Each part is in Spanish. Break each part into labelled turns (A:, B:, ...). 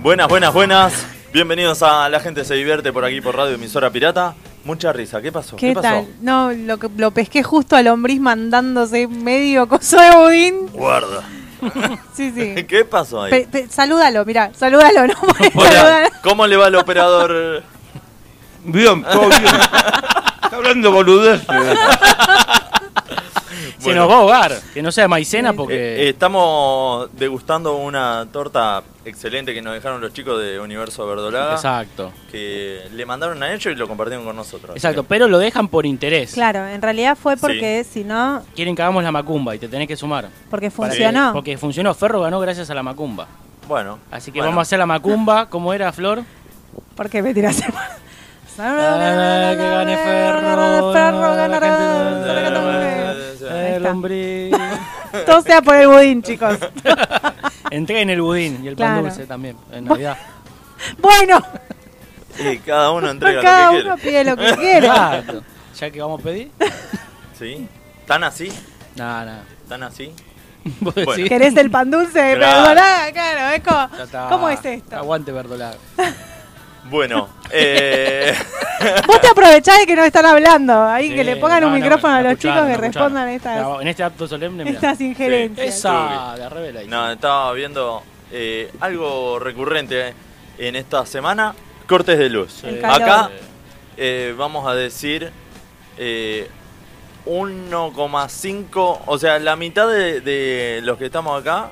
A: Buenas, buenas, buenas. Bienvenidos a La gente se divierte por aquí por Radio Emisora Pirata. Mucha risa, ¿qué pasó?
B: ¿Qué,
A: pasó?
B: tal? No, lo, que- lo pesqué justo al lombriz mandándose medio coso de budín.
A: Guarda.
B: Sí, sí.
A: ¿Qué pasó ahí?
B: Pe- pe- salúdalo, mirá, salúdalo, no podés
A: Hola,
B: saludar.
A: ¿Cómo le va al operador?
C: Bien, todo bien. Está hablando boludez.
D: Se nos va a ahogar. Que no sea maicena
A: Eh, eh,
D: porque.
A: estamos degustando una torta excelente que nos dejaron los chicos de Universo Verdolaga.
D: exacto.
A: Que le mandaron a ellos y lo compartieron con nosotros.
D: Exacto, pero lo dejan por interés.
B: Claro, en realidad fue porque si no,
D: Quieren que hagamos la macumba y te tenés que sumar.
B: porque
D: Para que-
B: funcionó.
D: porque funcionó. Ferro ganó gracias a la macumba.
A: Bueno.
D: Así que
A: bueno.
D: vamos a hacer la macumba. ¿Cómo era, Flor?
B: Porque me tiraste.
D: Ah, que gane
B: Ferro,
D: Ferro. la gente-
B: ganará. Ahí
D: El
B: está.
D: hombre.
B: Todo sea por el budín, chicos.
D: Entreguen el budín y el pan
B: Claro.
D: dulce también. En Navidad.
B: Bueno,
A: Y cada uno entrega
B: cada
A: lo que
B: uno
A: quiere.
B: pide lo que quiere.
D: Exacto. Ya que vamos a pedir.
A: ¿Sí? ¿Tan así?
D: Nada, nada.
A: ¿Tan así?
D: Vos
A: Bueno.
D: decís.
B: ¿Querés el pan dulce de
A: Claro.
B: verdolaga? Claro, es como-
D: Ya está.
B: ¿Cómo es esto?
D: Aguante, verdolaga.
A: Bueno. eh,
B: Vos te aprovechás de que no están hablando. Ahí
D: Sí,
B: que le pongan
D: no,
B: un
D: no,
B: micrófono
D: no
B: a los
D: escucharon,
B: chicos que
D: no
B: respondan
D: escucharon.
B: estas,
D: No, en este acto solemne, mirá.
B: estas injerencias.
D: Esa, la revela. ahí.
A: No, estaba viendo eh, algo recurrente en esta semana, cortes de luz.
B: El calor.
A: Acá eh, vamos a decir eh, 1,5, o sea, la mitad de, de los que estamos acá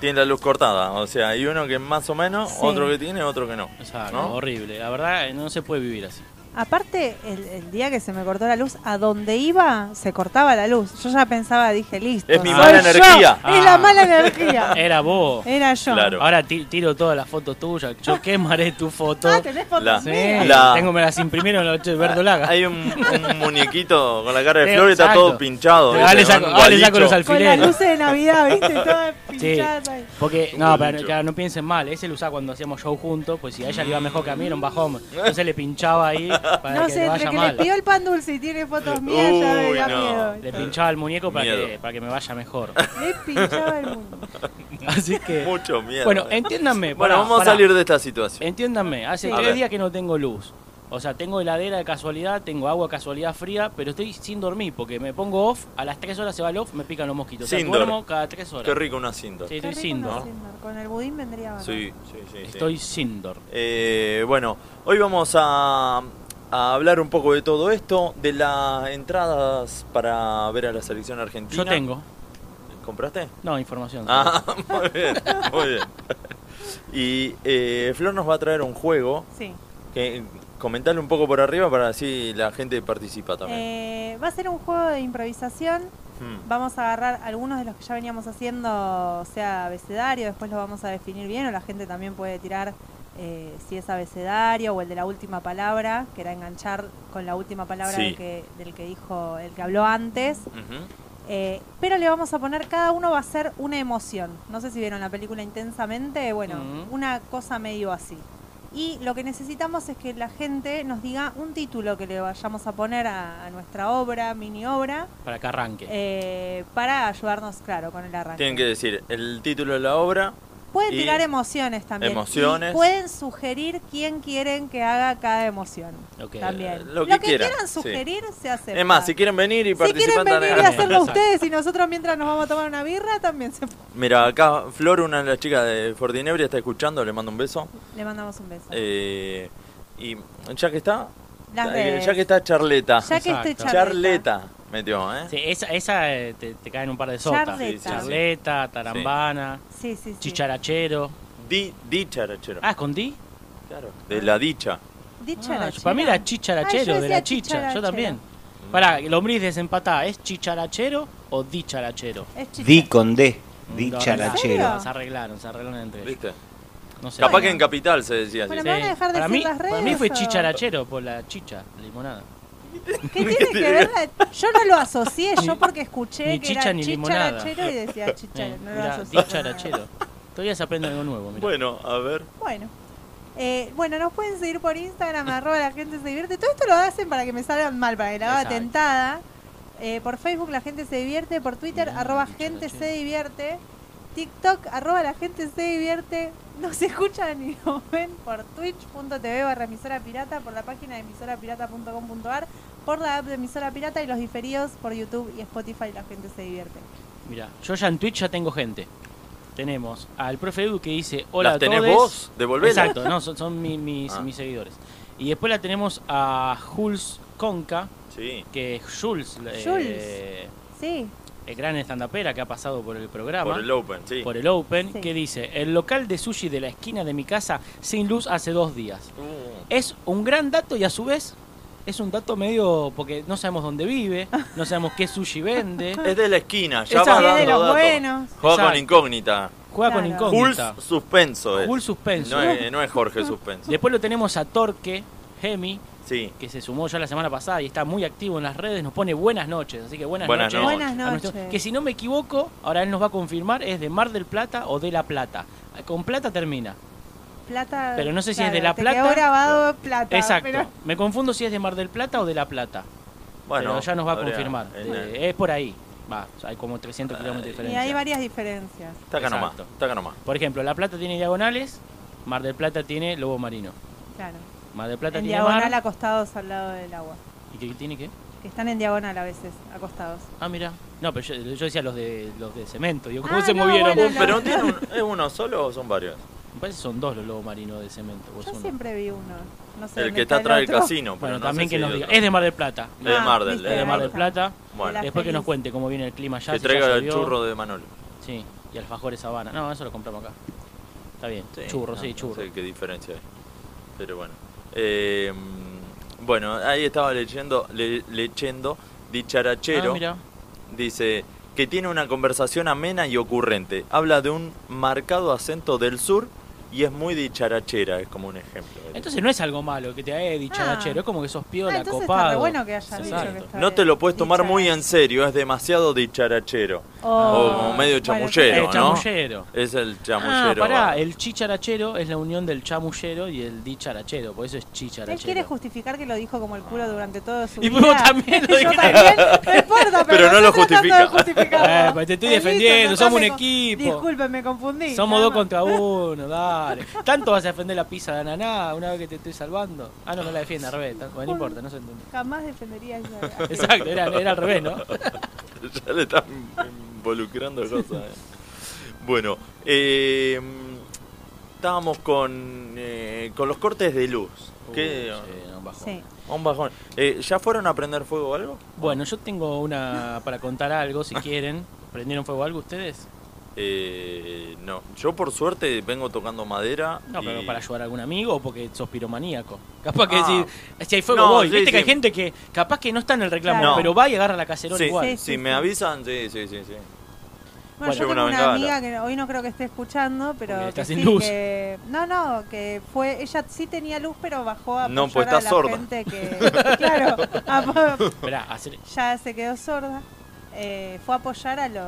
A: tiene la luz cortada. O sea, hay uno que más o menos,
B: Sí.
A: otro que tiene, otro que no.
D: Exacto,
A: ¿No?
D: horrible. La verdad, no se puede vivir así.
B: Aparte, el, el día que se me cortó la luz, a donde iba se cortaba la luz. Yo ya pensaba, dije, listo.
A: Es mi
B: Ah. soy
A: mala
B: yo.
A: energía.
B: Es la
D: Ah.
B: mala energía.
D: Era vos.
B: Era yo.
A: Claro.
D: Ahora ti- tiro todas las fotos tuyas. Yo quemaré tu foto.
B: Ah, tenés fotos
A: La-
D: Sí,
B: mías.
A: La- Ah,
D: tengo, me las imprimieron en la noche de verdolaga.
A: Hay un, un muñequito con la cara de
D: Sí,
A: flor y está
D: exacto.
A: todo pinchado.
D: Ahora le
A: ¿viste?
D: saco-
A: Un
D: ahora le saco
A: gualicho.
D: los
B: Con las
D: alfileres.
B: luces de Navidad, ¿viste? Todas
D: Sí,
B: pinchadas. ahí.
D: porque,
A: Un
D: no, pero
A: gualicho.
D: claro, no piensen mal, ese lo usaba cuando hacíamos show juntos, pues si a ella le iba mejor que a mí era un bajón, entonces le pinchaba ahí para
B: No
D: que
B: sé,
D: le
B: entre
D: vaya
B: que
D: mal.
B: le pidió el pan dulce y tiene fotos mías, ya me
A: Uy,
B: da
A: no.
B: miedo.
D: Le pinchaba el muñeco para
A: Miedo.
D: que, para que me vaya mejor.
B: Le pinchaba el mundo.
D: Así que,
A: Mucho miedo. eh.
D: bueno, entiéndanme.
A: Bueno,
D: pará,
A: vamos
D: pará.
A: a salir de esta situación.
D: Entiéndanme, hace
B: Sí.
A: A ver.
D: tres días que no tengo luz. O sea, tengo heladera de casualidad, tengo agua de casualidad fría, pero estoy sin dormir porque me pongo off, a las 3 horas se va el off, me pican los mosquitos. O sea,
A: Sin
D: duermo cada 3 horas.
A: Qué rico una cinta.
D: Sí,
B: Qué
D: estoy
B: rico
D: sin
B: una
D: dormir.
B: Sindor. Con el budín vendría bárbaro.
A: Sí, sí, sí, sí.
D: Estoy sin dormir.
A: Eh, bueno, hoy vamos a, a hablar un poco de todo esto, de las entradas para ver a la selección argentina.
D: Yo tengo.
A: ¿Compraste?
D: No, información.
A: Ah, muy bien, muy bien. Y eh, Flor nos va a traer un juego.
B: Sí.
A: Que, comentale un poco por arriba para así la gente participa también.
B: Eh, va a ser un juego de improvisación.
A: Mm.
B: Vamos a agarrar algunos de los que ya veníamos haciendo, o sea, abecedario. Después lo vamos a definir bien. O la gente también puede tirar eh, si es abecedario o el de la última palabra, que era enganchar con la última palabra
A: Sí.
B: del, que, del que dijo, el que habló antes.
A: Ujú.
B: Eh, pero le vamos a poner, cada uno va a ser una emoción. No sé si vieron la película intensamente, bueno,
A: Mm.
D: Ujú.
B: una cosa medio así. Y lo que necesitamos es que la gente nos diga un título que le vayamos a poner a, a nuestra obra, mini obra,
D: Para que arranque.
B: eh, para ayudarnos, claro, con el arranque.
A: Tienen que decir el título de la obra.
B: Pueden
A: y
B: tirar emociones también.
A: emociones.
B: Y pueden sugerir quién quieren que haga cada emoción.
D: Ok.
B: También.
A: lo que quieran, sí.
B: sugerir se hace.
A: Es más, si quieren venir y
B: Si quieren
A: participar
B: venir y
D: también.
B: hacerlo
D: Exacto.
B: ustedes y nosotros mientras nos vamos a tomar una birra, también se puede.
A: Mira, acá Flor, una de las chicas de Fortinebria, está escuchando, le mando un beso.
B: Le mandamos un beso.
A: Eh, y ya que está,
B: Las
A: eh,
B: redes.
A: ya que está Charleta.
B: Ya que esté
D: Exacto.
B: charleta.
A: Charleta metió, ¿eh?
D: Sí, esa esa eh, te, te caen un par de sotas.
B: Charleta. Sí, sí, sí.
D: Charleta, tarambana,
B: Sí, sí, sí.
D: chicharachero.
A: Di, dicharachero.
D: Ah, escondí.
A: Claro. De la dicha.
B: Dicharachera.
D: para mí era
B: Ah, yo
D: chicharachero, de
B: decía
D: la chicha,
B: chicharachero.
D: yo también. Pará, el lombriz desempatá, ¿es chicharachero o dicharachero?
B: Es chicha-
C: Di con D. Di
D: No,
B: charachero.
C: charachero.
D: Se arreglaron, se arreglaron entre ellos.
A: ¿Viste?
D: No sé.
A: Capaz que en Capital se decía
B: Bueno,
A: así.
B: ¿me van a dejar de
D: para,
B: decir
D: mí,
B: las
D: para mí
B: redes
D: fue
B: o-
D: chicharachero por la chicha, limonada.
B: ¿Qué tiene que ver? la- Yo no lo asocié, yo porque escuché
D: ni
B: que
D: chicha
B: era
D: ni limonada.
B: chicharachero y decía
D: Eh,
B: chicharachero. No lo
D: mirá,
B: asocié.
D: dicharachero. Todavía se aprende algo nuevo, mirá.
A: Bueno, a ver.
B: Bueno. Eh, bueno, nos pueden seguir por Instagram, arroba la gente se divierte. Todo esto lo hacen para que me salgan mal, para que la haga
D: Exacto.
B: tentada. Eh, por Facebook la gente se divierte, por Twitter
D: Bien,
B: arroba
D: dicho,
B: gente
D: dicho.
B: se divierte. TikTok, arroba la gente se divierte. Nos escuchan y nos ven por twitch.tv barra emisora pirata, por la página de emisorapirata.com.ar, por la app de emisora pirata y los diferidos por YouTube y Spotify, la gente se divierte.
D: Mira, yo ya en Twitch ya tengo gente. Tenemos al profe Edu que dice, hola
A: ¿Las
D: a
A: tenés
D: todes".
A: vos? Devolvela.
D: Exacto, no, son, son mi- mis,
A: Ah.
D: mis seguidores. Y después la tenemos a Jules Conca,
A: Sí.
D: que es Jules, eh,
B: Sí,
D: el gran estandapera que ha pasado por el programa.
A: Por el Open, sí.
D: por el Open,
B: Sí.
D: que dice, el local de sushi de la esquina de mi casa sin luz hace dos días.
A: Mm.
D: Es un gran dato y a su vez es un dato medio porque no sabemos dónde vive, no sabemos qué sushi vende,
A: Es de la esquina, ya
D: Esa-
A: va
D: Sí,
A: dando
B: es de los
A: datos.
B: buenos.
A: Juega con
D: Exacto.
A: incógnita.
D: juega con
B: Claro.
A: Jules
D: incógnita.
A: Suspenso es.
D: Full suspenso.
A: No es, no es Jorge Suspenso.
D: Después lo tenemos a Torque, Gemi,
A: Sí.
D: que se sumó ya la semana pasada y está muy activo en las redes, nos pone buenas noches, así que buenas,
A: Buenas
D: noches.
A: noches.
B: Buenas
D: a nuestro-
B: noches.
D: que si no me equivoco, ahora él nos va a confirmar, es de Mar del Plata o de La Plata. Con Plata termina.
B: Plata.
D: Pero no sé si es de
B: claro,
D: La
B: te quedó
D: Plata.
B: grabado plata.
D: Exacto.
B: pero-
D: Me confundo si es de Mar del Plata o de La Plata.
A: Bueno,
D: pero ya nos va a
A: habría-
D: confirmar.
A: en- Eh,
D: Eh, es por ahí. Va, o sea, hay como 300 kilómetros de
B: Y
D: diferencia.
B: hay varias diferencias.
A: Está acá nomás,
D: Exacto.
A: está acá nomás.
D: Por ejemplo, La Plata tiene diagonales, Mar del Plata tiene lobo marino.
B: Claro.
D: Mar del Plata
B: En
D: tiene
B: diagonal
D: mar.
B: acostados al lado del agua.
D: ¿Y qué tiene qué?
B: Que están en diagonal a veces, acostados.
D: Ah, mira. No, pero yo, yo decía los de los de cemento. Digo, ¿cómo
B: Ah,
D: se
B: no,
D: movieron?
B: bueno, no.
A: Pero ¿tiene un- ¿es uno solo o son varios?
D: Me parece que son dos los lobos marinos de cemento. o es
B: Yo
D: uno.
B: siempre vi uno. No sé
A: El
B: dónde
A: que está
B: el
A: atrás del
B: otro.
A: casino. pero
D: Bueno,
A: no
D: también
A: sé
D: que
A: si
D: nos
A: hay
D: diga.
A: otro.
D: Es de Mar del Plata.
A: Es de
B: Ah,
A: Mar del.
B: viste,
A: es
D: Es de Mar del
B: está.
D: Plata.
A: Bueno,
B: Las
D: Después que nos
B: felices.
D: cuente cómo viene el clima ya.
A: que
D: si ya
A: traiga el
D: llovió.
A: churro de Manolo.
D: Sí, y alfajores sabana. No, eso lo compramos acá. Está bien. churro,
A: no,
D: sí,
A: no
D: churro.
A: sé qué diferencia hay. Pero bueno. Eh, bueno, ahí estaba leyendo, le- leyendo
D: Ah,
A: Dicharachero.
D: mira.
A: dice que tiene una conversación amena y ocurrente. Habla de un marcado acento del sur y es muy dicharachera, es como un ejemplo.
D: Entonces no es algo malo que te haya
B: Ah.
D: dicharachero. Es como que sos piola,
B: Ah, entonces está re
D: copado.
B: bueno que hayas dicho
D: Exacto.
B: que está-
A: no te lo puedes tomar
B: Dichara-
A: muy en serio, es demasiado dicharachero.
B: Oh.
A: O como medio
B: Bueno,
A: chamullero,
D: el
A: ¿no?
D: chamullero.
A: Es el chamullero.
D: Ah, pará,
A: bárbaro.
D: el chicharachero es la unión del chamullero y el dicharachero, por eso es chicharachero.
B: Él quiere justificar que lo dijo como el culo durante todo su
D: Ah. Y
B: vida.
D: vos también lo
B: Yo
D: dijiste.
B: también, no importa, pero,
A: Pero
B: estoy
A: no lo
B: tratando de
A: justifica.
B: justificarlo.
D: Eh, pero te estoy
B: Ay, listo,
D: defendiendo,
B: ya
D: somos
B: está,
D: un
B: me co-
D: equipo.
B: Disculpen, me confundí.
D: Somos
B: nada
D: dos
B: más.
D: contra uno, dale. Tanto vas a defender la pizza de ananá una vez que te estoy salvando. Ah, no, no la defienda, al revés. Bueno, no importa, no se entiende.
B: Jamás defendería esa.
D: Exacto, era, era al revés, ¿no?
A: ya le están involucrando cosas. eh. Bueno, eh, estábamos con, eh, con los cortes de luz. ¿Qué?
D: Sí, no, un bajón.
B: Sí.
A: Un bajón. Eh, ¿Ya fueron a prender fuego o algo?
D: Bueno, yo tengo una para contar algo, si quieren. ¿Prendieron fuego algo ustedes?
A: Eh, no, yo por suerte vengo tocando madera.
D: No, pero
A: y-
D: para ayudar a algún amigo o porque sos piromaníaco. Capaz que "Eh,
A: Ah.
D: si, si hay fuego
A: No,
D: voy.
A: sí,
D: Viste que
A: sí.
D: hay gente que capaz que no está en el reclamo,
B: Claro.
D: pero va y agarra la cacerola
A: Sí,
D: igual.
B: Sí,
A: si me avisan, sí, sí, sí. sí.
B: Bueno,
A: Bueno,
B: yo
A: una
B: tengo una
A: bengala.
B: amiga que hoy no creo que esté escuchando, pero
D: Porque está
B: que
D: sin
B: sí,
D: luz.
B: que- no, no, que fue ella sí tenía luz, pero bajó a
A: No,
B: apoyar
A: pues está
B: a la
A: sorda.
B: gente que claro, a-
D: Esperá, hacer-
B: ya se quedó sorda. Eh, fue a apoyar a los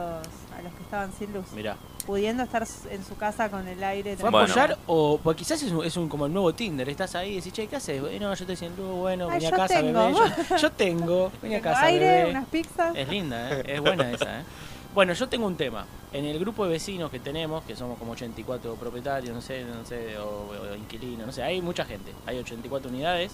B: a los que estaban sin luz,
D: mirá.
B: pudiendo estar s- en su casa con el aire.
D: ¿Fue a
A: Bueno.
D: apoyar o.? Porque quizás es, un, es un- como el nuevo Tinder. Estás ahí y decís, che, ¿qué haces? Eh, No, yo estoy sin luz, bueno,
B: Ay,
D: vení a
B: yo
D: casa,
B: tengo.
D: bebé. Yo, yo tengo, vení a
B: Tengo
D: casa,
B: aire,
D: bebé.
B: unas pizzas.
D: Es linda, ¿eh? es buena esa. ¿eh? Bueno, yo tengo un tema. En el grupo de vecinos que tenemos, que somos como 84 propietarios, no sé, no sé, o, o inquilinos, no sé, hay mucha gente. Hay 84 unidades.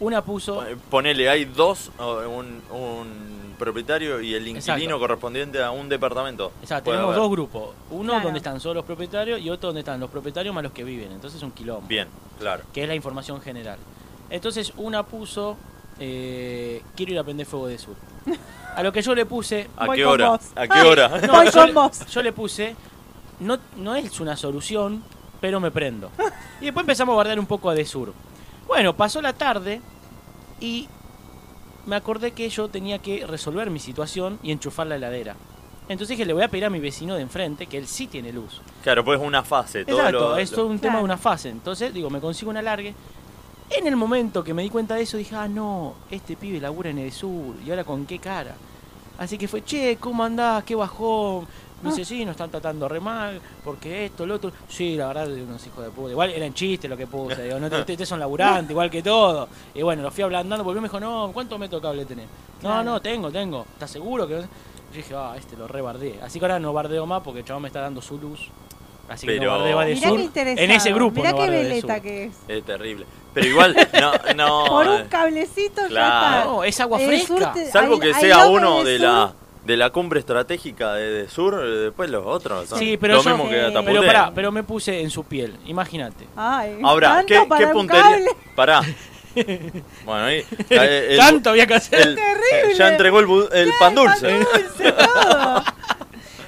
D: Una puso.
A: Eh, Ponele, hay dos, o un, un propietario y el inquilino
D: Exacto.
A: correspondiente a un departamento.
D: Exacto,
A: Puede
D: tenemos
A: haber.
D: dos grupos. Uno
B: Claro.
D: donde están solo los propietarios y otro donde están los propietarios más los que viven. Entonces es un quilombo.
A: Bien, claro.
D: que es la información general. Entonces una puso, eh, quiero ir a prender fuego de sur. A lo que yo le puse,
A: ¿A
B: Voy
A: qué
B: con
A: hora?
B: vos.
A: ¿A qué hora?
B: Voy
D: yo
B: con
D: le-
B: vos.
D: yo le puse, no, no es una solución, pero me prendo. Y después empezamos a guardar un poco a de sur. Bueno, pasó la tarde y me acordé que yo tenía que resolver mi situación y enchufar la heladera. Entonces dije, le voy a pedir a mi vecino de enfrente, que él sí tiene luz.
A: Claro, pues es una fase. todo
D: Exacto,
A: lo-
D: es
A: lo-
D: todo un tema
B: Claro.
D: de una fase. Entonces, digo, me consigo una largue. En el momento que me di cuenta de eso, dije, ah, no, este pibe labura en el sur, y ahora con qué cara. Así que fue, che, ¿cómo andás? ¿Qué bajó? Me
B: Ah.
D: dice, sí, nos están tratando re mal, porque esto, lo otro. Sí, la verdad, unos hijos de puta. Igual eran chistes lo que puse, digo, no, te- ustedes son laburantes, igual que todo. Y bueno, lo fui ablandando, volvió y me dijo, no, ¿cuántos metros de cable tenés? No,
B: Claro.
D: no, tengo, tengo. ¿Estás seguro que no? Yo dije, ah, este lo rebardeé. Así que ahora no bardeo más porque el chabón me está dando su luz. Así que
A: Pero-
D: no bardeo a de
B: Mirá
D: sur.
B: qué interesante.
D: En ese grupo
B: Mirá
D: no
B: qué
D: bardeo de
B: veleta
D: sur.
B: que es.
A: Es terrible. Pero igual, no, no.
B: Por un
A: eh,
B: cablecito
A: Claro.
D: No, es agua
B: ya está. El sur
D: fresca.
B: te-
A: Salvo
B: hay-
A: que
B: hay
A: sea
B: lotes
A: uno de
B: sur.
A: la de la cumbre estratégica de, de Sur, eh, después los otros. son
D: Sí, pero
A: lo
D: yo-
A: mismo que
B: eh,
A: Ataputé.
D: Pero pará, pero me puse en su piel, imagínate.
B: Ay,
A: Ahora,
B: tanto
A: ¿qué,
B: para
A: qué
B: un
A: puntería?
B: cable.
A: Pará. Bueno, ahí. eh, el-
D: Tanto había que hacer.
A: el-
B: terrible.
A: Ya entregó el, bu- el pan dulce.
B: Pan dulce, todo.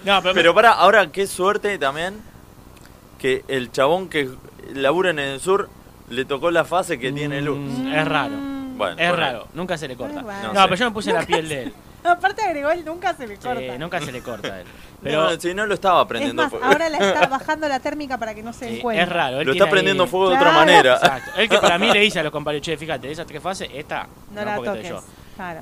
D: No, pero,
A: Pero para ahora qué suerte también que el chabón que labura en el sur le tocó la fase que tiene luz.
D: Mm, es raro.
B: Mm.
A: Bueno.
D: es raro, nunca se le corta.
B: Es raro.
D: No,
A: No sé.
D: pero yo me puse en la piel de él.
B: Aparte agregó el nunca se le
D: Sí,
B: corta.
D: nunca se le corta a él. Pero
A: Pero si no lo estaba
B: es
A: aprendiendo
B: más, ahora la está bajando la térmica para que no se
D: sí,
B: den cuenta.
D: es raro. él tiene
A: Lo está
D: ahí-
A: prendiendo fuego de otra
B: Claro.
A: manera.
D: Exacto. Él que para mí le dice a los compañeros, che, fíjate, esas tres fases, esta
B: No,
D: no,
B: la
D: porque te
B: toques.
D: yo".
B: Claro.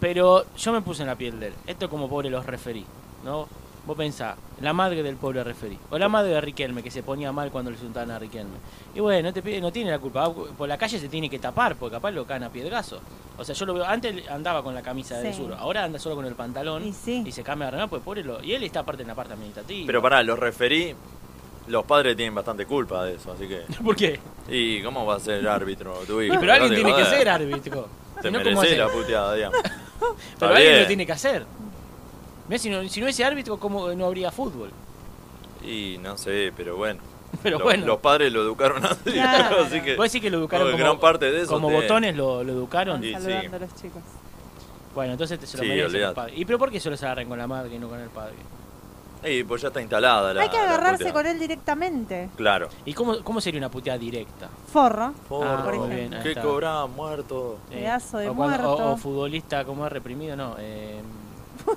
D: Pero yo me puse en la piel de él. Esto como pobre los referí, ¿no? Vos pensás, la madre del pobre referí. O la madre de Riquelme, que se ponía mal cuando le insultaban a Riquelme. Y bueno, no, te pide- no tiene la culpa. Por la calle se tiene que tapar, porque capaz lo caen a piedrazo. O sea, yo lo veo. Antes andaba con la camisa del
B: Sí.
D: sur, ahora anda solo con el pantalón.
B: Y sí.
D: se cambia de remera, pues pobre lo. Y él está aparte en la parte administrativa.
A: Pero pará, los referí, los padres tienen bastante culpa de eso, así que...
D: ¿Por qué?
A: ¿Y cómo va a ser el árbitro tu hijo?
D: Y pero alguien
A: No te
D: tiene que
A: jodas.
D: ser árbitro.
A: Te
D: Si no, ¿cómo
A: mereces
D: hace?
A: la puteada, digamos.
D: Pero
A: Está
D: alguien
A: bien.
D: lo tiene que hacer. Mirá, si no, si no ese árbitro, ¿cómo no habría fútbol?
A: Y no sé, pero bueno.
D: Pero
A: Los-
D: bueno.
A: Los padres lo educaron así,
B: Claro.
A: así que...
D: Vos decís que lo educaron
A: No,
D: como,
A: gran parte de eso
D: como
A: te-
D: botones lo, lo educaron.
A: Sí,
B: Están saludando a los chicos.
D: Bueno, entonces te se lo
A: Sí,
D: merecen
A: olvidate.
D: los padres. ¿Y pero por qué se los agarran con la madre y no con el padre?
A: Y pues ya está instalada la
B: Hay que
A: la
B: agarrarse
A: puteada.
B: con él directamente.
A: Claro.
D: ¿Y cómo, cómo sería una puteada directa? Ah,
B: Forro.
A: Forro,
B: por ejemplo.
D: bien, ahí
A: ¿Qué
D: está. Eh,
A: cobraba muerto?
B: Pedazo de
D: o cuando- o-
B: muerto.
D: O, futbolista como es reprimido, no. Eh,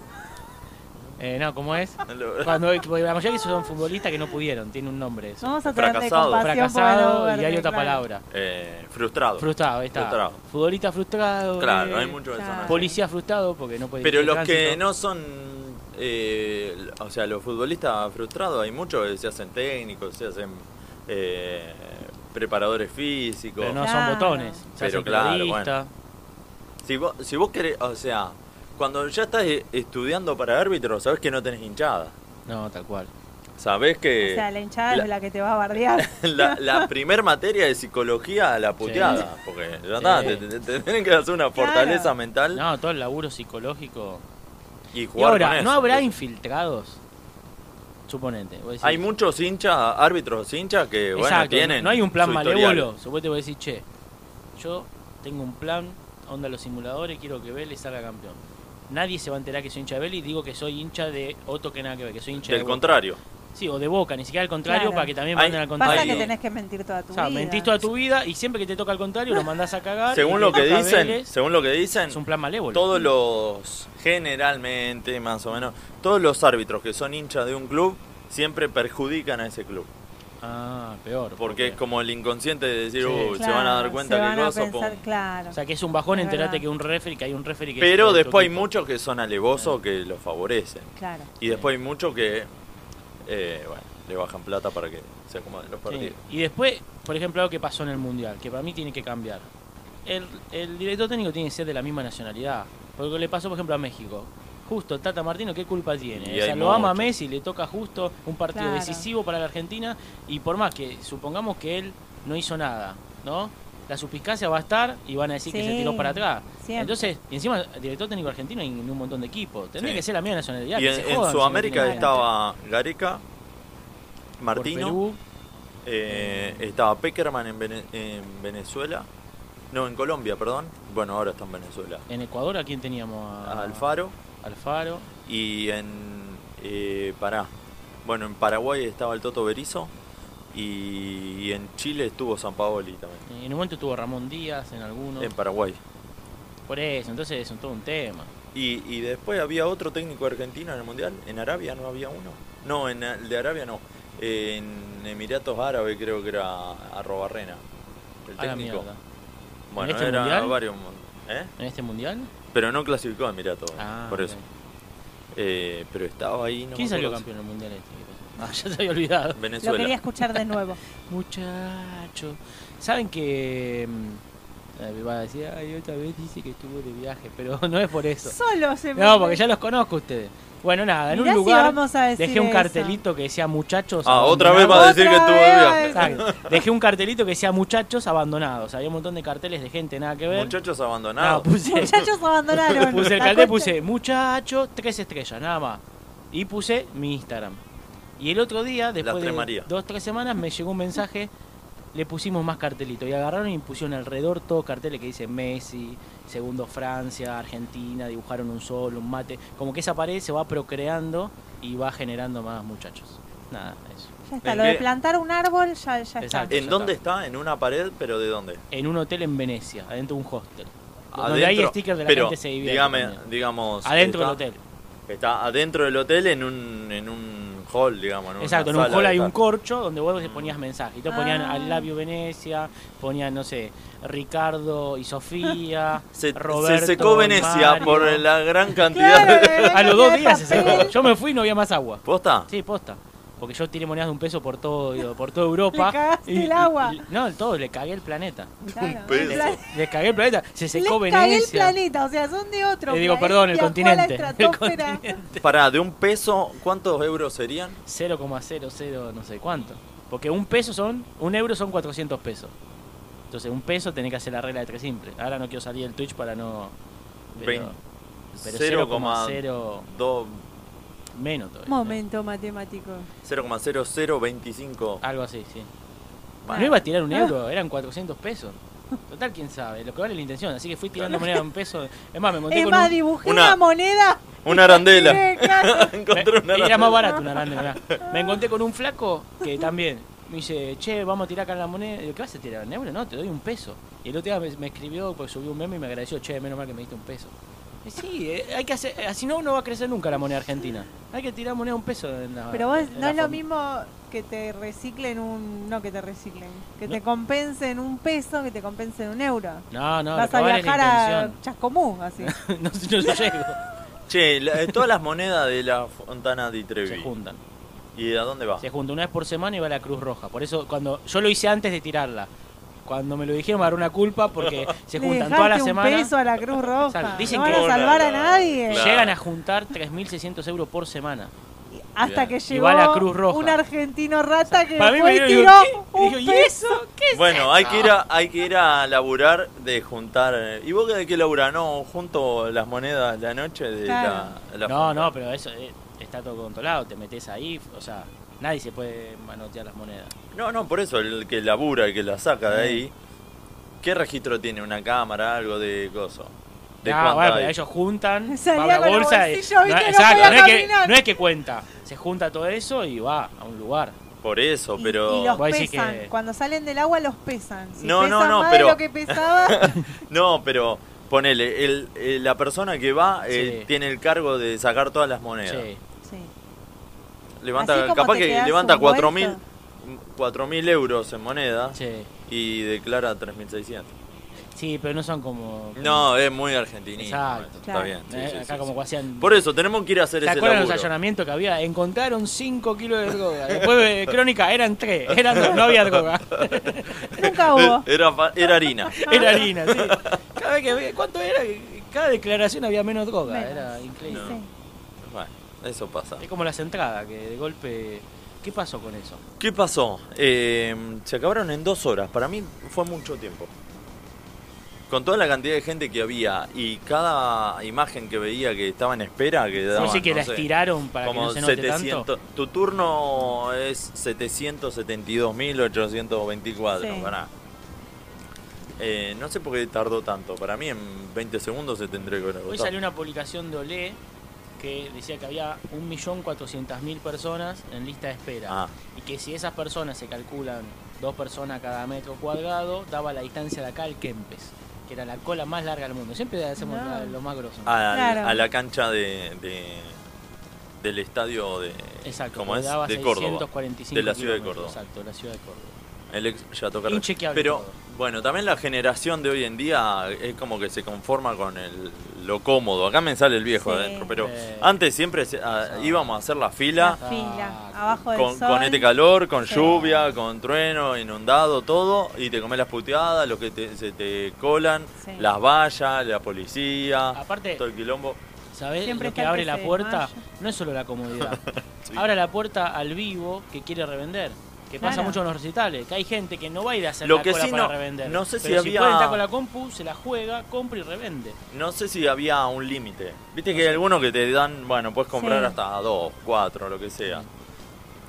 D: eh, no, ¿cómo es? Cuando, porque la mayoría que son futbolistas que no pudieron, tiene un nombre eso.
B: No vamos a tratar de
A: Fracasado.
B: compasión
D: Fracasado
B: por la
D: y hay otra
B: claro.
D: palabra.
A: Eh, frustrado.
D: Frustrado, ahí está.
A: Frustrado.
D: Futbolista frustrado.
A: Claro,
D: eh,
A: hay mucho de eso.
B: claro.
A: ¿no?
D: Policía frustrado porque no puede
A: Pero
D: dirigir
A: los que
D: tránsito.
A: no son, eh, o sea, los futbolistas frustrados, hay muchos que se hacen técnicos, se hacen eh, preparadores físicos.
D: Pero no
B: Claro.
D: son botones. se
A: Pero
D: hacen
A: claro,
D: periodistas.
A: Si, vos, si vos querés, o sea, cuando ya estás eh, estudiando para árbitro, sabés que no tenés hinchada.
D: No, tal cual.
A: Sabés que
B: O sea, la hinchada
A: la-
B: es la que te va a bardear.
A: la, la primer materia de psicología la puteada. Porque ya está,
D: Sí.
A: te, te- te tienen que hacer una fortaleza
B: Claro.
A: mental
D: No, todo el laburo psicológico.
A: y
D: Y
A: jugar con
D: ahora,
A: eso.
D: ¿no habrá infiltrados? Suponente. vos decís-
A: Hay muchos hinchas, árbitros hinchas que, bueno,
D: Exacto,
A: tienen.
D: No hay un plan
A: su historial.
D: malévolo. Suponete voy a decir, che, yo tengo un plan, onda los simuladores, quiero que Vélez salga campeón. Nadie se va a enterar que soy hincha de Vélez y digo que soy hincha de otro que nada que ver, que soy hincha
A: Del
D: de Boca.
A: contrario.
D: Sí, o de Boca, ni siquiera al contrario,
B: Claro.
D: para que también
A: Hay-
D: manden al contrario.
B: Pasa
A: Ahí.
B: que tenés que mentir toda tu
D: o sea,
B: vida.
D: mentís toda tu vida y siempre que te toca al contrario lo mandás a cagar.
A: Según
D: y
A: lo
D: te
A: que
D: toca
A: dicen,
D: Vélez,
A: según lo que dicen,
D: es un plan malévolo.
A: todos los generalmente, más o menos, todos los árbitros que son hinchas de un club siempre perjudican a ese club,
D: Ah, peor.
A: porque es como el inconsciente de decir,
D: Sí.
A: "Uy, se
B: Claro,
A: van a dar cuenta
B: se
A: que
B: van a
A: cosa,
B: pensar,
A: pum".
B: Claro.
D: O sea, que es un bajón
B: Es
D: enterarte
B: verdad.
D: que un referee, que hay un referee que...
A: Pero
D: es de otro
A: después hay
D: equipo.
A: muchos que son alevosos que los favorecen.
B: claro.
A: Y después hay muchos que, eh, bueno, le bajan plata para que se acomoden los
D: Sí.
A: partidos.
D: Y después, por ejemplo, algo que pasó en el Mundial, que para mí tiene que cambiar. El, el director técnico tiene que ser de la misma nacionalidad. Porque le pasó, por ejemplo, a México. Justo, Tata Martino, ¿qué culpa tiene?
A: Y
D: O sea,
A: hay
D: lo ama a
A: mucho.
D: Messi, le toca justo un partido
B: Claro.
D: decisivo para la Argentina. Y por más que supongamos que él no hizo nada, ¿no? La suspicacia va a estar y van a decir que se
B: Sí,
D: tiró para atrás.
B: siempre.
D: Entonces, y encima, el director técnico argentino hay en un montón de equipos. Tendría
A: Sí.
D: que ser la misma nacionalidad.
A: Y
D: que
A: en,
D: se
A: en
D: jodan si no
A: Sudamérica
D: tienen adelante.
A: estaba Gareca,
D: Por
A: Martino,
D: Perú,
A: eh, estaba Peckerman en, Vene- en Venezuela, no, en Colombia, perdón. Bueno, ahora está en Venezuela.
D: en Ecuador, ¿a quién teníamos? A-
A: Alfaro
D: Alfaro.
A: y en eh, Pará. Bueno, en Paraguay estaba el Toto Berizo y, y en Chile estuvo San Paoli también.
D: Eh, En un momento tuvo Ramón Díaz en algunos.
A: En Paraguay.
D: Por eso, entonces es un- todo un tema.
A: Y, y después había otro técnico argentino en el Mundial. ¿En Arabia no había uno? No, en el de Arabia no. En Emiratos Árabes creo que era Arrobarrena. El
D: A la
A: técnico.
D: mierda.
A: Bueno,
D: ¿En este
A: era
D: Mundial?
A: varios. mon- ¿eh?
D: ¿En este mundial?
A: Pero no clasificó a Emiratos.
D: Ah,
A: por
D: ok.
A: eso. Eh, pero estaba ahí. No
D: ¿Quién
A: me
D: salió
A: acuerdo
D: campeón del mundial este? Ah, ya te había olvidado.
A: si-
B: Lo
A: Venezuela.
B: quería escuchar de nuevo.
D: Muchachos. ¿Saben que mm, Eh, me va a decir, ay, otra vez dice que estuvo de viaje, pero no es por eso.
B: Solo se me-
D: No, porque ya los conozco a ustedes. Bueno, nada, en
B: Mirá
D: un
B: si
D: lugar
B: vamos a decir
D: dejé un
B: eso.
D: cartelito que decía muchachos.
A: Ah, otra vez
D: abandonados".
A: va a decir que
B: Otra
A: estuvo
B: vez va a
A: de viaje.
D: Exacto. Dejé un cartelito que decía muchachos abandonados. Había un montón de carteles de gente, nada que ver.
A: Muchachos
D: No,
A: abandonados.
D: puse,
B: Muchachos abandonaron.
D: puse el
B: La concha-
D: cartel, puse muchachos, tres estrellas, nada más. Y puse mi Instagram. Y el otro día, después
A: Las
D: de
A: tres Marías.
D: dos, tres semanas, me llegó un mensaje, le pusimos más cartelito. Y agarraron y pusieron alrededor todo carteles que dice Messi, segundo Francia, Argentina, dibujaron un sol, un mate. Como que esa pared se va procreando y va generando más muchachos. Nada, eso.
B: Ya está,
A: ¿En
B: lo de
A: qué?
B: plantar un árbol ya, ya está.
D: Exacto.
A: ¿En dónde está? ¿En una pared? ¿Pero de dónde?
D: En un hotel en Venecia, adentro de un hostel. Donde
A: Adentro.
D: hay stickers de la
A: pero,
D: gente se divierte
A: Dígame,
D: también.
A: digamos.
D: Adentro del
A: está-
D: hotel.
A: Está adentro del hotel en un, en un hall, digamos. En
D: Exacto, en
A: una
D: un
A: sala
D: hall
A: de
D: hay un
A: estar.
D: corcho donde vos ponías mensajes. Y te ponían
B: Ah.
D: al labio Venecia, ponían, no sé, Ricardo y Sofía,
A: Se, se
D: Roberto.
A: secó Venecia
D: Mario.
A: por la gran cantidad
B: Claro,
A: de.
B: la
D: A los dos
B: de
D: días se secó.
B: papel.
D: Yo me fui y no había más agua.
A: ¿Posta?
D: Sí, posta. Porque yo tiré monedas de un peso por todo por toda
B: Le
D: Europa.
B: cagaste el agua.
D: no, todo, le cagué el planeta.
B: Claro,
A: peso.
B: el plan-
D: Le cagué el planeta. Se
B: Les
D: secó
B: cagué el
D: Venecia.
B: planeta, o sea, son de otro.
D: Le pues, Eh, digo,
B: planeta,
D: perdón, el
B: viajó a la
D: continente, el
B: estratosfera.
A: Pará, de un peso, ¿cuántos euros serían?
D: 0,00 no sé cuánto. Porque un peso son, un euro son 400 pesos. Entonces un peso tenés que hacer la regla de tres simple. Ahora no quiero salir del Twitch para no... Pero,
A: Vein-
D: pero
A: 0,2
D: 0,0
A: Do-
D: menos todavía.
B: Momento matemático.
A: 0,0025.
D: Algo así, sí.
B: Bueno.
D: No iba a tirar un
B: Ah.
D: euro, eran 400 pesos. Total, quién sabe, lo que vale la intención. Así que fui tirando moneda de un peso. Es más, me monté
B: Es
D: con
B: más,
D: un...
B: dibujé
A: una-
B: una, moneda.
A: Una arandela.
B: Tiré, claro.
A: Encontré
D: Me-
A: una
D: Era más
A: arandela.
D: barato una grande, mirá. Me encontré con un flaco que también me dice, che, vamos a tirar acá la moneda. Digo, ¿qué vas a tirar? ¿Un euro? No, te doy un peso. Y el otro día me, me escribió, pues subió un meme y me agradeció, che, menos mal que me diste un peso. Y sí, eh, hay que hacer, eh, así no, no va a crecer nunca la moneda argentina. Hay que tirar moneda un peso en la-
B: Pero vos,
D: Ah, en
B: no
D: la
B: es lo
D: forma.
B: mismo que te reciclen un. No que te reciclen. Que
D: No.
B: te compensen un peso, que te compensen un euro.
D: No, no, lo
B: Vas
D: que
B: a
D: vale es la
B: viajar a
D: intención.
B: Chascomú, así.
D: no, no llego.
A: Che, la- eh, todas las monedas de la Fontana di
D: Se
A: Trevi.
D: juntan.
A: ¿Y a dónde va?
D: Se junta una vez por semana y va a la Cruz Roja. Por eso, cuando yo lo hice antes de tirarla. Cuando me lo dijeron, me agarró una culpa porque se
B: Le
D: juntan
B: dejaste
D: toda la
B: un
D: semana.
B: peso a la Cruz Roja.
D: Sal- dicen
B: Ah, no van
D: que-
B: a salvar a
A: Claro.
B: nadie.
A: Claro.
D: Llegan a juntar 3.600 euros por semana.
B: Hasta
A: Bien.
B: que
D: Y
B: llegó
D: va la Cruz Roja.
B: un argentino rata que
D: Para mí
B: fue
D: me
B: y
D: dieron,
B: tiró
D: digo, ¿qué?
B: un
D: Digo, ¿y
B: peso.
A: Bueno, hay que ir a, hay que ir a laburar de juntar. eh, ¿Y vos de qué laburás? No, junto las monedas la noche de
B: Claro.
A: la, la
D: No,
A: fontana.
D: no, pero eso eh, está todo controlado. Te metes ahí, o sea, nadie se puede manotear las monedas.
A: No, no, por eso el que labura, el que la saca de
D: Sí.
A: ahí. ¿Qué registro tiene? ¿Una cámara? ¿Algo de coso? ¿De
D: Ah, bueno,
A: cuánta
D: pero
A: hay?
D: ellos juntan,
B: Salía
D: va a la
B: con el
D: bolsa y-
B: bolsillo, viste,
D: no,
B: no
D: exacto,
B: podía
D: no es que,
B: caminar.
D: no es que cuenta. Se junta todo eso y va a un lugar.
A: Por eso,
B: Y-
A: pero...
B: Y, los
D: Vos decís
B: pesan.
D: que-
B: Cuando salen del agua los pesan. Si
A: No, no,
B: pesan
A: no,
B: más
A: pero- Ah,
B: de lo que pesaba,
A: No, pero ponele, el, el- la persona que va eh,
D: Sí.
A: tiene el cargo de sacar todas las monedas.
D: Sí.
B: sí. Así
A: Levanta,
B: como
A: capaz
B: te
A: que
B: quedás
A: levanta
B: un vuelto.
A: 4.000 4.000 euros en moneda
D: Sí.
A: y declara 3.600.
D: Sí, pero no son como.
A: No, es muy argentinismo.
D: Exacto.
A: Está
B: Claro.
A: bien. sí,
D: eh,
A: sí,
D: acá
A: sí,
D: como
A: sí.
D: que hacían.
A: Por eso, tenemos que ir a hacer
D: ¿Se
A: ese
D: acuerdan los
A: laburo.
D: allanamientos que había? Encontraron 5 kilos de droga. Después de Crónica eran 3. Eran dos, no había droga.
B: nunca hubo.
A: Era, fa- era harina.
D: Era harina, sí. Cada vez que ve- ¿Cuánto era? Cada declaración había menos droga.
B: Menos.
D: Era increíble.
A: No. Bueno, eso pasa.
D: Es como las entradas, que de golpe. ¿Qué pasó con eso?
A: ¿Qué pasó? Eh, se acabaron en dos horas. Para mí fue mucho tiempo. Con toda la cantidad de gente que había y cada imagen que veía que estaba en espera, que
D: Fue
A: daban,
D: así que
A: no
D: la
A: sé,
D: estiraron para que
A: como
D: no se note
A: 700.
D: tanto.
A: Tu turno es 772.824.
B: Sí.
A: pará. Eh, no sé por qué tardó tanto. Para mí en 20 segundos se tendría que haber
D: Hoy
A: agotado.
D: salió una publicación de Olé que decía que había 1.400.000 personas en lista de espera.
A: Ah,
D: y que si esas personas se calculan dos personas cada metro cuadrado, daba la distancia de acá al Kempes, que era la cola más larga del mundo. Siempre hacemos
B: No.
D: la- lo más grosso.
A: a,
B: Claro.
A: a la cancha de, de- del estadio de,
D: Exacto,
A: ¿cómo
D: que
A: es?
D: daba
A: de Córdoba.
D: 645
A: de la ciudad de
D: kilómetros,
A: Córdoba.
D: Exacto, de la ciudad de Córdoba.
A: El ex ya toca
D: Inchequeable
A: Pero
D: todo.
A: bueno, también la generación de hoy en día es como que se conforma con el, lo cómodo. Acá me sale el viejo
B: Sí.
A: adentro, pero
D: Eh.
A: antes siempre se- ah,
D: Sí.
A: íbamos a hacer la
B: La
A: fila
B: fila, abajo del
A: con,
B: sol.
A: con este calor, con
B: Sí.
A: lluvia, con trueno, inundado, todo, y te comes las puteadas, los que te- se te colan,
B: Sí.
A: las vallas, la policía,
D: Aparte,
A: todo el quilombo.
D: ¿sabés
B: Siempre
D: lo
B: está
D: que
B: el
D: abre
B: que
D: la
B: se
D: puerta?
B: desmaya.
D: No es solo la comodidad.
B: Ah.
D: Abre la puerta al vivo que quiere revender. Que pasa
B: Claro.
D: mucho en los recitales. Que hay gente que no va a ir a hacer
A: Lo
D: la
A: que
D: cola
A: sí
D: para
A: no-
D: revender.
A: no sé si
D: Pero
A: había-
D: puede estar con la compu, se la juega, compra y revende.
A: No sé si había un límite. Viste que hay algunos que te dan, bueno, puedes comprar
B: Sí.
A: hasta dos, cuatro, lo que sea.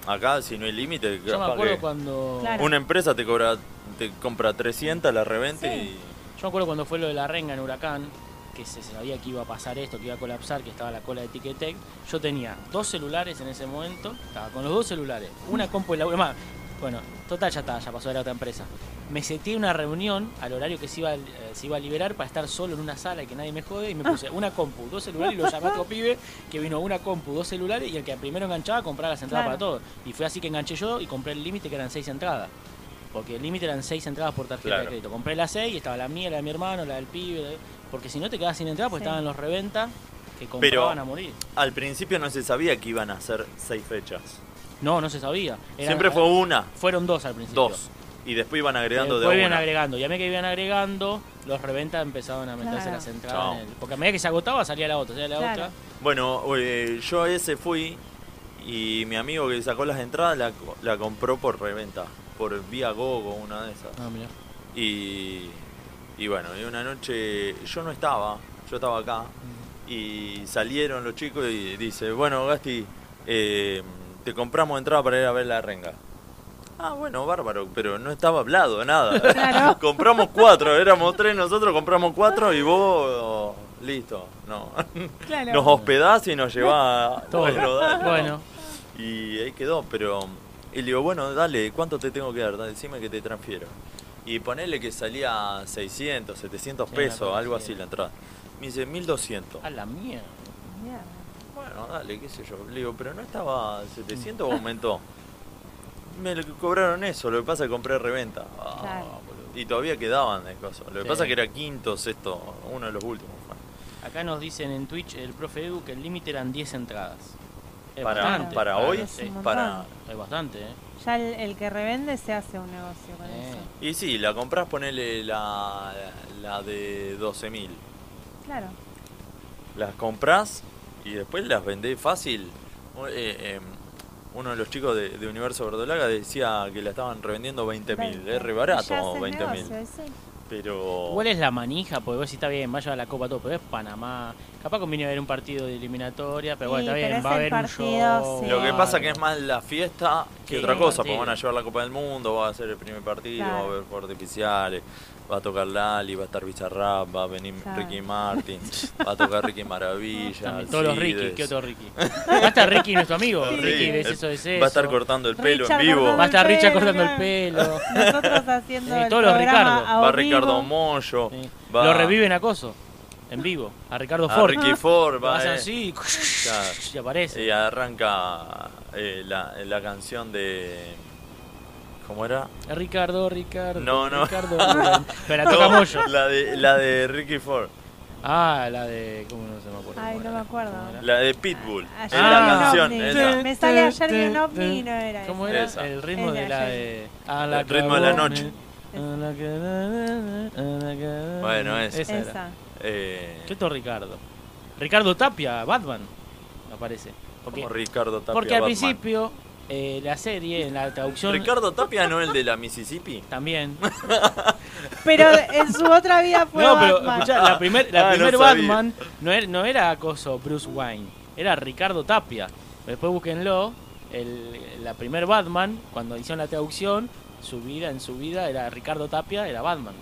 A: Acá, si no hay límite,
D: Yo me
A: capaz
D: acuerdo
A: que
D: cuando...
B: Claro.
A: una empresa te cobra te compra 300, la reventa
B: Sí.
D: Yo me acuerdo cuando fue lo de la renga en Huracán, que se sabía que iba a pasar esto, que iba a colapsar, que estaba la cola de Ticketek. Yo tenía dos celulares en ese momento, estaba con los dos celulares, una compu y la más. Bueno, total, ya está, ya pasó a la otra empresa. Me seté una reunión al horario que se iba, a- eh, se iba a liberar para estar solo en una sala y que nadie me jode y me puse una compu, dos celulares y lo llamé a otro pibe que vino una compu, dos celulares y el que primero enganchaba compraba las entradas
B: Claro.
D: para todos. Y fue así que enganché yo y compré el límite que eran seis entradas. Porque el límite eran seis entradas por tarjeta de
A: Claro.
D: crédito. Compré las seis y estaba la mía, la de mi hermano, la del pibe. la de- Porque si no te quedabas sin entrada, porque
B: Sí.
D: estaban los reventa que
A: Pero-
D: compraban a morir.
A: y al principio no se sabía que iban a ser seis fechas.
D: No, no se sabía. Eran-
A: Siempre fue una,
D: Fueron dos al principio.
A: dos. Y después iban agregando
D: Después
A: de a
D: iban
A: una.
D: agregando. Y a medida que iban agregando, los reventas empezaban a meterse
B: Claro.
D: las entradas. en
A: Chao.
D: el- porque a medida que se agotaba, salía la otra, salía la
B: Claro.
D: otra.
A: Bueno, eh, yo a ese fui y mi amigo que sacó las entradas la, co- la compró por reventa, por vía Gogo, una de esas.
D: Ah, mirá.
A: Y, y bueno, y una noche yo no estaba, yo estaba acá. Y salieron los chicos y dice, bueno, Gasti, eh, te compramos entrada para ir a ver la renga. Ah, bueno, bárbaro, pero no estaba hablado nada.
B: Claro.
A: compramos cuatro, éramos tres nosotros, compramos cuatro y vos, oh, listo, no.
B: Claro.
A: Nos hospedás y nos llevás.
D: Todo.
A: Bueno, dale, no.
D: Bueno,
A: Y ahí quedó, pero. Y le digo, bueno, dale, ¿cuánto te tengo que dar? Dale, Decime que te transfiero. Y ponele que salía 600, 700
D: Sí,
A: pesos,
D: una cosa
A: algo
D: así.
A: así la entrada. Me dice, 1200.
D: a la mierda.
B: Mierda.
A: Bueno, dale, qué sé yo. Le digo, pero no estaba 700 o aumentó. Me lo cobraron eso, lo que pasa es que compré reventa. Ah,
B: Claro.
A: boludo. Y todavía quedaban de cosas. Lo que
D: Sí.
A: pasa es que era quinto, sexto, uno de los últimos. fue.
D: Oh. Acá nos dicen en Twitch el profe Edu que el límite eran 10 entradas. Es
A: Para,
D: bastante,
A: para hoy,
B: Es un
A: para.
B: montón.
D: Es bastante, ¿eh?
B: Ya el, el que revende se hace un negocio con
D: Eh.
B: eso.
A: Y sí, la compras, ponele la, la de 12.000.
B: Claro.
A: las compras y después las vendés fácil. U- eh, eh, uno de los chicos de, de Universo Verdolaga decía que la estaban revendiendo 20.000. Es re barato
B: Ya hace el
A: 20.000.
B: negocio, sí.
A: Pero.
D: ¿Cuál es la manija? Porque vos si está bien, vaya a la Copa todo, pero es Panamá. Capaz conviene ver un partido de eliminatoria, pero bueno,
B: Sí,
D: está
B: pero
D: bien,
B: es
D: va a
B: el
D: haber
B: partido,
D: un show.
B: sí.
A: Lo que pasa que es más la fiesta que
D: Sí,
A: otra cosa,
D: partido.
A: porque van a llevar la Copa del Mundo, va a ser el primer partido,
B: Claro.
A: va a haber fuegos artificiales, va a tocar Lali, va a estar Bizarrap, va a venir
B: Claro.
A: Ricky Martin, va a tocar Ricky Maravilla,
D: También, todos los Ricky,
A: Alcides.
D: ¿qué otro Ricky? Va a estar Ricky, nuestro amigo.
A: Sí.
D: Ricky de eso, de eso.
A: Va a estar cortando el pelo
B: Richard
A: en vivo.
B: Gordon.
D: Va a estar
B: el
D: Richard
B: pelo,
D: cortando el
B: claro.
D: pelo.
B: Nosotros haciendo
D: Sí,
B: el
D: todos los
B: programa
D: Ricardo.
B: a
A: Va
B: vivo.
A: Ricardo Moyo.
D: Sí.
A: Va
D: Lo reviven a Coso, en vivo, a Ricardo
A: a
D: Ford.
A: Ricky Ford.
D: Lo
A: Va,
D: hacen
A: eh.
D: así
A: Claro.
D: y aparece.
A: Y arranca eh, la, la canción de. ¿Cómo era?
D: Ricardo, Ricardo.
A: No, no.
D: Ricardo, Ricardo. pero la toca
A: No,
D: Moyo.
A: La de, la de Ricky Ford.
D: Ah, la de. ¿Cómo no se me acuerdo?
B: Ay,
D: cómo
B: no
D: era?
B: me acuerdo.
D: ¿Cómo era?
A: La de Pitbull. es
B: Ayer
A: la
B: vi un
A: canción.
B: ovni.
A: esa.
B: Me sale ayer vi un ovni y no era
D: ¿Cómo
B: esa.
D: era?
A: Esa.
D: El ritmo
B: El de
D: de la
B: ayer.
D: de. a la
A: El ritmo de la noche.
D: Bueno,
A: Bueno, esa.
D: era.
B: Esa.
A: Eh,
D: ¿Qué otro Ricardo? Ricardo Tapia, Batman, aparece. Porque,
A: como Ricardo Tapia.
D: porque al
A: Batman.
D: principio eh, la serie, en la traducción.
A: Ricardo Tapia no el de la Mississippi.
D: También.
B: Pero en su otra vida fue
D: No, pero
B: Batman.
D: escuchá, la primer, la
A: Ah, no
D: primer
A: sabía.
D: Batman no era, no era acoso Bruce Wayne, era Ricardo Tapia. Después búsquenlo, el, la primer Batman, cuando hicieron la traducción, su vida en su vida era Ricardo Tapia, era Batman.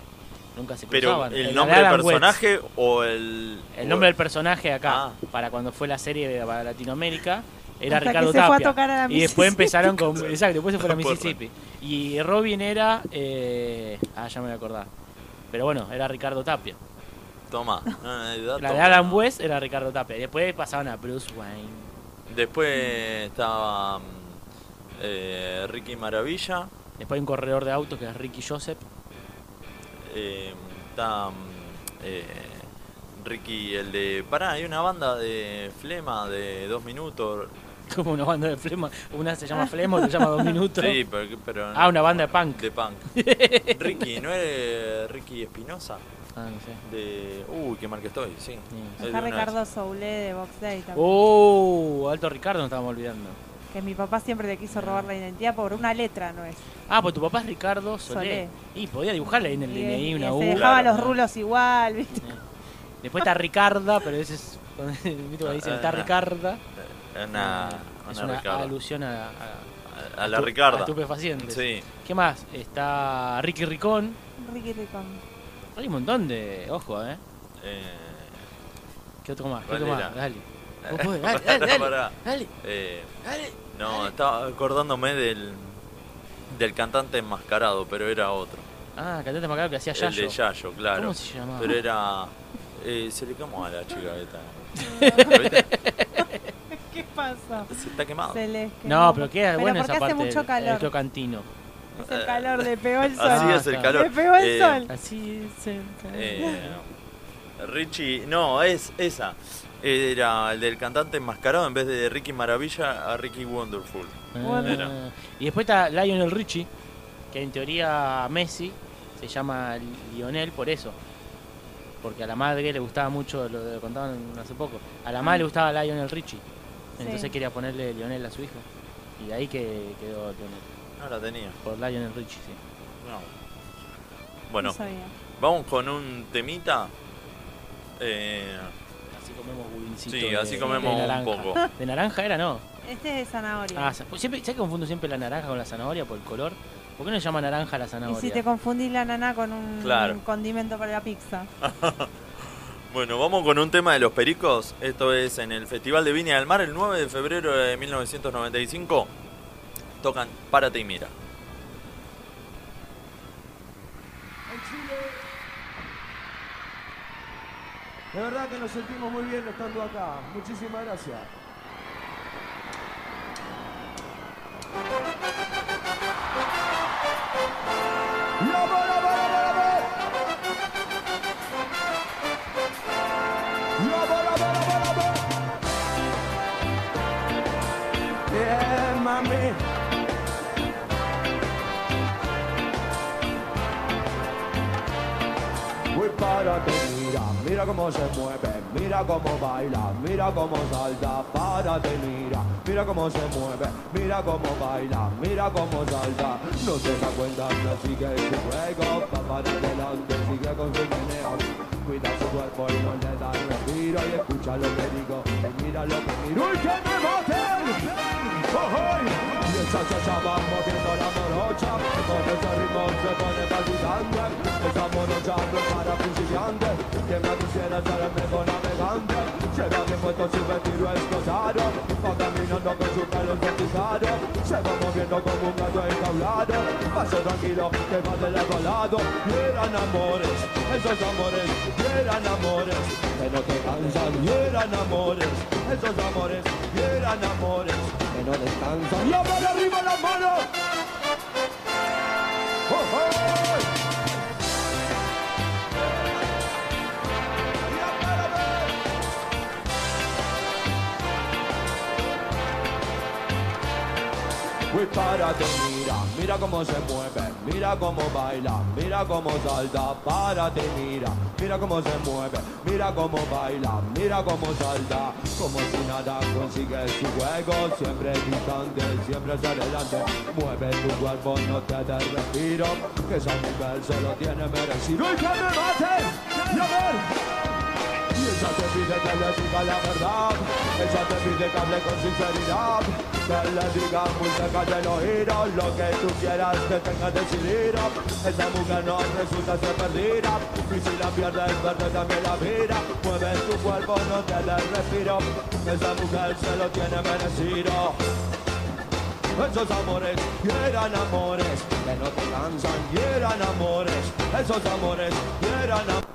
D: Nunca se
A: Pero
D: cruzaban.
A: el
D: Era
A: nombre del
D: Alan West.
A: personaje o el.
D: El nombre del personaje acá,
A: Ah.
D: para cuando fue la serie de para Latinoamérica, era
B: Hasta que
D: Ricardo
B: se fue a
D: Tapia.
B: tocar a la
D: y después
B: Mississippi.
D: empezaron con. Exacto, después se fue a la
A: Por-
D: Mississippi. Y Robin era. eh, ah, ya me voy a acordar. Pero bueno, era Ricardo Tapia.
A: Toma. Ah, eh, dato.
D: La de Alan West era Ricardo Tapia. Y después pasaban a Bruce Wayne.
A: Después estaba mm, eh, Ricky Maravilla.
D: Después hay un corredor de autos que es Ricky Joseph.
A: Eh, está mm, eh, Ricky, el de... Pará, hay una banda de flema de dos minutos.
D: Como una banda de flema. Una se llama Flema, otra se llama Dos Minutos.
A: Sí, pero, pero no-
D: Ah, una banda de punk.
A: De punk. Ricky, ¿no es Ricky Espinosa?
D: Ah, no sé.
A: De... Uy, qué mal que estoy, sí.
D: Sí.
A: Es de
B: Está
A: una-
B: Ricardo Soule de Box Day también.
D: Oh, Alto Ricardo, nos estábamos olvidando.
B: Que mi papá siempre le quiso robar la identidad por una letra, ¿no es?
D: Ah, pues tu papá es Ricardo Solé.
B: Solé.
D: Y podía dibujarle ahí en el
B: Y-
D: DNI
B: y
D: una
B: se
D: U.
B: dejaba
A: claro.
B: los rulos igual, ¿viste?
D: Después está Ricarda, pero ese es. ¿viste cuando dicen está Ricarda?
A: Es una,
D: es
A: una
D: una
A: Ricardo.
D: alusión a, a-
A: A, a la
D: tu-
A: Ricarda.
D: a estupefacientes.
A: Sí.
D: ¿Qué más? Está Ricky Ricón.
B: Ricky Ricón.
D: Hay un montón de. Ojo, ¿eh?
A: Eh,
D: ¿Qué otro más? ¿Qué
A: ¿Cuál
D: otro más?
A: era?
D: Ah, Dale. Vos podés, dale, dale, dale,
A: Pará.
D: dale,
A: eh,
D: dale.
A: no, estaba acordándome del, del cantante enmascarado, pero era otro.
D: Ah, cantante macabro que hacía
A: El
D: Yayo.
A: de Yayo, claro.
D: ¿Cómo se llamaba?
A: Pero era... eh, se le quemó a la chica esta. ¿Lo viste?
B: ¿Qué pasa?
A: Se está quemado.
B: Se les
D: No, pero queda buena
B: porque
D: esa parte.
B: hace mucho
D: del-
B: calor.
D: El cantino.
B: Es el calor, le pegó el sol.
A: Así
D: Ah,
A: es el
D: claro.
A: calor.
B: Le pegó el
A: Eh,
B: sol.
D: Así es el
A: Eh, Richie, no, es esa. Era el del cantante enmascarado en vez de Ricky Maravilla a Ricky Wonderful.
B: Bueno.
A: Era.
D: Y después está Lionel Richie, que en teoría Messi se llama Lionel por eso. Porque a la madre le gustaba mucho, lo lo contaban hace poco, a la madre le gustaba Lionel Richie. Entonces
B: Ah. Sí.
D: quería ponerle Lionel a su hijo. Y de ahí que quedó Lionel,
A: No la tenía.
D: por Lionel Richie, sí.
A: No. Bueno,
B: No sabía.
A: vamos con un temita. Eh,
D: Así comemos budincito
A: sí,
D: de-
A: así comemos
D: de
A: un
D: naranja.
A: poco.
D: ¿De naranja era, no?
B: Este es de zanahoria.
D: Ah, sa- pues siempre, ¿sabes que confundo siempre la naranja con la zanahoria por el color? ¿Por qué no se llama naranja la
B: y
D: zanahoria?
B: si te confundís la nana con un
A: Claro.
B: condimento para la pizza.
D: Ah.
A: Bueno, vamos con un tema de los pericos. Esto es en el Festival de Viña del Mar, el 9 de febrero de 1995. Tocan Párate y Mira.
C: De verdad que nos sentimos muy bien estando acá. Muchísimas gracias. ¡Lobo, lobo, lobo, lobo! ¡Lobo, lobo, lobo, lobo! Yeah, mami. Uy, párate, mira, mira cómo se mueve, mira cómo baila, mira cómo salta, párate, mira, mira cómo se mueve, mira cómo baila, mira cómo salta. No se da cuenta, no sigue su juego, va para adelante, sigue con su meneo. Cuida su cuerpo y no le da respiro y escucha lo que digo y mira lo que miro y que me maten. Oh, oh. Y esa chacha va moviendo la morocha, con ese ritmo se pone palpitante. Esa morocha no es para principiantes, que me quisiera ser el mejor navegante. Se va bien puesto su vestido escotado, va caminando con su pelo enfatizado. Se va moviendo como un gato enjaulado, paso tranquilo que va del lado a lado. Y eran amores, esos amores, y eran amores, que no te cansan. Y eran amores, esos amores, y eran amores, que no descansan. ¡La mano arriba, la mano! ¡Oh, oh! Uy, párate, mira, mira cómo se mueve, mira cómo baila, mira cómo salta, párate, mira, mira cómo se mueve, mira cómo baila, mira cómo salta, como si nada consigue su juego, siempre distante, siempre hacia adelante, mueve tu cuerpo, no te des respiro, que esa mujer se lo tiene merecido y que me maten, mi amor. Y ella te pide que le diga la verdad, ella te pide que hable con sinceridad, que le diga muy cerca del oído lo que tú quieras que tenga decidido. Esa mujer no resulta ser perdida, y si la pierdes, pierdes también la vida. Mueve tu cuerpo, no te des respiro, esa mujer se lo tiene merecido. Esos amores y eran amores, que no te cansan y eran amores, esos amores y eran amores.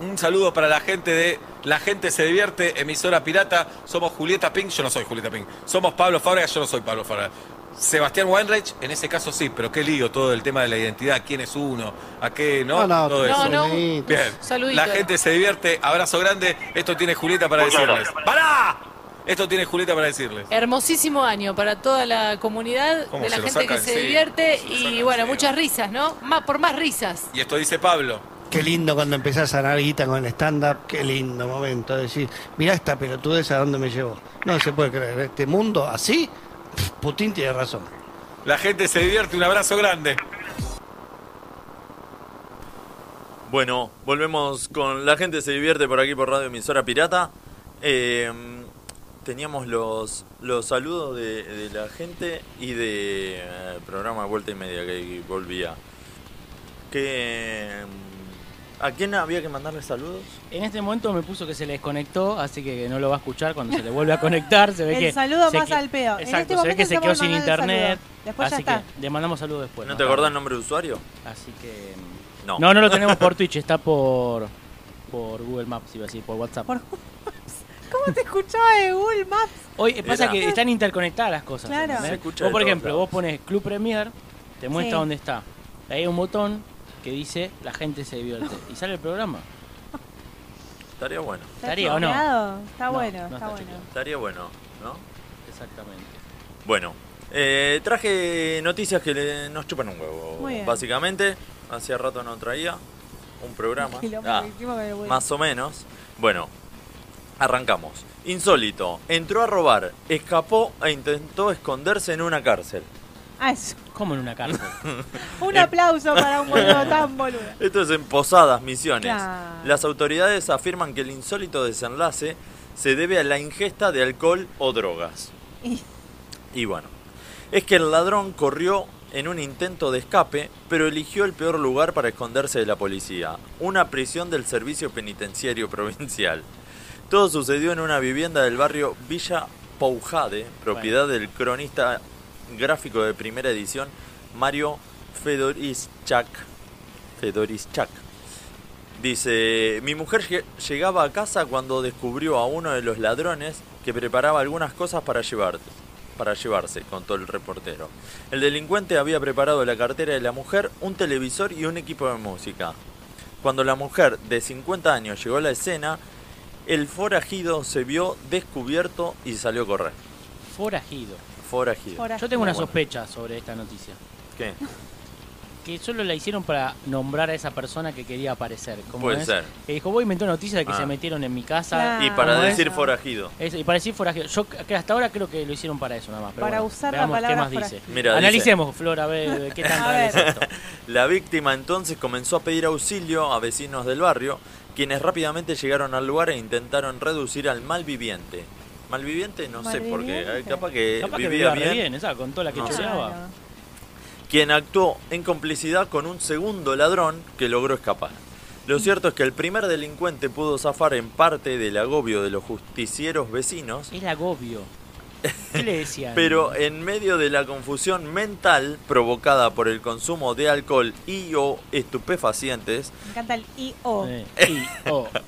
E: Un saludo para la gente de La Gente Se Divierte, emisora pirata. Somos Julieta Pink, yo no soy Julieta Pink. Somos Pablo Fábrega, yo no soy Pablo Fábrega. Sebastián Weinreich, en ese caso sí, pero qué lío todo el tema de la identidad, quién es uno, a qué no,
F: No,
E: todo eso.
F: no.
G: Saludito.
E: Bien,
F: Saludito.
E: la gente se divierte, abrazo grande. Esto tiene Julieta para decirles. ¡Pará! Esto tiene Julieta para decirles.
F: Hermosísimo año para toda la comunidad,
E: ¿Cómo
F: de la
E: se lo
F: gente que
E: sacan?
F: se
E: Sí,
F: divierte
E: se lo
F: y
E: sacan,
F: bueno,
E: sí.
F: muchas risas, ¿no? Más, por más risas.
E: Y esto dice Pablo.
G: Qué lindo cuando empezás a ganar guita con el stand-up, qué lindo momento. Decir, mirá esta pelotudez a dónde me llevó. No se puede creer, este mundo así, pf, Putin tiene razón.
E: La gente se divierte, un abrazo grande.
A: Bueno, volvemos con la gente se divierte por aquí por Radio Emisora Pirata. Eh, teníamos los, los saludos de, de la gente y de eh, programa Vuelta y Media que volvía. Que, eh, ¿A quién había que mandarle saludos?
D: En este momento me puso que se le desconectó, así que no lo va a escuchar cuando se le vuelve a conectar. Se ve
B: El
D: que
B: saludo
D: se
B: más
D: que-
B: al pedo. En este
D: Exacto, se ve
B: momento
D: que se
B: estamos
D: quedó sin
B: mandando el
D: internet.
B: saludo. Después ya
D: así
B: está.
D: que le mandamos saludos después.
A: ¿No
D: ¿no?
A: te acordás el nombre de usuario?
D: Así que. mm,
A: No.
D: No, no lo tenemos por Twitch, está por por Google Maps, iba a decir, por WhatsApp.
B: Por Google Maps. ¿Cómo te escuchaba de Google Maps?
D: Hoy eh, pasa
A: Era.
D: que están interconectadas las cosas.
B: Claro.
D: ¿entendés?
A: Se escucha
D: Vos,
A: de
D: por
A: todos
D: ejemplo,
A: lados.
D: vos pones Club Premier, te muestra
B: Sí.
D: dónde está. Ahí hay un botón que dice la gente se divierte. Y sale el programa.
A: Estaría bueno.
D: Estaría, ¿o no?
B: chequeado? Está
D: No,
B: bueno,
D: no
B: está,
D: está
B: bueno.
D: chequeado.
A: Estaría bueno, ¿no?
D: Exactamente.
A: Bueno, eh, traje noticias que le- nos chupan un huevo,
B: Muy bien.
A: básicamente. Hacía rato no traía un programa.
B: Quilombo
A: Ah,
B: que hicimos con el güey.
A: más o menos. Bueno, arrancamos. Insólito, entró a robar, escapó e intentó esconderse en una cárcel.
B: Ah, es-
D: Como en una cárcel.
B: Un aplauso para un boludo tan boludo.
A: Esto es en Posadas, Misiones.
B: Claro.
A: Las autoridades afirman que el insólito desenlace se debe a la ingesta de alcohol o drogas.
B: Y-
A: Y bueno, es que el ladrón corrió en un intento de escape, pero eligió el peor lugar para esconderse de la policía, una prisión del Servicio Penitenciario Provincial. Todo sucedió en una vivienda del barrio Villa Poujade, propiedad del cronista gráfico de primera edición Mario Fedorischak. Fedorischak. Dice, mi mujer lle- llegaba a casa cuando descubrió a uno de los ladrones que preparaba algunas cosas para llevar, para llevarse, contó el reportero. El delincuente había preparado la cartera de la mujer, un televisor y un equipo de música. Cuando la mujer de 50 años llegó a la escena, el forajido se vio descubierto y salió a correr.
D: Forajido.
A: Forajido.
B: Forajido.
D: Yo tengo una
A: Bueno.
D: sospecha sobre esta noticia.
A: ¿Qué?
D: Que solo la hicieron para nombrar a esa persona que quería aparecer. Como
A: Puede
D: es,
A: ser.
D: Que dijo, voy a inventar una noticia de que
A: Ah.
D: se metieron en mi casa.
B: Claro.
A: Y para
D: ¿Cómo es?
A: decir forajido.
D: Eso, y para decir forajido. Yo c- que hasta ahora creo que lo hicieron para eso nada más. pero
B: Para
D: bueno,
B: usar la
D: veamos
B: palabra
D: qué más dice.
B: forajido.
A: Mira, dice-
D: Analicemos, Flor, a ver qué tan
B: A
D: real es
B: ver.
D: esto.
A: La víctima entonces comenzó a pedir auxilio a vecinos del barrio, quienes rápidamente llegaron al lugar e intentaron reducir al malviviente. Malviviente no sé por qué, eh,
B: Malviviente.
A: capaz que
D: Capaz que
A: vivía
D: vivía re
A: bien.
D: bien, esa, con toda la que
A: No.
D: choreaba.
B: Claro.
A: Quien actuó en complicidad con un segundo ladrón que logró escapar. Lo cierto es que el primer delincuente pudo zafar en parte del agobio de los justicieros vecinos,
D: El agobio. ¿Qué le decían?
A: pero en medio de la confusión mental provocada por el consumo de alcohol y o estupefacientes,
B: Me encanta el I.O.
D: Eh, y, oh,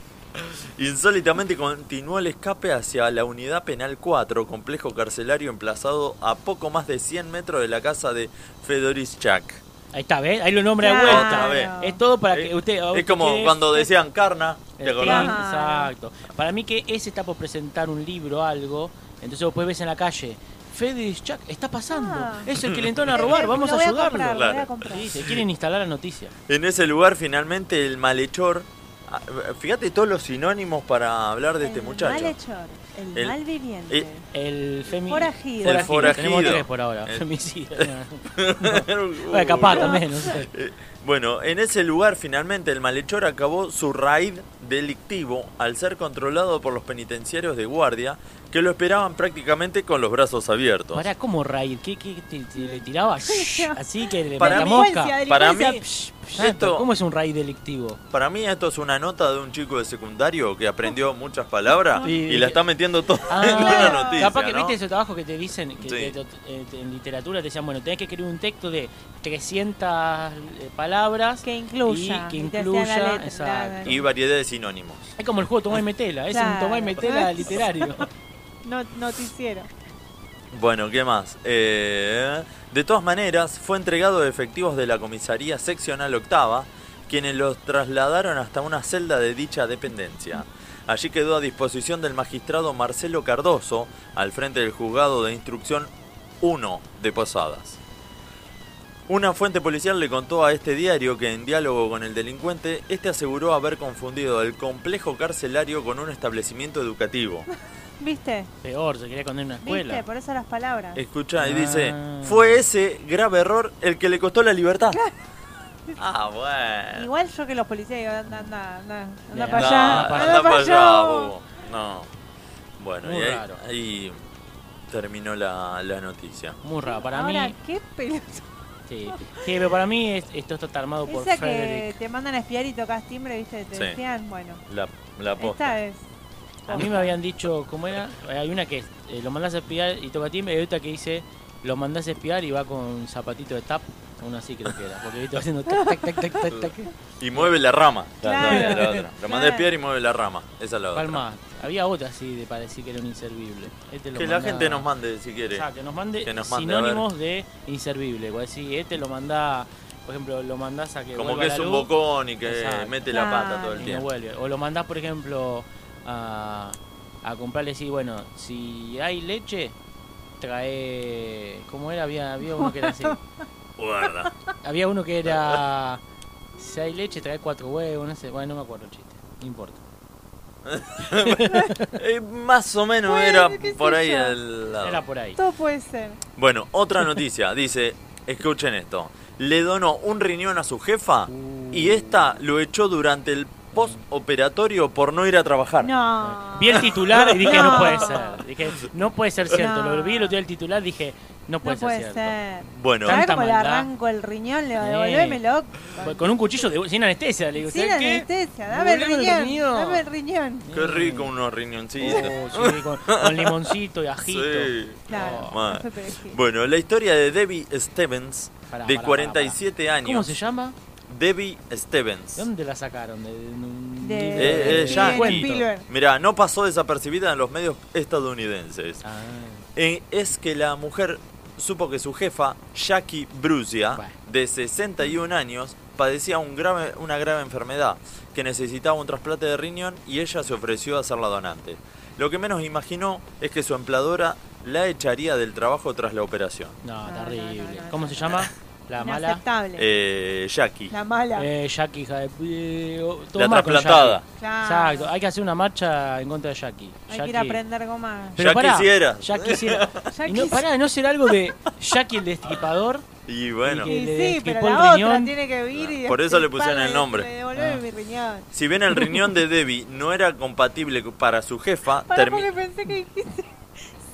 A: Insólitamente continuó el escape hacia la unidad penal 4, complejo carcelario emplazado a poco más de 100 metros de la casa de Fedorischak.
D: ahí está, ¿ves? Ahí lo nombra de
B: Claro.
D: vuelta.
A: Otra
D: Es todo para
A: Eh,
D: que usted.
A: Es como cuando decían carna, ¿te acordás?
B: plan.
D: Exacto. Para mí que ese está por presentar un libro, algo. Entonces después ves en la calle. Fede Chuck está pasando.
B: Ah.
D: Es el que le entraron a robar. Vamos a
B: Lo voy
D: ayudarlo.
B: comprar, lo voy a
A: Claro.
B: comprar.
D: Sí, se quieren instalar la noticia.
A: En ese lugar finalmente el malhechor... ah, Fíjate todos los sinónimos para hablar de este
B: el
A: muchacho.
B: Malhechor, el,
A: El-
B: malviviente.
A: eh,
D: El femi...
B: Forajido.
A: El
D: Tenemos
A: forajido.
D: tres por ahora.
A: El-
D: Femicida. bueno, capaz también, no sé.
A: Eh, Bueno, en ese lugar finalmente el malhechor acabó su raid delictivo al ser controlado por los penitenciarios de guardia que lo esperaban prácticamente con los brazos abiertos.
D: Pará, ¿cómo Raid? ¿Qué, qué te- te- le tiraba? Shhh, Así que le
A: Para
D: la
A: mí-
D: mosca.
A: para mí-
B: delincuencia.
D: Shhh,
A: Esto-
D: Nato, ¿Cómo es un raid delictivo?
A: Para mí esto es una nota de un chico de secundario que aprendió muchas palabras
D: Sí.
A: y la está metiendo todo en una
B: claro.
A: noticia.
D: Ah, Capaz que
A: ¿no?
D: viste esos trabajos que te dicen, que te-
A: Sí.
D: te- te- en literatura te decían, bueno, tenés que escribir un texto de 300 eh, palabras
B: Que incluya,
D: y que
B: y te hacían la
D: incluya,
B: letra,
D: exacto.
B: claro.
A: Y variedad de sinónimos.
D: Es como el juego Tomá y Metela, es un
B: Claro.
D: Tomá y Metela literario.
B: No, noticiero.
A: Bueno, ¿qué más? Eh, de todas maneras, fue entregado a efectivos de la comisaría seccional octava, quienes los trasladaron hasta una celda de dicha dependencia. Allí quedó a disposición del magistrado Marcelo Cardoso, al frente del juzgado de instrucción 1 de Posadas. Una fuente policial le contó a este diario que en diálogo con el delincuente, este aseguró haber confundido el complejo carcelario con un establecimiento educativo.
B: ¿Viste?
D: Peor, se quería condenar una
B: ¿Viste?
D: escuela.
B: Por eso las palabras.
A: Escucha, y
D: Ah.
A: dice, fue ese grave error el que le costó la libertad. Ah, bueno.
B: Igual yo que los policías digo, anda, anda, anda, anda
D: Bien.
B: para
A: No,
B: allá.
D: anda
A: anda
B: para
A: para allá,
B: allá.
A: bobo. No. Bueno,
D: Muy
A: y ahí,
D: raro.
A: ahí terminó la, la noticia.
D: Muy raro, para
B: Ahora,
D: mí.
B: qué pelota.
D: Sí. Sí, pero para mí es- esto está armado por
B: Esa
D: Frederick.
B: que te mandan a espiar y tocas timbre, ¿viste? Te
A: Sí.
B: decían, bueno,
A: La, la posta.
B: esta es.
D: A mí me habían dicho, ¿cómo era? Eh, Hay una que es, eh, lo mandás a espiar y toca timbre, y hay otra que dice, lo mandás a espiar y va con un zapatito de tap. Una así creo que era, porque viste haciendo tac, tac, tac, tac, tac, tac.
A: Y mueve la rama. La- la-
B: Claro.
A: la otra. La mandé a
B: Claro.
A: espiar y mueve la rama. Esa es la otra.
D: ¿Cuál más? Había otra así de para decir que era un inservible. Este lo
A: Que la
D: mandaba-
A: gente nos mande si quiere.
D: Ah, que nos mande
A: Que nos mande, a ver.
D: sinónimos de inservible. Como decir, este lo manda, por ejemplo, lo mandás a que
A: Como
D: vuelva
A: que
D: la
A: es un
D: luz
A: bocón y que
D: Exacto.
A: mete la pata todo el
D: y no
A: tiempo.
D: vuelve. O lo mandás, por ejemplo, a, a comprar y decís, bueno, si hay leche, trae... ¿Cómo era? Había, había uno que era así.
A: Guarda.
D: Había uno que era... Si hay leche, trae cuatro huevos, no sé. Bueno, no me acuerdo el chiste. No importa.
A: Eh, más o menos
B: Bueno,
A: era
B: qué sé
A: por ahí
B: yo.
A: el lado.
D: Era por ahí.
B: Todo puede ser.
A: Bueno, otra noticia. Dice, escuchen esto. Le donó un riñón a su jefa
D: Uh.
A: y esta lo echó durante el postoperatorio por no ir a trabajar.
B: No.
D: Vi el titular y dije, no,
B: No.
D: puede ser. Dije, no puede ser cierto.
B: No.
D: Lo vi, lo vi el titular dije, no puede
B: no
D: ser
B: puede
D: Pues cierto.
B: ser.
A: Bueno,
B: ¿Sabés
D: Tanta
B: cómo le
D: maldad.
B: arranco el riñón? Le digo,
D: Sí.
B: devolvémelo.
D: Fue Con un cuchillo de- sin anestesia, le digo,
B: Sin
D: "¿Sabes qué?
B: anestesia, dame el
D: Devolveme el
B: riñón.
D: riñón.
B: Dame el riñón.
A: qué rico unos riñoncitos.
D: Oh, sí, con, con limoncito y ajito.
A: Sí.
B: Claro.
D: Oh,
A: madre.
B: fue perejil.
A: Bueno, la historia de Debbie Stevens,
D: Pará,
A: de
D: pará, pará,
A: 47 años.
D: ¿Cómo se llama?
A: Debbie
D: ¿De
A: Stevens.
D: dónde la sacaron? ¿De, de un
B: De-
D: libro?
A: Eh, eh,
D: ¿De
A: ya.
D: un cuento?
B: Spielberg.
A: Mirá, no pasó desapercibida en los medios estadounidenses.
D: Ah,
A: Eh, es que la mujer supo que su jefa, Jackie Brucia,
D: Bueno.
A: de 61 años, padecía un grave, una grave enfermedad que necesitaba un trasplante de riñón y ella se ofreció a ser la donante. Lo que menos imaginó es que su empleadora la echaría del trabajo tras la operación.
D: no,
B: No,
D: terrible.
B: no, no, no,
D: ¿Cómo
B: no, no.
D: se llama? La mala.
B: Inaceptable.
A: Eh, Jackie,
B: la mala.
D: Eh, Jackie, hija de. eh, oh, todo
A: la
D: mal con
A: trasplantada.
D: Jackie.
B: claro.
D: Exacto, hay que hacer una marcha en contra de Jackie.
B: Hay que ir a
D: Jackie-
B: aprender goma.
D: Pero
A: Ya
D: pará,
A: quisiera.
D: Ya quisiera.
B: Ya
D: Y no,
B: quis-
D: pará, ¿no será algo de Jackie el destripador?
A: Y bueno,
D: que
B: Y
D: le
B: sí,
D: destripó
B: pero
D: el
B: la otra
D: riñón.
B: tiene que ir y
A: Por eso le pusieron el
B: destriparle,
A: nombre.
B: Me devolveme
D: Ah.
B: mi riñón.
A: si bien el riñón de Debbie no era compatible para su jefa,
B: Pará,
A: termi-
B: porque pensé que dijiste.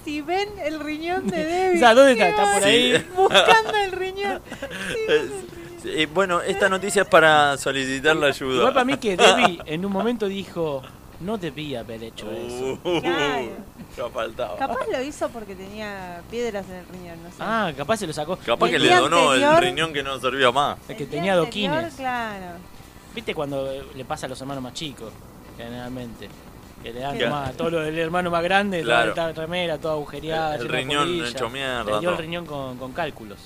B: Si ven el riñón de Debbie.
D: O sea, ¿dónde está?
B: ¿qué
D: Está por
B: va?
D: ahí.
B: Buscando el riñón. Si ven el riñón.
A: Eh, bueno, esta noticia es para solicitar la ayuda.
D: Igual para mí que Debbie en un momento dijo, no debía haber hecho eso.
A: Uh,
B: Claro.
A: ya faltaba.
B: Capaz lo hizo porque tenía piedras en el riñón, no sé.
D: Ah, capaz se lo sacó.
A: Capaz
B: El
A: que le
B: día
A: donó
B: anterior-
A: el riñón que no servía más.
D: Es que
B: El día
D: tenía
B: anterior,
D: doquines.
B: Claro.
D: ¿Viste cuando eh, le pasa a los hermanos más chicos? Generalmente. Que le dan
A: Claro.
D: más, todo lo, el hermano más grande,
A: Claro.
D: toda la remera, toda agujereada.
A: El- el
D: llena de
A: riñón
D: polilla.
A: hecho mierda,
D: Le dio el
A: todo.
D: riñón con, con cálculos.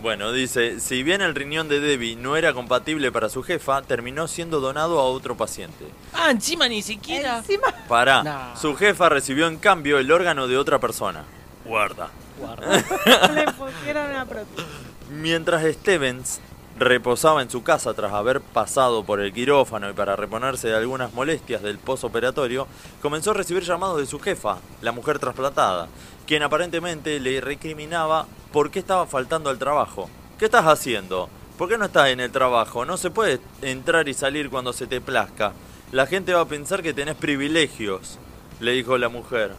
A: Bueno, dice, si bien el riñón de Debbie no era compatible para su jefa, terminó siendo donado a otro paciente.
D: Ah, encima ni siquiera.
B: Encima,
A: Pará,
D: Nah.
A: su jefa recibió en cambio el órgano de otra persona. Guarda.
D: Guarda.
B: le pusieron una prótesis.
A: Mientras Stevens reposaba en su casa tras haber pasado por el quirófano y para reponerse de algunas molestias del posoperatorio, comenzó a recibir llamados de su jefa, la mujer trasplantada, quien aparentemente le recriminaba por qué estaba faltando al trabajo. ¿Qué estás haciendo? ¿Por qué no estás en el trabajo? No se puede entrar y salir cuando se te plazca. La gente va a pensar que tenés privilegios, le dijo la mujer.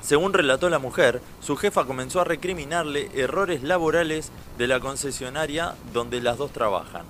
A: Según relató la mujer, su jefa comenzó a recriminarle errores laborales de la concesionaria donde las dos trabajan.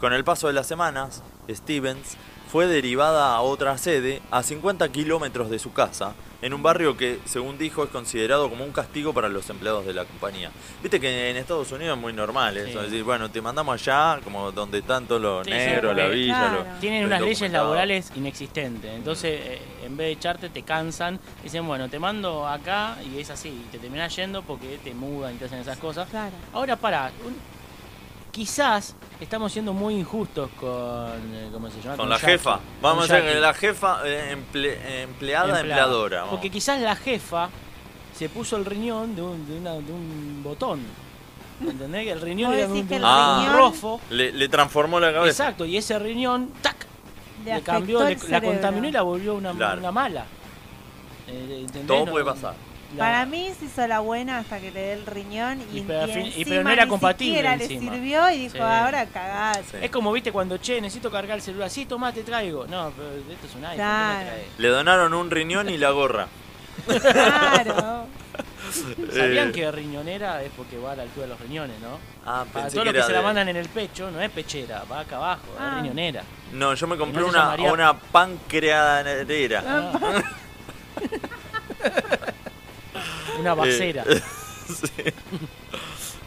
A: Con el paso de las semanas, Stevens fue derivada a otra sede a 50 kilómetros de su casa, en un barrio que, según dijo, es considerado como un castigo para los empleados de la compañía. Viste que en Estados Unidos es muy normal eso,
D: Sí.
A: es decir, bueno, te mandamos allá, como donde están todos los
D: Sí, sí,
A: negros, la
D: porque,
A: villa,
B: claro.
A: los-
D: Tienen
A: los
D: unas leyes
A: documentados.
D: laborales inexistentes. Entonces, eh, en vez de echarte, te cansan. Dicen, bueno, te mando acá y es así. Y te terminás yendo porque te mudan y te hacen esas cosas.
B: Claro.
D: Ahora, para. quizás estamos siendo muy injustos con. eh, ¿Cómo se llama?
A: Con la
D: Jackie.
A: jefa.
D: Con
A: Vamos a
D: Jackie.
A: decir, la jefa eh, emple- empleada,
D: Empleada.
A: empleadora. vamos.
D: Porque quizás la jefa se puso el riñón de un, de una- de un botón. ¿Entendés? Que el riñón
B: ¿Vos
D: era de un,
B: decís que el
D: de un
A: riñón-
D: rofo.
A: Ah. Le, le transformó la cabeza.
D: Exacto, y ese riñón, ¡tac!
B: Le,
D: Le, cambió,
B: afectó
D: le-
B: el
D: la
B: cerebro.
D: contaminó y la volvió una,
A: Claro.
D: una mala. Eh, ¿entendés?
A: Todo
D: No-
A: puede pasar.
D: la-
B: Para mí se hizo la buena hasta que le dé el riñón y,
D: Y pero
B: y
D: al fin- y
B: encima
D: pero no era
B: ni
D: compatible
B: siquiera
D: encima.
B: le sirvió y dijo,
D: Sí.
B: ahora cagás.
A: Sí.
D: Es como, viste, cuando, che, necesito cargar el celular. Sí, tomá, te traigo. No, pero esto es un iPhone. ¿qué me
B: Claro.
D: traes?
A: Le donaron un riñón y la gorra.
B: Claro.
D: Sabían
A: Eh,
D: que riñonera es porque va a la altura de los riñones, ¿no?
A: Ah,
D: Para
A: pensé
D: todo
A: que
D: lo que
A: era
D: se la
A: de-
D: mandan en el pecho, no es pechera, va acá abajo,
B: Ah.
D: es riñonera.
A: No, yo me compré
D: no se
A: una,
D: llamaría-
A: una pancreanera.
D: Ah. Una basera.
A: Eh, sí.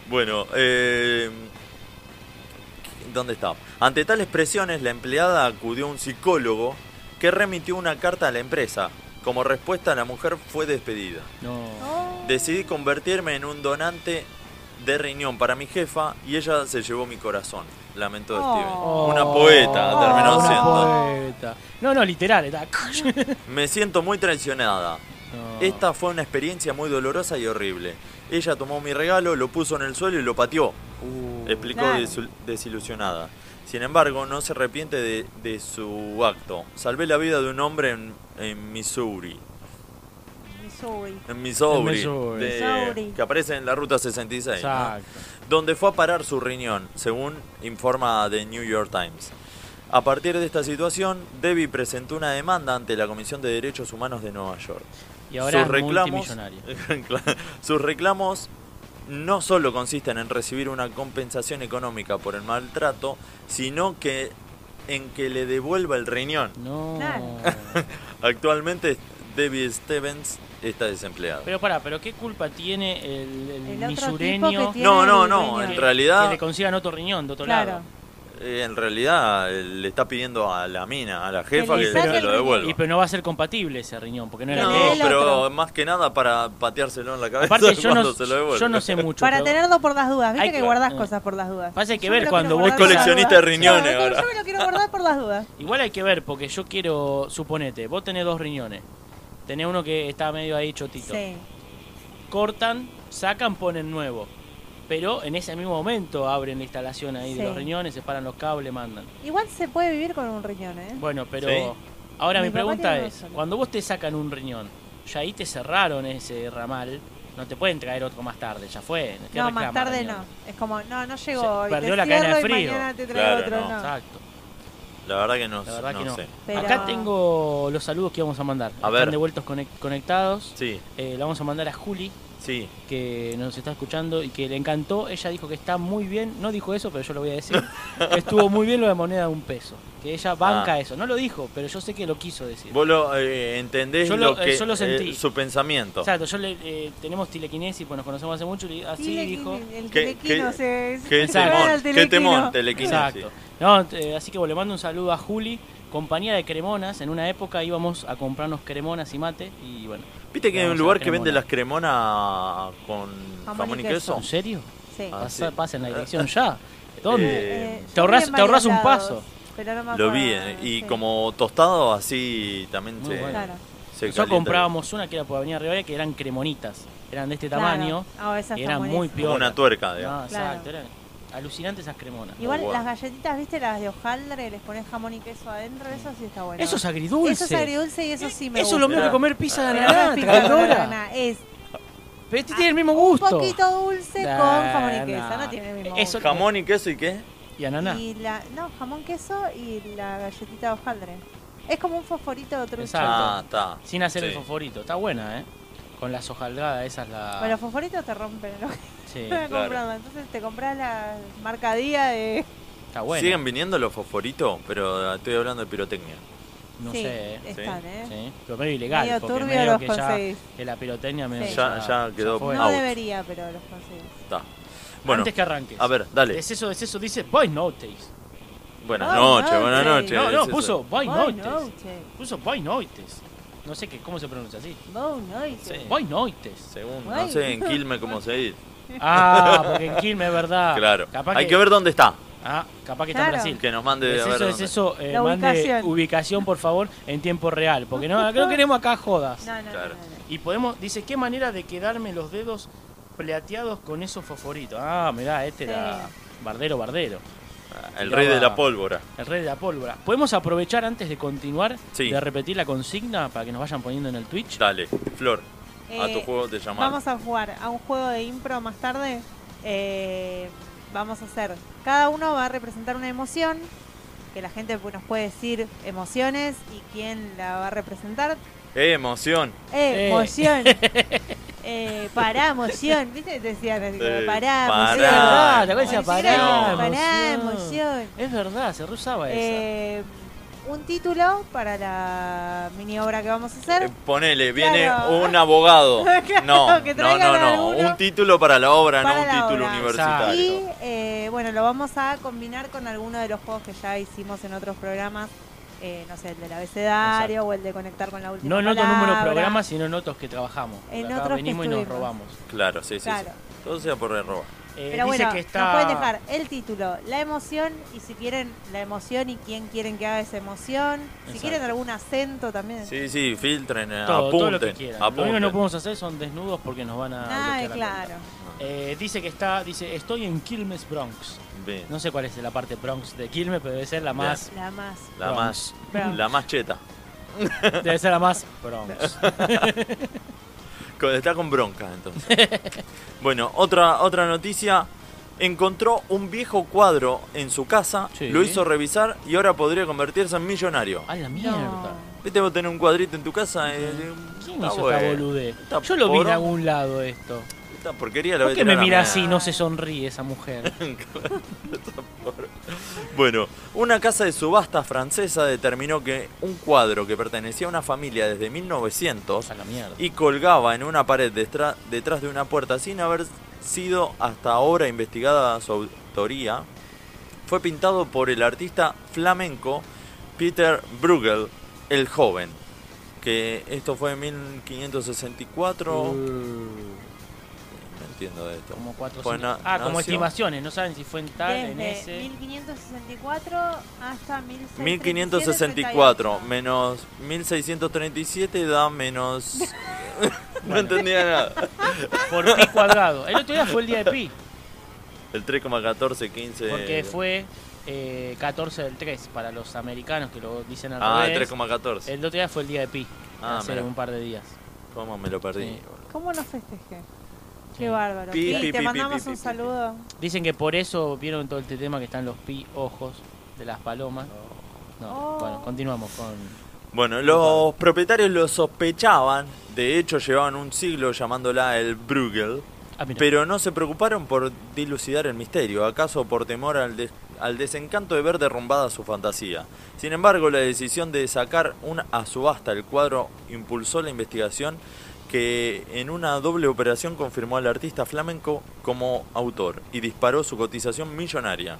A: Bueno, eh, ¿dónde está? Ante tales presiones, la empleada acudió a un psicólogo que remitió una carta a la empresa. Como respuesta, la mujer fue despedida.
D: No.
B: Oh.
A: Decidí convertirme en un donante de riñón para mi jefa y ella se llevó mi corazón. Lamentó
B: Oh.
A: Steven. Una poeta
D: Oh,
A: terminó
D: una
A: siendo.
D: poeta. No, no, literal. Está...
A: Me siento muy traicionada.
D: No.
A: Esta fue una experiencia muy dolorosa y horrible. Ella tomó mi regalo, lo puso en el suelo y lo pateó,
D: Uh.
A: explicó
B: Claro.
A: desil- desilusionada. Sin embargo, no se arrepiente de, de su acto. Salvé la vida de un hombre en, en Missouri.
B: Missouri.
A: En Missouri.
D: En Missouri.
A: de-
B: Missouri.
A: que aparece en la Ruta 66. ¿no?
D: Exacto.
A: donde fue a parar su riñón, según informa The New York Times. A partir de esta situación, Debbie presentó una demanda ante la Comisión de Derechos Humanos de Nueva York.
D: Y ahora es
A: sus reclamos,
D: multimillonario.
A: Claro. sus reclamos no solo consisten en recibir una compensación económica por el maltrato, sino que en que le devuelva el riñón.
D: No.
B: Claro.
A: Actualmente, Debbie Stevens está desempleada.
D: Pero pará, pero ¿qué culpa tiene el,
B: El
D: el
B: otro tipo que
D: misureño
B: tiene
A: No, no,
B: el
A: no.
B: riñón.
A: En
D: que
A: realidad,
D: le consigan otro riñón de otro
B: Claro.
D: lado?
A: Eh, en realidad eh, le está pidiendo a la mina, a la jefa,
B: le
A: que,
B: saque
A: se
B: el
A: lo
D: Y
A: devuelva.
D: pero no va a ser compatible ese riñón, porque no era
A: No,
D: de él.
B: el
A: pero
B: otro.
A: más que nada para pateárselo en la cabeza
D: Aparte yo
A: cuando
D: no,
A: se lo devuelve.
D: yo no sé mucho.
B: Para
D: pero-
B: tenerlo por las dudas. Viste
D: Ay,
B: que
D: claro.
B: guardás
D: Eh.
B: cosas por las dudas.
D: Pasa que
B: Yo
D: ver
B: me lo
D: cuando
B: quiero
D: vos
B: guardar por las
A: coleccionista
B: dudas.
A: de riñones
B: Claro,
A: ahora.
B: Yo me lo quiero guardar por las dudas.
D: Igual hay que ver, porque yo quiero, suponete, vos tenés dos riñones. Tenés uno que está medio ahí chotito.
B: Sí.
D: Cortan, sacan, ponen nuevo. Pero en ese mismo momento abren la instalación ahí de
B: Sí.
D: los riñones, separan los cables, mandan.
B: Igual se puede vivir con un riñón, ¿eh?
D: Bueno, pero
A: Sí.
D: ahora mi,
B: Mi papá
D: pregunta
B: tiene uno
D: es,
B: solo.
D: cuando vos te sacan un riñón, ya ahí te cerraron ese ramal, no te pueden traer otro más tarde, ya fue. ¿qué
B: No, más
D: reclama,
B: tarde
D: riñón?
B: no. Es como, no, no
D: Se
B: llegó. hoy, te
D: perdió la cadena
B: cierro
D: de
B: y
D: frío.
B: mañana te traigo
A: Claro,
B: otro,
A: no.
B: no.
D: Exacto.
A: La verdad que no,
D: La verdad
A: no
D: que no.
A: sé.
B: Pero-
D: Acá tengo los saludos que vamos a mandar.
A: A
D: Están
A: ver.
D: de vueltos conec- conectados.
A: Sí,
D: Eh, la vamos a mandar a Juli,
A: sí.
D: que nos está escuchando y que le encantó. Ella dijo que está muy bien. No dijo eso, pero yo lo voy a decir. que estuvo muy bien lo de moneda de un peso. Que ella banca
A: Ah.
D: eso. No lo dijo, pero yo sé que lo quiso decir.
A: Vos lo eh, entendés
D: Yo lo- eh,
A: que,
D: yo lo sentí.
A: su pensamiento.
D: Exacto, yo le, eh, tenemos telequinesis, pues nos conocemos hace mucho. y así
B: Tile-
D: dijo.
B: El
A: ¿Qué-
B: telequino
A: qué-
B: se.
A: Qué
B: se
D: Exacto.
B: juega
A: temón,
B: al
A: qué temón,
B: telequino.
A: telequinesis.
D: Exacto. No, eh, así que bueno, le mando un saludo a Juli, compañía de cremonas. En una época íbamos a comprarnos cremonas y mate. Y bueno,
A: ¿Viste que hay
D: Vamos
A: un
D: a
A: lugar
D: la
A: que vende
D: cremona.
A: las cremonas con
B: Jamón
A: jamón y
B: y
A: queso?
D: ¿en serio?
B: Sí.
A: Ah,
D: Pasa,
A: sí.
D: pasa en la dirección ya. ¿Dónde?
A: Eh,
B: yo
D: te ahorrás-
B: fui en
D: te ahorrás
B: varios
D: un
B: lados,
D: paso.
B: Pero no me
A: Lo
B: acuerdo,
A: vi, eh, y
B: sí.
A: como tostado así también
D: Muy
A: se,
D: bueno.
B: Claro.
A: se
D: Nosotros
A: calienta.
D: comprábamos una que era por Avenida Rivadavia que eran cremonitas. Eran de este tamaño.
B: Claro. Ah, esas
D: y eran
B: están
D: muy
B: buenísimas.
A: Como
D: piolas.
A: una tuerca,
D: No,
A: digamos.
D: exacto. Eran alucinantes esas cremonas.
B: Igual
A: Muy bueno.
B: las galletitas, viste, las de hojaldre, les pones jamón y queso adentro, eso sí está bueno.
D: Eso es agridulce.
B: Eso es agridulce y eso sí me
D: Eso
B: gusta.
D: es lo mismo que
A: Mirá.
D: comer pizza de
B: Eso es
D: naranja,
B: pizza con
D: traidora.
B: banana, Es
D: Pero este tiene el mismo gusto.
B: un poquito dulce
D: Nah,
B: con jamón y queso,
D: nah.
B: no tiene el mismo
D: Eso-
B: gusto.
A: Jamón y queso y qué?
D: Y ananá.
B: Y la, no, jamón, queso y la galletita de hojaldre. Es como un fosforito de trucha.
D: Exacto.
A: Ah, está.
D: Sin hacer el
A: Sí.
D: fosforito. Está buena, ¿eh? Con la sojalgada, esa es la.
B: Bueno, los fosforitos te rompen el ojo.
D: Sí,
A: claro.
B: comprando. Entonces te compras la marca Día de.
D: está bueno.
A: Siguen viniendo los fosforitos, pero ah, estoy hablando de pirotecnia.
D: No
B: sí,
D: sé. eh.
B: están,
A: Sí,
B: ¿eh?
D: Sí, pero medio ilegal.
B: Medio
D: porque
B: turbio
D: medio
B: los
D: que ya-
B: conseguís.
D: que la pirotecnia medio
B: Sí.
A: Ya- ya quedó
D: fue.
A: Bueno.
B: No
A: out.
B: debería, pero los consigues.
A: Está. Bueno,
D: Antes que arranques.
A: a ver, dale.
D: Deceso, deceso, dice Boy Notes.
A: Buenas
B: Ay,
A: noches,
B: ay,
A: buenas
B: ay.
A: noches.
D: No, no,
A: es
D: puso
A: eso.
D: Boy
B: Boy
D: Notes.
B: Noche.
D: Puso Boy Notes. No sé qué, cómo se pronuncia así.
B: Boy Noche.
A: Sí.
D: Boy Noites.
A: Según, no
B: Ay.
A: sé en Quilmes cómo se dice.
D: Ah, porque en Quilmes, es verdad.
A: Claro.
D: Capaz
A: Hay que ver dónde está.
D: Ah, capaz que está en
B: Claro.
D: Brasil.
A: Que nos mande a
D: es
A: ver.
D: eso, es
A: dónde.
D: eso. eh,
B: La
D: mande ubicación.
B: ubicación.
D: por favor, en tiempo real. Porque no, no queremos acá jodas.
B: No, no, no,
A: Claro.
B: no, no.
D: Y podemos, dice, ¿qué manera de quedarme los dedos plateados con esos fosforitos? Ah, mirá, este era bardero, bardero.
A: Ah, El rey de la pólvora.
D: El rey de la pólvora. ¿Podemos aprovechar antes de continuar
A: Sí.
D: de repetir la consigna para que nos vayan poniendo en el Twitch?
A: Dale, Flor, a tu
B: Eh,
A: juego te llamar.
B: Vamos a jugar a un juego de impro más tarde. Eh, vamos a hacer. Cada uno va a representar una emoción. Que la gente pues, nos puede decir emociones y quién la va a representar.
A: ¡Eh, emoción!
B: Eh,
D: Eh.
B: emoción. Eh, pará, emoción. ¿Viste? Decían así, como,
A: Eh,
B: pará,
A: pará.
D: Es
B: emoción.
D: verdad, ¿te acuerdas?
B: Como
D: Decía,
B: si
D: pará,
B: fuera como,
D: emoción.
B: pará, emoción.
D: Es verdad, se reusaba esa.
B: Eh, un título para la mini obra que vamos a
A: Eh,
B: hacer.
A: ponele, viene
B: Claro.
A: un abogado.
B: Claro,
A: no,
B: que
A: no, no,
B: traigan
A: no.
B: alguno.
A: Un título para la obra,
B: Para
A: no un
B: la
A: título
B: obra.
A: universitario.
B: Y eh, bueno, lo vamos a combinar con alguno de los juegos que ya hicimos en otros programas. Eh, no sé, el del abecedario o el de conectar con la última.
D: No en otros
B: palabra.
D: números de programas, sino en otros que trabajamos.
B: En
D: Acá
B: otros que
D: venimos y nos
B: estuvimos.
D: robamos.
A: Claro, sí, sí,
B: Claro.
A: sí. Todo sea por el robo.
D: Eh,
B: Pero
D: dice
B: bueno,
D: que está...
B: nos pueden dejar el título, la emoción y si quieren la emoción y quién quieren que haga esa emoción. Si
D: Exacto.
B: quieren algún acento también.
A: Sí, sí, filtren, eh,
D: Todo, todo lo que
A: apunten.
D: quieran. Lo
A: apunten.
D: único que no podemos hacer son desnudos porque nos van a.
B: Ah,
D: bloquear la
B: claro.
D: cuenta. Eh, dice que está, dice, estoy en Quilmes Bronx.
A: Bien,
D: No sé cuál es la parte Bronx de Quilmes, pero debe ser la más.
B: La más.
A: La más,
B: Bronx.
A: la más cheta.
D: Debe ser la más Bronx.
A: Co- Está con bronca entonces. bueno, otra, otra noticia. Encontró un viejo cuadro en su casa,
D: Sí.
A: lo hizo revisar y ahora podría convertirse en millonario.
D: A la mierda.
B: No.
A: Viste, vos tenés un cuadrito en tu casa. eh,
D: ¿Quién hizo
A: está
D: esta
A: bueno.
D: boludez?
A: Está
D: Yo lo vi en
A: porón.
D: algún lado esto.
A: Esta porquería
D: ¿Por
A: la voy a
D: qué me
A: tirar a
D: mira
A: la
D: así?
A: mierda.
D: No se sonríe esa mujer.
A: Bueno, una casa de subasta francesa determinó que un cuadro que pertenecía a una familia desde 1900
D: A la mierda.
A: y colgaba en una pared destra- detrás de una puerta sin haber sido hasta ahora investigada su autoría, fue pintado por el artista flamenco Peter Bruegel el Joven, que esto fue en 1564. No entiendo de esto.
D: Como cuatro.
A: Fue
D: cinco-
A: na-
D: ah, como
A: nació-
D: estimaciones. No saben si fue en tal, en
B: Desde
D: ese.
B: 1564 hasta 1664.
A: 1564 menos 1637 da menos... no entendía nada.
D: Por pi cuadrado. El otro día fue el día de pi.
A: El 3,1415...
D: Porque fue eh, 14 del 3 para los americanos que lo dicen al
A: Ah, el
D: revés.
A: 3,14.
D: El otro día fue el día de Pi,
A: Ah,
D: hace
A: mirá.
D: un par de días.
A: ¿Cómo me lo perdí?
D: Sí.
A: boludo?
B: ¿Cómo nos festejé?
D: Sí.
B: Qué bárbaro.
A: Pi,
B: Pi,
A: pi,
B: te
A: pi,
B: mandamos
A: pi, pi,
B: un
A: pi, pi.
B: saludo.
D: Dicen que por eso vieron todo este tema que están los Pi ojos de las palomas. No,
B: Oh.
D: bueno, continuamos con...
A: Bueno, los propietarios lo sospechaban. De hecho, llevaban un siglo llamándola el Bruegel.
D: Ah, mira.
A: Pero no se preocuparon por dilucidar el misterio, acaso por temor al, des- al desencanto de ver derrumbada su fantasía. Sin embargo, la decisión de sacar una a subasta el cuadro impulsó la investigación que en una doble operación confirmó al artista flamenco como autor y disparó su cotización millonaria.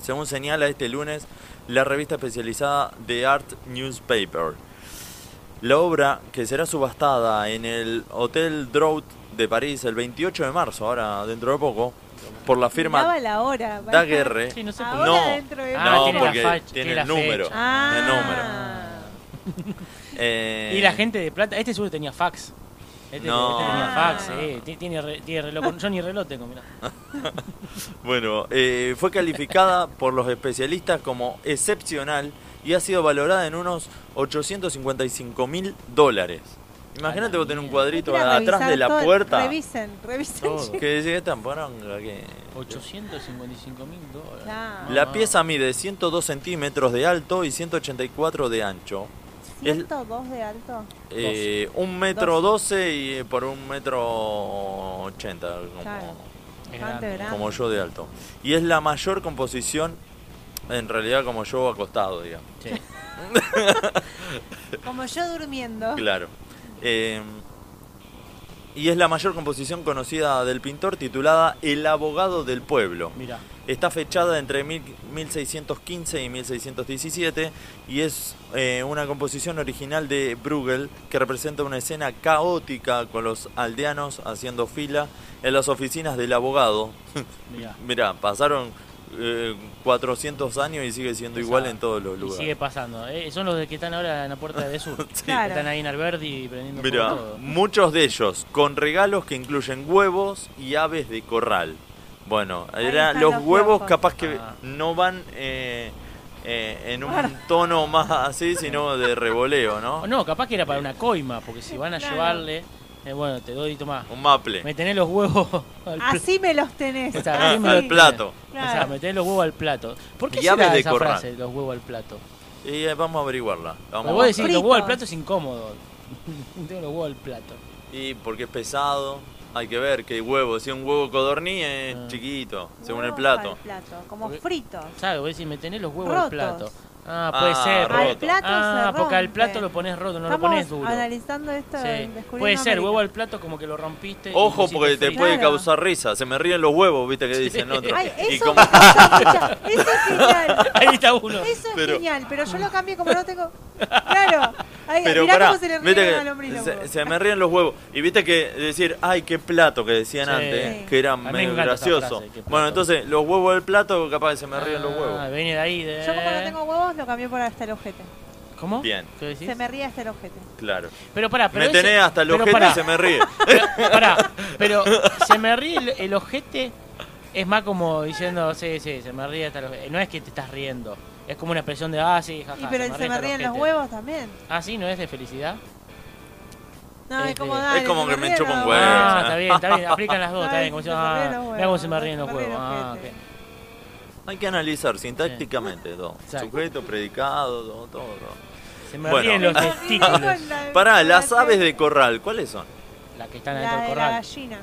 A: Según señala este lunes la revista especializada The Art Newspaper. La obra, que será subastada en el Hotel Drought de París el 28 de marzo, ahora dentro de poco, por la
B: Daba
A: firma
B: la hora. ¿verdad?
A: Daguerre.
D: Sí, no sé por
B: Ahora
A: No,
B: dentro de
D: Ah,
A: no,
D: tiene la
A: porque
D: facha, tiene
A: tiene
D: la
A: el número.
D: fecha.
B: Ah.
A: El número. Eh,
D: Y la gente de plata, este seguro tenía fax. Este,
A: No.
D: este tenía fax,
A: Ah.
D: eh. Ti- tiene, re- tiene reloj, con- yo ni reloj tengo, mirá.
A: Bueno, eh, fue calificada por los especialistas como excepcional y ha sido valorada en unos 855 mil dólares.
D: A la
A: Imagínate vos tener un
D: mierda.
A: cuadrito
B: Quiero
A: atrás de
B: revisar
A: la
B: todo.
A: puerta
B: Revisen, revisen.
D: Todo.
A: que decía esta poronga que... Ah.
D: 855 mil dólares.
B: Claro.
A: La pieza mide 102 centímetros de alto y 184 de ancho. Es-
B: 102 de alto.
A: Eh, un metro doce y eh, por un metro ochenta, como,
B: Claro.
D: Es
B: Bastante
D: grande.
B: grande.
A: como yo de alto. Y es la mayor composición, en realidad como yo acostado, digamos.
D: Sí.
B: Como yo durmiendo.
A: Claro. Eh, y es la mayor composición conocida del pintor titulada El abogado del pueblo.
D: Mira,
A: Está fechada entre mil- 1615 y 1617 y es eh, una composición original de Bruegel que representa una escena caótica con los aldeanos haciendo fila en las oficinas del abogado.
D: mira.
A: Mirá, pasaron eh, 400 años y sigue siendo igual en todos
D: Y
A: los
D: sigue
A: lugares.
D: pasando. eh, Son los de que están ahora en la puerta de sur.
B: Claro.
D: Están ahí en Alberdi prendiendo fuego
A: Mirá,
D: todo.
A: muchos de ellos con regalos que incluyen huevos y aves de corral. Bueno,
B: Ahí
A: era
B: están
A: los,
B: los
A: huevos
B: huevos.
A: capaz que
D: Ah.
A: no van eh, eh, en un tono más así, sino de revoleo, ¿no?
D: O no, capaz que era para una coima, porque si van a
B: Claro.
D: llevarle, eh, bueno, te doy y tomá.
A: Un maple
D: Me tenés los huevos al pl-
B: Así me los tenés.
D: Está
A: Ah,
D: bien, me
A: al
D: lo-
A: plato.
D: O sea,
B: Claro.
D: metés los huevos al plato. ¿Por qué
A: Y aves
D: será
A: de
D: esa
A: corral.
D: frase, los huevos al plato?
A: Y eh, vamos a averiguarla. Vamos
D: Porque
A: a
D: vos decís,
A: buscar.
D: los huevos al
B: Fritos.
D: plato es incómodo. Tengo los huevos al plato.
A: Y porque es pesado, hay que ver qué huevo. Si un huevo codorní es
D: Ah.
A: chiquito, según
B: Huevos
A: el plato.
B: al plato, Como
D: Porque-
B: frito.
D: ¿Sabes? Vos decís, me tenés los huevos
B: Rotos.
D: al plato. Ah, puede
A: Ah,
D: ser.
A: roto.
B: Al plato
D: ah,
B: se
D: porque al
B: rompe.
D: plato lo pones roto, no
B: Estamos
D: lo pones duro.
B: analizando esto,
D: Sí.
B: en descubriendo
D: Puede ser,
B: América.
D: huevo al plato como que lo rompiste. y lo
A: Ojo
D: hiciste
A: porque te
D: frito.
A: puede
B: Claro.
A: causar risa. Se me ríen los huevos, viste que dicen otros.
B: Ay,
A: Y
B: eso,
A: como-
B: me causa mucha- eso es genial.
D: Ahí está uno.
B: Eso es
A: Pero-
B: genial, pero yo lo cambié como no tengo. Claro. Ay,
A: Pero
B: mirá
A: pará,
B: cómo se le
A: viste
B: ríe
A: que
B: al hombre y los
A: se,
B: huevos.
A: se me ríen los huevos. Y viste que decir, ay, qué plato que decían
D: Sí.
A: antes,
B: Sí.
A: que era
D: A mí me
A: medio
D: encanta esa
A: gracioso.
D: frase, qué plato.
A: bueno, entonces, los huevos del plato, capaz que se me ríen los
D: Ah,
A: huevos.
D: viene de ahí. De...
B: Yo como no tengo huevos, lo cambié por hasta el ojete.
D: ¿Cómo?
A: Bien.
D: ¿Qué decís?
B: Se me ríe hasta el ojete.
A: Claro.
D: Pero pará, pero
A: me
D: ese-
A: tenés hasta el
D: pero
A: ojete
D: pará,
A: y se me ríe.
D: pero- pará, pero se me ríe el, el ojete. Es más como diciendo, sí, sí, se me ríe hasta los eh, No es que te estás riendo. Es como una expresión de, ah, sí, jaja.
B: Y pero el se me
D: hasta el
B: ríen los
D: ojete".
B: huevos también.
D: Ah, sí, no es de felicidad.
B: No, es
D: Este-
B: como
D: Es
B: dale,
A: como
B: se
A: que me
B: ríen
A: chupa un
B: los
A: huevo.
B: huevos.
D: ah,
A: sí.
D: está bien, está bien. Aplican las dos, está
B: Ay,
D: bien. Como
B: se
D: diciendo,
B: me
D: ah,
B: ríen los
D: mirá cómo se me
B: huevos,
D: ríen los
B: se me ríen
D: huevos.
B: los
D: Ah,
B: ojete.
D: ok.
A: Hay que analizar sintácticamente todo.
D: Exacto.
A: Sujeto, predicado, todo, todo. todo.
D: Se me
A: Bueno.
D: ríen los
B: Me río
D: testículos.
B: con la-
A: Pará, las
B: la-
A: aves de corral, ¿cuáles son?
D: Las que están adentro
B: La
D: del
B: de la
D: corral.
B: gallina.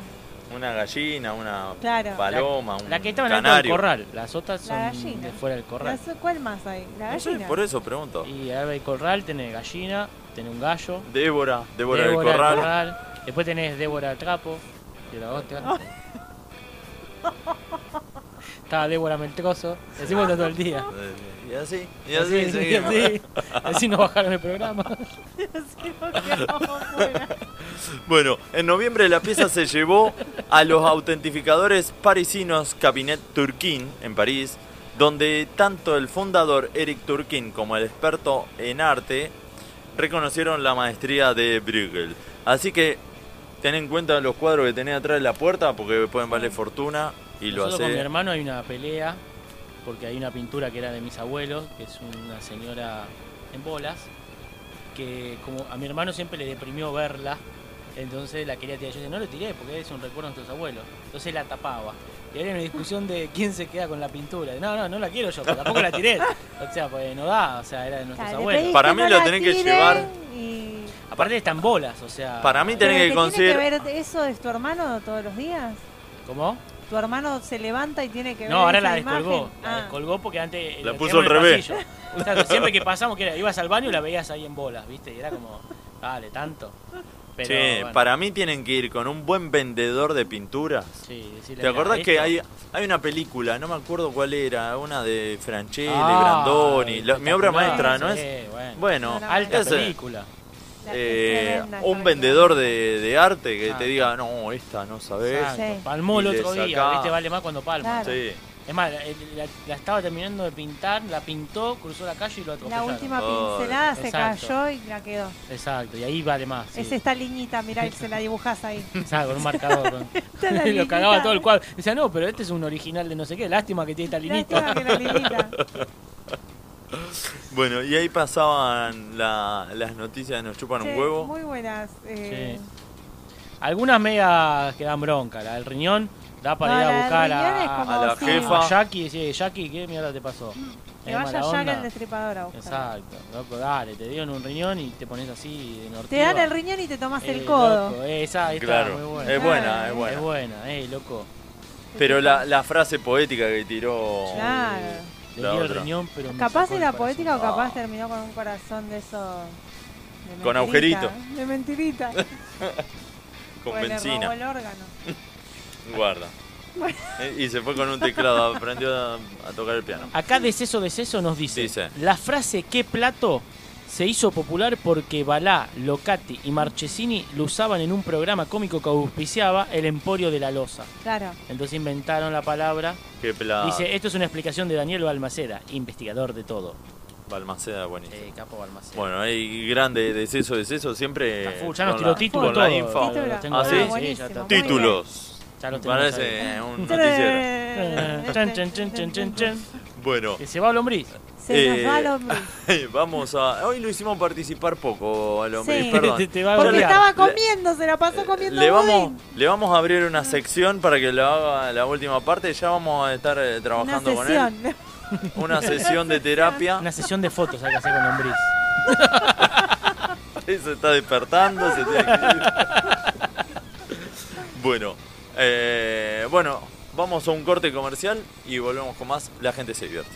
A: Una gallina, una
B: Claro.
A: paloma, un
D: La que estaban adentro del
A: canario.
D: corral. Las otras
B: La
D: son
B: gallina.
D: de fuera del corral.
B: Las- ¿Cuál más hay? La
A: No sé,
B: gallina.
A: por eso pregunto.
D: Y ahora el corral tenés gallina, tenés un gallo,
A: Débora, Débora,
D: Débora, del
A: del corral.
D: corral, Después tenés Débora Trapo, que la otra. Está Débora Meltroso, decimos todo el día.
A: Y así, y así,
D: así,
A: seguimos.
D: así, así nos bajaron el programa.
B: Sí, porque vamos fuera.
A: Bueno, en noviembre la pieza se llevó a los autentificadores parisinos Cabinet Turquín en París, donde tanto el fundador Eric Turquín como el experto en arte reconocieron la maestría de Bruegel. Así que ten en cuenta los cuadros que tenés atrás de la puerta porque pueden valer fortuna y lo
D: Nosotros con mi
A: hace.
D: hermano hay una pelea, porque hay una pintura que era de mis abuelos, que es una señora en bolas, que como a mi hermano siempre le deprimió verla, entonces la quería tirar. Yo decía, no lo tiré, porque es un recuerdo de nuestros abuelos. Entonces la tapaba. Y había una discusión de quién se queda con la pintura. No, no, no la quiero yo, pero tampoco la tiré. O sea, pues no da, o sea, era de nuestros
B: Claro, le pedís
D: abuelos.
A: Para
B: que
A: mí
B: no
A: lo
B: la
A: tenés que
B: tiren
A: llevar-
B: y-
D: Aparte están bolas, o sea...
A: Para mí
B: Pero
A: tenés- que
B: el que tiene
A: conseguir-
B: que ver eso es tu hermano todos los días.
D: ¿Cómo?
B: Tu hermano se levanta y tiene que ver.
D: No, ahora
B: esa
D: la
B: imagen.
D: descolgó. La
B: Ah.
D: descolgó porque antes. eh,
A: La
D: lo
A: puso
D: teníamos en
A: al
D: el
A: revés.
D: pasillo. Claro, siempre que pasamos, que era, ibas al baño y la veías ahí en bolas, ¿viste? Y era como, dale, tanto. Pero,
A: Che,
D: bueno,
A: para mí tienen que ir con un buen vendedor de pinturas.
D: sí, decirle, "Mirá,
A: ¿Te acordás que
D: esto".
A: hay, hay una película, no me acuerdo cuál era, una de Franchelle,
D: Ah,
A: Brandoni, la- mi obra
D: espectacular,
A: maestra, ¿no
D: sí,
A: es?
D: Bueno,
A: Bueno,
B: No, no,
D: alta
A: ese,
D: película.
B: La- es
A: eh,
B: tremenda esa
A: un
B: película.
A: vendedor de, de arte que te
D: Exacto.
A: diga, no, esta no sabes.
D: Exacto.
B: Sí.
D: Palmó el
A: Y le
D: otro día,
A: sacá.
D: ¿viste? Vale más cuando palma.
B: Claro.
A: Sí.
D: Es más, la, la- la estaba terminando de pintar, la pintó, cruzó la calle y lo
B: La
D: atropellaron.
B: última
A: Oh,
B: pincelada se
D: exacto.
B: cayó y la quedó.
D: Exacto, y ahí vale más. sí.
B: Es esta liñita, mirá, y se la dibujás ahí.
D: Exacto, con un marcador. con-
B: es la
D: lo
B: linita.
D: cagaba todo el cuadro. Decía, no, pero este es un original de no sé qué. Lástima que tiene esta
B: Lástima
D: linita.
B: que la liñita.
A: Bueno, y ahí pasaban la- las noticias de Nos Chupan
B: Che,
A: un Huevo.
B: Muy buenas. eh,
D: Sí. Algunas medias que dan bronca. La del riñón da para
B: No,
D: ir
B: la
D: a
B: del
D: buscar
B: riñón es
D: a,
B: como, Mm,
A: a la
B: sí,
A: jefa.
D: a Jackie. Sí, Jackie, ¿qué mierda te pasó?
B: Que
D: es
B: vaya
D: mala
B: ya que
D: onda.
B: el destripador a buscar.
D: Exacto, loco, dale, te dieron un riñón y te pones así en
B: Te dan el riñón y te tomas el
D: Eh,
B: codo.
D: loco, eh, esa, esta,
A: Claro,
D: muy buena.
A: es buena, es
D: Es
A: buena.
D: buena, eh, loco.
A: Pero la, la frase poética que tiró...
B: Claro.
D: Le
A: La
D: dio el
A: otra.
D: riñón, pero me
B: Capaz
D: sacó el
B: era
D: corazón.
B: poética o capaz
A: Ah.
B: terminó con un corazón de eso.
A: Con agujerito.
B: De mentirita.
A: Con
B: O le robó
A: benzina.
B: el órgano.
A: Guarda. Eh, Y se fue con un teclado, aprendió a, a tocar el piano.
D: Acá Deceso Deceso nos dice,
A: Dice.
D: la frase ¿qué plato? se hizo popular porque Balá, Locati y Marchesini lo usaban en un programa cómico que auspiciaba el Emporio de la Loza.
B: Claro.
D: Entonces inventaron la palabra.
A: Qué plan.
D: Dice, eh. esto es una explicación de Daniel Balmaceda, investigador de todo.
A: Balmaceda, buenísimo.
D: Eh, capo Balmaceda.
A: Bueno, hay grande deceso, deceso, siempre.
D: Está full, ya nos
A: Eh, con
D: tiró
A: la-
D: título
A: con la
D: todo.
A: info.
D: Título.
B: Título.
A: ¿Ah, sí?
B: buenísimo,
D: Sí, ya está.
B: muy bien.
A: Títulos.
D: Ya lo tenemos
A: Parece eh, un noticiero.
D: ahí. Chan, chan, chan, chan, chan, chan.
A: Bueno,
D: Que se va el lombriz.
B: Se nos va
A: Eh,
B: el hombre.
A: vamos a. Hoy lo hicimos participar poco al hombre,
B: Sí.
A: perdón.
D: Te, te va a
B: Porque
A: le- eh,
D: golpear.
B: estaba comiendo, se la pasó comiendo.
A: Le vamos,
B: budín.
A: le vamos a abrir una sección para que lo haga la última parte. Ya vamos a estar eh,
B: Una
A: trabajando con él.
B: sesión.
A: Una sesión de terapia.
D: Una sesión de fotos hay que hacer con lombriz.
A: Se está despertando. se tiene que ir. bueno, eh, bueno, vamos a un corte comercial y volvemos con más. La gente se divierte.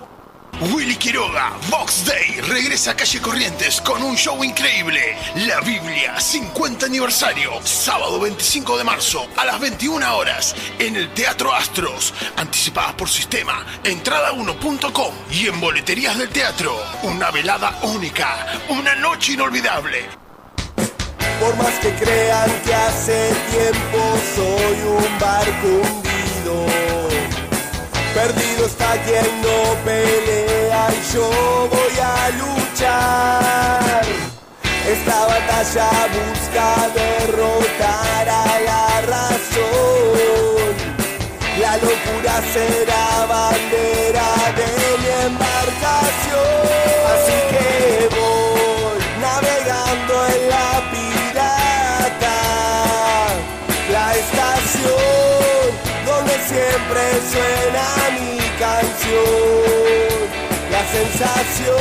H: Willy Quiroga, Box Day, regresa a Calle Corrientes con un show increíble. La Biblia, 50 aniversario, sábado 25 de marzo a las 21 horas en el Teatro Astros. Anticipadas por sistema, entrada1.com y en boleterías del teatro. Una velada única, una noche inolvidable.
I: Por más que crean que hace tiempo soy un barco hundido. Perdido está quien no pelea y yo voy a luchar. Esta batalla busca derrotar a la razón. La locura será bandera de mi embarcación. Así que voy navegando en la pirata, la estación donde siempre suena mi canción. La sensación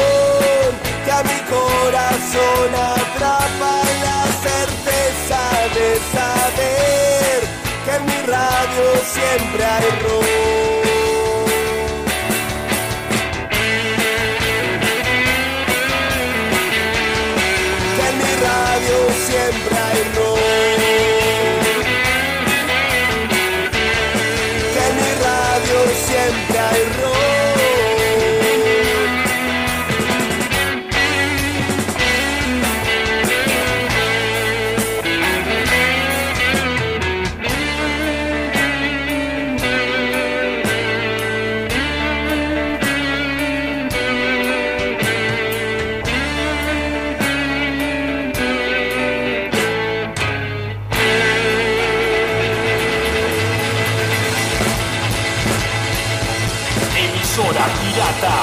I: que a mi corazón atrapa la certeza de saber que en mi radio siempre hay rock. que en mi radio siempre hay rock. Que en mi radio siempre hay rock.
J: Emisora pirata,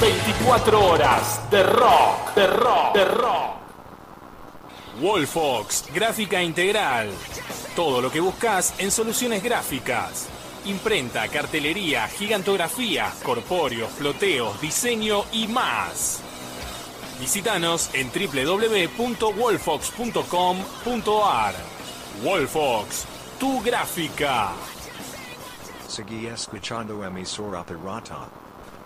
J: 24 horas de rock. De rock. De rock. Wolfox, gráfica integral. Todo lo que buscas en soluciones gráficas. Imprenta, cartelería, gigantografía, corpóreos, floteos, diseño y más. Visítanos en www.wolfox.com.ar. Wolfox, tu gráfica.
K: Seguí escuchando emisora pirata.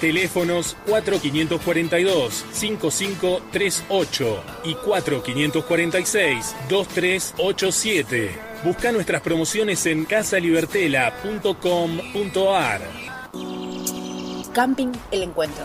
J: Teléfonos 4542-5538 y 4546-2387. Busca nuestras promociones en casalibertela.com.ar.
L: Camping El Encuentro.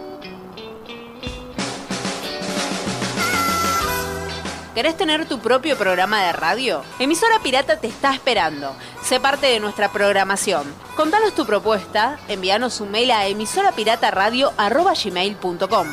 M: ¿Querés tener tu propio programa de radio? Emisora Pirata te está esperando. Sé parte de nuestra programación. Contanos tu propuesta, envíanos un mail a emisorapirataradio.com.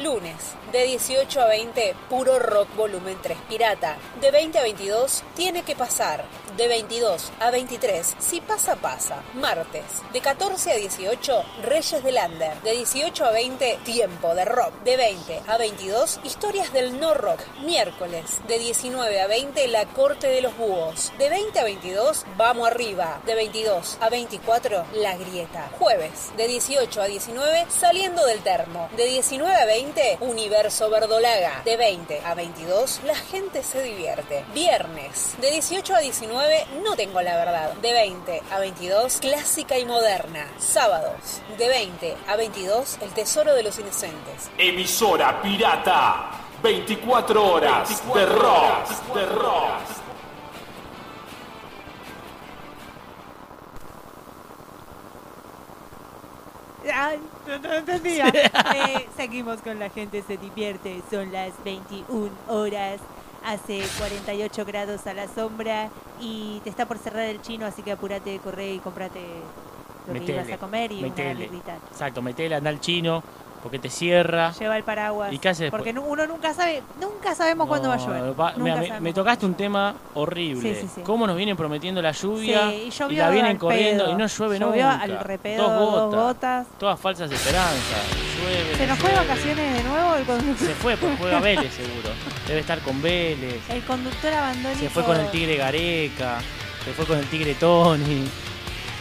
N: Lunes, de 18 a 20, puro rock volumen 3 pirata. De 20 a 22, tiene que pasar. De 22 a 23, si pasa, pasa. Martes, de 14 a 18, Reyes del Under. De 18 a 20, tiempo de rock. De 20 a 22, historias del no rock. Miércoles, de 19 a 20, la corte de los búhos. De 20 a 22, vamos arriba. De 22 a 24, la grieta. Jueves, de 18 a 19, saliendo del termo. De 19 a 20, universo verdolaga. De 20 a 22, la gente se divierte. Viernes, de 18 a 19, no tengo la verdad. De 20 a 22, clásica y moderna. Sábados, de 20 a 22, el tesoro de los inocentes.
J: Emisora pirata. 24 horas
N: 24
J: de rock.
N: horas
J: de rock.
B: Ay, no, no entendía. Eh, seguimos con la gente se divierte. Son las 21 horas. Hace 48 grados a la sombra y te está por cerrar el chino, así que apúrate, corre y comprate lo que ibas a comer y una
D: metele.
B: birrita.
D: Exacto, metele, anda al chino, porque te cierra.
B: Lleva el paraguas.
D: ¿Y qué haces
B: Porque
D: después?
B: nu- uno nunca sabe, nunca sabemos cuándo va a llover.
D: No, pa-
B: Nunca
D: mira, me,
B: sabemos.
D: me tocaste un tema horrible.
B: Sí, sí, sí.
D: ¿Cómo nos vienen prometiendo la lluvia?
B: Sí, y llovió
D: la
B: al
D: vienen corriendo
B: pedo.
D: y no llueve
B: Llovió
D: nunca.
B: al repedo,
D: dos
B: dos
D: gotas,
B: gotas.
D: Todas falsas esperanzas. Llueve,
B: Se
D: no
B: nos fue de
D: llueve.
B: vacaciones de nuevo el conductor.
D: Se fue, pues juega Vélez seguro. Debe estar con Vélez.
B: El conductor abandonó.
D: Se fue con el Tigre Gareca, se fue con el Tigre Tony,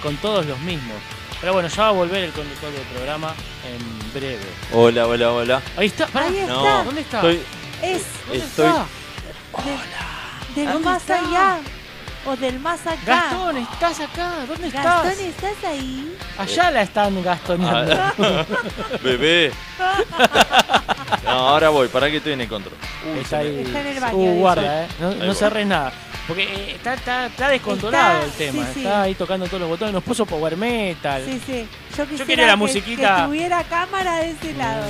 D: con todos los mismos. Pero bueno, ya va a volver el conductor del programa en breve.
O: Hola, hola, hola.
D: Ahí está, pará.
B: Ahí
O: No.
B: está.
O: ¿Dónde está? Estoy-
B: Es.
O: ¿Dónde estoy- está?
B: De, del
D: ¿Dónde
B: más
D: está?
B: allá. O del más acá.
D: Gastón, estás acá. ¿Dónde estás?
B: Gastón, estás ahí.
D: Allá la están gastoneando.
O: Ah, Bebé. No, ahora voy, para que estoy en el control.
D: está ahí.
B: Está en el baño, dice.
D: Uh, guarda, eh. No,
O: Ahí
D: no
O: voy.
D: cerres nada. Porque eh, está, está, está
B: Está-
D: descontrolado el tema.
B: sí, sí.
D: Está ahí tocando todos los botones. Nos puso power metal.
B: Sí, sí. Yo quisiera
D: quería la
B: que-
D: musiquita.
B: Que, tuviera cámara de ese lado.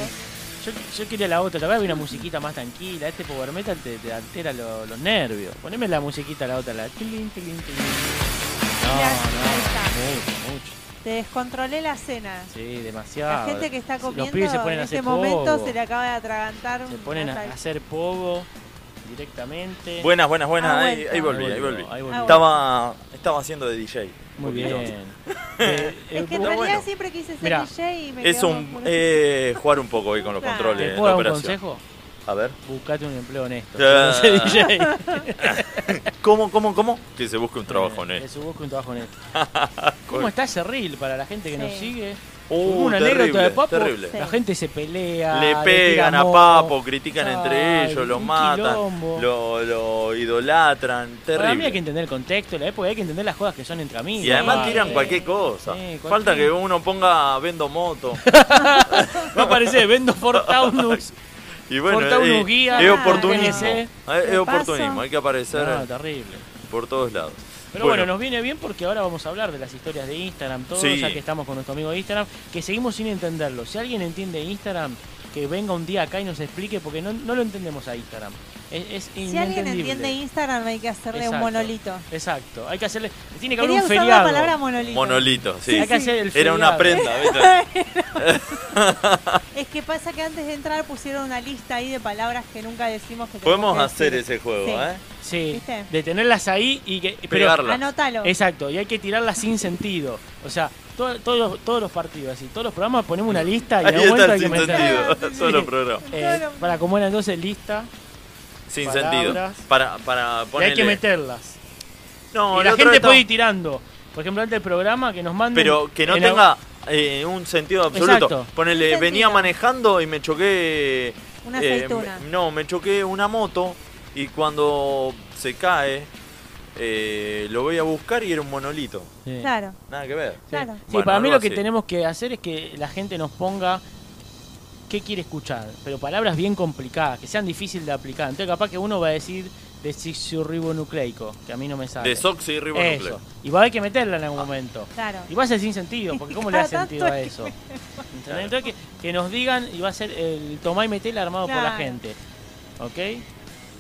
D: Yo, yo quería la otra, tal vez había una musiquita más tranquila. Este power metal te, te altera lo- los nervios. Poneme la musiquita, la otra, la. tilín, tilín, tilín. No,
B: Mirá,
D: no, mucho, mucho.
B: Te descontrolé la cena.
D: Sí,
B: La
D: demasiado.
B: gente que está
D: Sí,
B: comiendo
D: Ah, Los pibes se ponen
B: en
D: a hacer
B: este momento
D: pogo.
B: se le acaba de atragantar. un-
D: Se ponen a
B: hasta el-
D: hacer pogo directamente.
A: Buenas, buenas, buenas.
B: Ah,
A: ahí,
B: bueno.
A: ahí volví, ahí
D: Ahí volvió,
A: volví.
D: ahí
B: volvió.
A: Estaba, estaba haciendo de DJ.
D: Muy
A: Poquito.
D: bien.
O: Eh,
B: Es que en realidad siempre quise ser
A: Mirá,
B: DJ y me
A: Es
B: quedó
A: un.
B: como-
A: eh, jugar un poco hoy con los
B: Claro.
A: controles.
D: ¿Te puedo dar un
A: de operación.
D: consejo?
A: A ver.
D: Buscate un empleo honesto. No
A: Ah.
D: sé, DJ.
A: ¿Cómo, cómo, cómo? Que se busque un trabajo en
D: Que se busque un trabajo honesto.
A: Cool.
D: ¿Cómo está ese reel para la gente que nos sigue?
A: Uh,
D: Hubo una
A: terrible,
D: anécdota de Papo.
A: terrible.
D: La
A: Sí.
D: gente se pelea.
A: Le pegan
D: tira
A: a
D: mo-
A: Papo, critican entre
D: Ay,
A: ellos, lo
D: un
A: matan,
D: quilombo.
A: lo, lo idolatran,
D: Para mí
A: terrible.
D: hay que entender el contexto, la época, hay que entender las cosas que son entre amigos.
A: Y además
D: Sí.
A: tiran cualquier cosa.
D: Sí, cualquier-
A: Falta que uno ponga vendo moto.
D: Va a aparecer, vendo Fortaunus.
A: Y bueno,
D: Corta unos
A: eh,
D: guías,
A: es
D: ah,
A: oportunismo.
D: PNC.
A: Eh, Es
D: De paso.
A: oportunismo, hay que aparecer
D: No, terrible.
A: por todos lados.
D: Pero bueno. nos viene bien porque ahora vamos a hablar de las historias de Instagram, todo,
A: Sí.
D: ya que estamos con nuestro amigo de Instagram, que seguimos sin entenderlo. Si alguien entiende Instagram, que venga un día acá y nos explique, porque no, no lo entendemos a Instagram. Es, es
B: Si alguien
D: inentendible.
B: entiende Instagram, hay que hacerle un
D: Exacto.
B: monolito.
D: Exacto, hay que hacerle. Tiene que haber
B: Quería
D: un
B: usar
D: feriado.
B: la palabra monolito.
A: Monolito, sí.
D: Hay que hacer el
A: Era
D: feriado.
A: una prenda, ¿viste?
B: Es que pasa que antes de entrar pusieron una lista ahí de palabras que nunca decimos que tenemos
A: Podemos
B: que
A: hacer
B: decir.
A: ese juego,
B: Sí.
A: ¿eh?
D: Sí,
B: ¿Viste?
D: de tenerlas ahí y que. pero-
A: Pegarlas.
B: Anótalo.
D: Exacto, y hay que tirarlas sin sentido. O sea, to- todos los- todos los partidos, así, todos los programas ponemos una lista y
A: Ahí
D: a
A: está el
D: hay que
A: sin
D: meter.
A: sentido, solo programa.
D: Eh, para como era entonces lista,
A: Sin
D: Palabras.
A: sentido. Para, para
D: y hay que
A: ponerle-
D: meterlas.
A: No,
D: y la
A: la otra
D: gente
A: vez
D: puede
A: no.
D: ir tirando. Por ejemplo, antes del programa que nos manden.
A: Pero que no
D: Mm. en la-
A: tenga eh, un sentido absoluto.
D: Exacto.
A: Ponele,
D: Sentido.
A: venía manejando y me choqué.
B: Una
A: eh,
B: aceituna.
A: me- no, me choqué una moto y cuando se cae, eh, lo voy a buscar y era un monolito.
D: Sí.
B: Claro.
A: Nada que ver.
B: Claro.
D: Sí,
A: Bueno,
D: para mí
A: algo
D: lo que
A: así.
D: tenemos que hacer es que la gente nos ponga qué quiere escuchar, pero palabras bien complicadas, que sean difíciles de aplicar. Entonces capaz que uno va a decir desoxirribonucleico, que a mí no me sale.
A: Desoxirribonucleico. Ah.
D: Eso. Y va a haber que meterla en algún momento.
B: Claro.
D: Y va a ser sin sentido, porque ¿cómo le
B: Cada
D: da sentido
B: tanto
D: a
B: hay que
D: eso?
B: ver.
D: ¿Entendés? Entonces que, que nos digan y va a ser el tomá y metela armado por la
B: Claro.
D: gente. ¿Ok?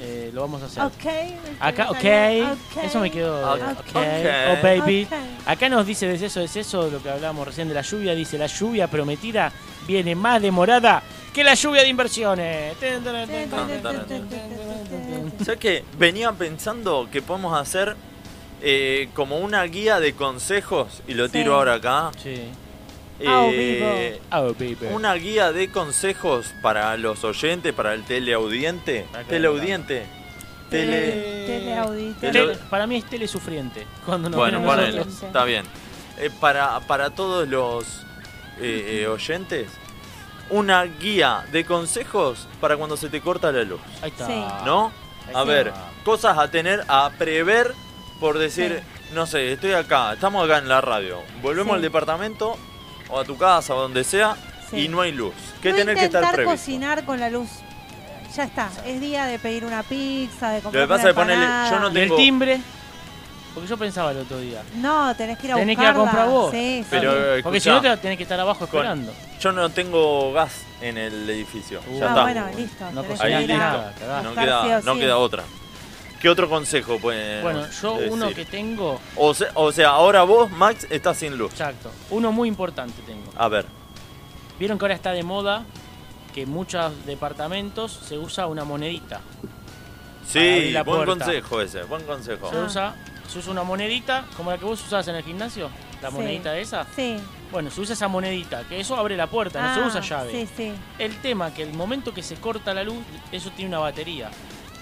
D: Eh, lo vamos a hacer.
B: Ok.
D: Acá, ok, eso me quedó. de-
B: Ok.
D: ok, oh baby.
B: Ok.
D: Acá nos dice de eso, de eso, lo que hablábamos recién de la lluvia. Dice: La lluvia prometida viene más demorada que la lluvia de inversiones. Ten, ten, ten, ten, ten, ten, ten.
A: ¿Sabes qué? Venía pensando que podemos hacer eh, como una guía de consejos, y lo tiro
D: Sí.
A: ahora acá.
D: Sí.
B: Ah,
A: Eh,
D: Oh, baby.
A: Una guía de consejos para los oyentes, para el teleaudiente.
D: Ah,
A: Teleaudiente.
D: Eh,
A: Tele.
D: Tele-
A: Tele-
D: para mí es telesufriente. Cuando nos
A: Bueno,
D: ven a
A: ponele,
D: nosotros.
A: está bien. Eh, para, para todos los eh, eh, oyentes, una guía de consejos para cuando se te corta la luz.
D: Ahí está.
A: Sí. ¿No? A
D: Sí.
A: ver, cosas a tener, a prever por decir, no sé, estoy acá, estamos acá en la radio, volvemos
B: Sí.
A: al departamento o a tu casa o donde sea
B: Sí.
A: y no hay luz. ¿Qué
B: No
A: tener que estar
B: intentar
A: previsto?
B: cocinar con la luz. Ya está. Es día de pedir una pizza, de
A: Lo
B: comprar
A: que pasa
B: una
A: es ponerle, yo no
D: Y el
A: tengo...
D: timbre. Porque yo pensaba el otro día.
B: No, tenés que ir a
D: Tenés que ir a
B: buscarla.
D: comprar vos.
B: Sí, sí.
A: Pero, eh,
D: Porque si
A: escuchá,
D: no, te tenés que estar abajo
A: con-
D: esperando. Uh.
A: yo no tengo gas en el edificio. ya
B: Ah,
A: está.
B: bueno, listo,
D: No
B: tenés
D: cocinás
A: Ahí
D: ni
A: listo.
D: nada, cagás.
A: No
B: Estar sí
A: queda,
B: o
A: no
B: sí.
A: queda otra. ¿Qué otro consejo pueden
D: Bueno, yo uno
A: decir?
D: que tengo,
A: O sea, o sea, ahora vos, Max, estás sin luz.
D: Exacto. uno muy importante tengo.
A: A ver.
D: Vieron que ahora está de moda que en muchos departamentos se usa una monedita. Para abrir
A: Sí,
D: la
A: buen
D: puerta.
A: consejo ese, buen consejo.
D: Se usa, se usa una monedita, como la que vos usás en el gimnasio, la
B: Sí.
D: monedita esa.
B: Sí.
D: Bueno, se usa esa monedita, que eso abre la puerta, no se
B: Ah,
D: usa llave.
B: Sí, sí.
D: El tema que el momento que se corta la luz, eso tiene una batería.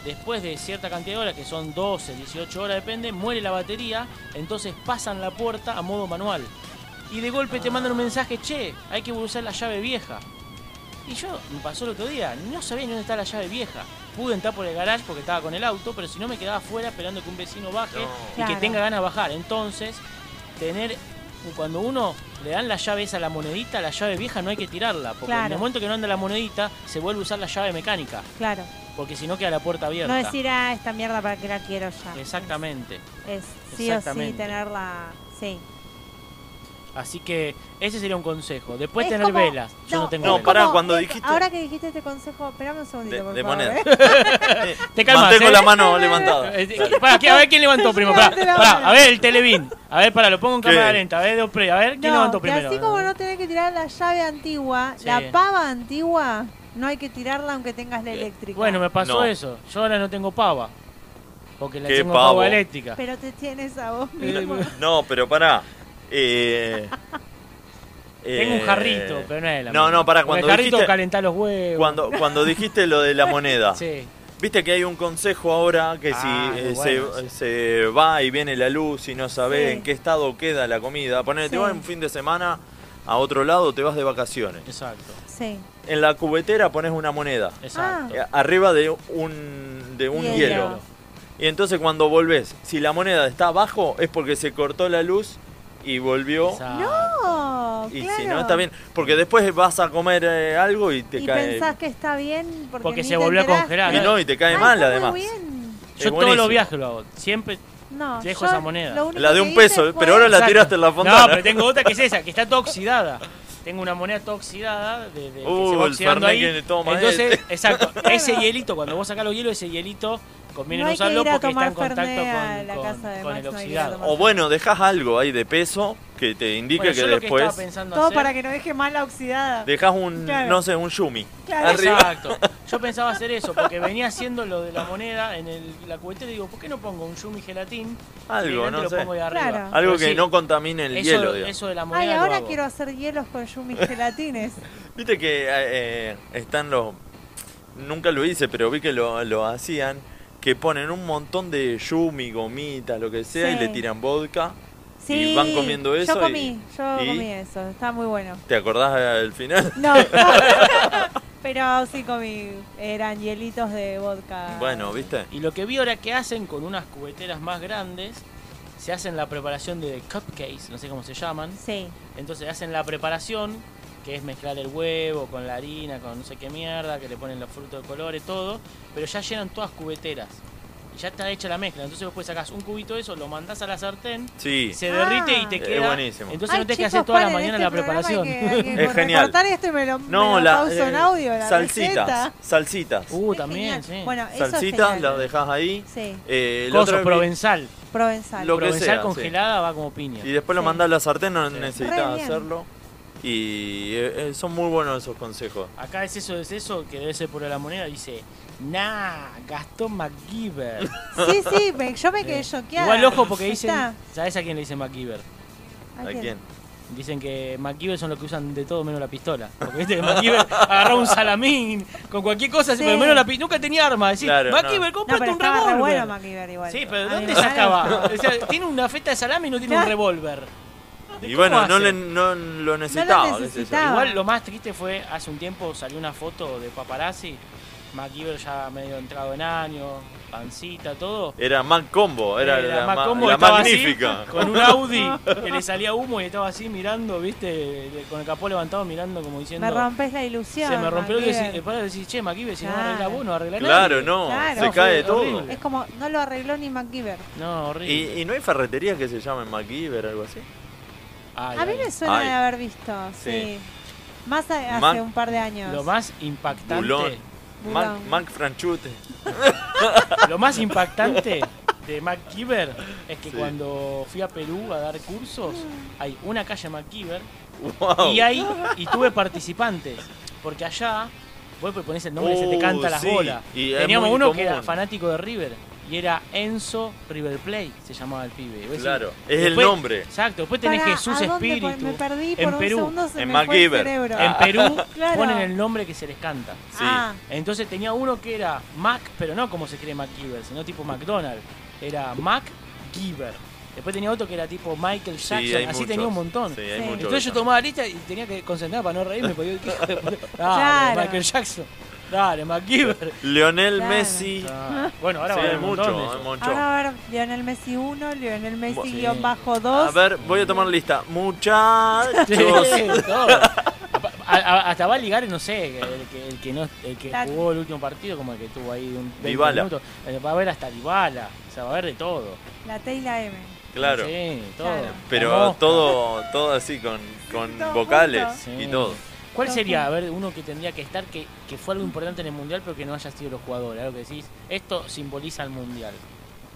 D: Después de cierta cantidad de horas, que son 12, 18 horas, depende, muere la batería, entonces pasan la puerta a modo manual. Y de golpe te mandan un mensaje, che, hay que usar la llave vieja. Y yo, me pasó el otro día, no sabía ni dónde está la llave vieja. Pude entrar por el garage porque estaba con el auto, pero si no me quedaba afuera esperando que un vecino baje y
B: Claro.
D: que tenga ganas de bajar. Entonces, tener cuando uno le dan la llave esa a la monedita, la llave vieja no hay que tirarla, porque en
B: Claro.
D: el momento que no anda la monedita, se vuelve a usar la llave mecánica,
B: Claro.
D: porque si no queda la puerta abierta.
B: No decir, ah, esta mierda para que la quiero ya.
D: Exactamente.
B: Es sí o sí
D: Exactamente.
B: tenerla. Sí.
D: Así que ese sería un consejo. Después
B: Es
D: tener
B: como-
D: velas. Yo no,
B: no,
D: tengo
A: No,
D: velas.
A: pará, cuando dijiste
B: Ahora que dijiste este consejo, esperame un segundito,
A: de,
B: por
A: de
B: favor.
A: moneda.
B: ¿eh?
D: Te calmas,
A: Mantengo
D: ¿eh?
A: la mano levantada.
D: Eh, eh, pará, que- a ver quién levantó primero. Pará,
B: Levanté la
D: pará,
B: mano.
D: a ver el Televín. A ver, pará, lo pongo en
A: ¿Qué?
D: cámara lenta. A ver, de pre- a ver quién
B: No,
D: levantó
B: que
D: primero. eh?
B: Así como no tenés que tirar la llave antigua,
D: Sí.
B: la pava antigua, no hay que tirarla aunque tengas la eléctrica.
D: Eh, Bueno, me pasó
A: No.
D: eso. Yo ahora no tengo pava. Porque la
A: Qué
D: tengo
A: pavo.
D: pava eléctrica.
B: Pero te tienes a
D: Eh,
B: vos mismo.
A: No, Eh, no, pero pará. Eh,
D: Tengo un jarrito, pero no es la
A: No,
D: misma.
A: no, pará,
D: Con el
A: cuando
D: jarrito
A: dijiste,
D: calentá los huevos.
A: cuando, cuando dijiste lo de la moneda.
D: Sí.
A: Viste que hay un consejo ahora que
D: Ah,
A: si
D: muy
A: eh,
D: bueno
A: se, se va y viene la luz y no sabés
B: Sí.
A: en qué estado queda la comida, ponete,
B: Sí.
A: te vas un fin de semana a otro lado, te vas de vacaciones.
D: Exacto.
B: Sí. Ah.
A: En la cubetera pones una moneda.
B: Exacto.
A: eh, Arriba de un, de un
B: Hielo.
A: hielo. Y entonces cuando volvés, si la moneda está abajo, es porque se cortó la luz y volvió.
B: No,
A: Y
B: claro.
A: si no, está bien. Porque después vas a comer eh, algo y te
B: Y
A: cae.
B: pensás que está bien porque,
D: Porque
B: ni
D: se
B: te
D: volvió a
B: enteraste.
D: congelar.
A: Y no, y te cae
B: Ay,
A: mal
B: está muy
A: además.
B: bien.
A: Es
D: Yo todos
A: buenísimo.
D: los viajes lo hago. Siempre
B: No,
D: Te dejo
B: yo
D: esa moneda.
B: lo único
A: La de
B: que
A: un
B: hice
A: peso,
B: fue-
A: pero ahora la tiraste en la fontana.
D: No, pero tengo otra que es esa, que está toda oxidada. Tengo una moneda toda oxidada de, de- que
A: Uh,
D: se va
A: el
D: oxidando
A: Fernet
D: ahí.
A: que toma
D: Entonces,
A: este.
D: exacto, ese hielito, cuando vos sacás los hielos, ese hielito conviene
B: No
D: no
B: hay que
D: usarlo
B: ir a
D: porque está
B: tomar
D: en contacto
B: Fernet a
D: con,
B: la
D: con-
B: casa de
D: con
B: Max,
D: el
B: no hay que ir a
D: oxidado.
A: O bueno, dejas algo ahí de peso que te indique
D: Bueno,
A: que
D: yo lo que estaba
A: después
D: pensando
B: Todo
D: hacer-
B: para que no deje más la oxidada.
A: dejas un,
B: Claro.
A: no sé, un yumi.
B: Claro.
A: Arriba.
D: Exacto. Yo pensaba hacer eso porque venía haciendo lo de la moneda en el- la cubetera y digo, ¿por qué no pongo un yumi gelatín? Y
A: Algo,
D: delante
A: no
D: lo
A: sé.
D: pongo ahí arriba.
B: Claro.
A: Algo
D: Pero
A: que
D: sí,
A: no contamine el
D: eso-
A: hielo, digamos.
D: Eso de la moneda.
B: Ay,
D: lo
B: ahora
D: hago.
B: quiero hacer hielos con yumi gelatines.
A: Viste que eh, eh, están los. Nunca lo hice, pero vi que lo, lo hacían. Que ponen un montón de yumi, gomitas, lo que sea, y
B: Sí.
A: le tiran vodka.
B: Sí,
A: y van comiendo eso.
B: Yo
A: y-
B: comí, yo
A: y-
B: comí eso, está muy bueno.
A: ¿Te acordás al final?
B: No, pero sí comí, eran hielitos de vodka.
A: Bueno, ¿viste?
D: Y lo que vi ahora que hacen con unas cubeteras más grandes, se hacen la preparación de cupcakes, no sé cómo se llaman.
B: Sí.
D: Entonces hacen la preparación, que es mezclar el huevo con la harina, con no sé qué mierda, que le ponen los frutos de colores, todo. Pero ya llenan todas cubeteras. Y ya está hecha la mezcla. Entonces después sacás un cubito de eso, lo mandás a la sartén,
A: Sí. Ah.
D: se derrite y te
A: Es
D: queda.
A: buenísimo.
D: Entonces
B: Ay,
D: no tenés que
B: chicos,
D: hacer toda la
B: paren
D: mañana
B: este
D: la
B: programa
D: preparación.
B: que hay que
A: Es genial.
B: Cortar esto y me lo,
A: No,
B: me lo
A: la-
B: pauso en
A: eh,
B: audio. La
A: salsitas.
B: receta.
A: Salsitas.
D: Uh, también,
B: Genial.
D: sí.
B: Bueno, eso es
A: salsitas,
B: genial.
A: las dejas ahí.
B: Sí.
A: Eh, la
D: Coso,
A: otra vez vi-
D: provenzal.
B: Provenzal.
A: Lo que
D: provenzal
A: sea, sí.
D: congelada va como piña.
A: Y después lo
B: Sí.
A: mandás a la sartén, no
B: Re
A: necesitas
B: bien.
A: hacerlo. Y eh, eh, son muy buenos esos consejos.
D: Acá es eso, es eso, que debe ser por la moneda, dice, nah, Gastón MacGyver.
B: Sí, sí, me- yo me quedé
D: Sí.
B: choqueada.
D: Igual ojo porque
B: Ya
D: dicen,
B: está.
D: ¿sabes a quién le dicen MacGyver?
B: ¿A quién?
D: Dicen que MacGyver son los que usan de todo menos la pistola. Porque viste que MacGyver agarraba un salamín, con cualquier cosa,
B: Sí.
D: pero menos la pistola. Nunca tenía arma. Decís,
A: Claro,
D: MacGyver,
A: no.
B: No,
D: cómprate
B: pero
D: un
B: estaba re
D: revólver.
B: bueno MacGyver igual.
D: sí, pero ¿de
B: A mí
D: dónde
B: me
D: sacaba?
B: encanta.
D: O sea, tiene una feta de salami y no tiene un
B: Claro.
D: revólver.
A: Y bueno,
D: cómo
A: no,
D: hace?
A: le- no lo necesitaba. qué sé yo.
B: necesitaba.
D: Igual lo más triste fue hace un tiempo salió una foto de paparazzi, MacGyver ya medio entrado en años, pancita, todo.
A: Era Mac Combo, era
D: Eh,
A: la, ma-
D: Macombo
A: la
D: estaba así,
A: magnífica.
D: con un Audi que le salía humo y estaba así mirando, viste, de- con el capó levantado mirando como diciendo.
B: Me rompes la ilusión.
D: se me rompió el
B: MacGyver.
D: decir, para decir, che, MacGyver, si no
B: Claro.
D: arregla vos, no arregla
A: Claro,
D: nadie".
A: no,
B: Claro.
A: se
B: No,
D: fue
A: cae todo.
D: horrible.
B: Es como, no lo arregló ni MacGyver.
D: No, horrible.
A: Y, y no hay ferreterías que se llamen MacGyver o algo así.
D: Ay,
B: A mí
D: ay.
B: me suena
A: Ay.
B: de haber visto, sí.
A: Sí.
B: Más a- hace
A: Mac-
B: un par de años.
D: Lo más impactante.
A: Bulón. Mac,
B: Bulón.
A: Mac Franchute.
D: Lo más impactante de MacGyver es que
A: Sí.
D: cuando fui a Perú a dar cursos, hay una calle MacGyver
A: Wow.
D: y hay y tuve participantes. Porque allá, vos le ponés el nombre y se te
A: Oh,
D: canta las
A: sí,
D: bolas.
A: y es
D: Teníamos
A: muy
D: uno que era
A: común.
D: fanático de River y era Enzo River Play, se llamaba el pibe. Vos decís,
A: Claro, es el nombre.
D: Exacto, después tenés
B: Pará,
D: Jesús
B: ¿a dónde pon-
D: Espíritu.
B: Me perdí
D: en
B: por un
D: Perú.
B: segundo, se
A: En
B: me
A: MacGyver.
B: fue el cerebro. Ah,
D: En Perú
B: Claro.
D: ponen el nombre que se les canta.
A: Sí.
B: Ah,
D: Entonces tenía uno que era Mac, pero no como se cree MacGyver, sino tipo McDonald. Era Mac Giver. Después tenía otro que era tipo Michael Jackson. Así
A: hay muchos.
D: tenía un montón.
A: Sí, hay
B: Sí.
A: muchos
D: Entonces yo
A: que
D: tomaba lista y tenía que concentrar para no reírme. Porque, yo, ¿qué hijo de puta? Dale,
B: Claro.
D: Michael Jackson. Dale, MacGyver.
A: son. Lionel
B: Claro.
A: Messi.
D: Ah, Bueno, ahora
A: Sí,
D: va a haber
A: hay
D: un montón de
A: mucho,
D: eso.
A: hay mucho.
B: ahora a ver, Lionel Messi 1, Lionel Messi
A: Sí.
B: guión bajo
A: A
B: 2.
A: ver, voy a tomar lista. Muchachos.
D: Sí, todo. Pa- a- a- hasta va a ligar, no sé, el que, el que, no, el que
B: La-
D: jugó el último partido, como el que estuvo ahí un 20
A: Dybala.
D: minutos. Eh, Va a haber hasta Dybala, o sea, va a haber de todo.
B: La T y la M.
A: Claro.
D: Sí, todo.
B: Claro.
A: Pero
D: Vamos.
A: todo, todo así con, con
B: Todo
A: vocales
B: junto.
A: y
D: Sí.
A: todo.
D: ¿Cuál
B: Todo
D: sería, a
B: junto.
D: ver, uno que tendría que estar, que, que fue algo importante en el Mundial, pero que no haya sido los jugadores? Algo que decís, esto simboliza el Mundial.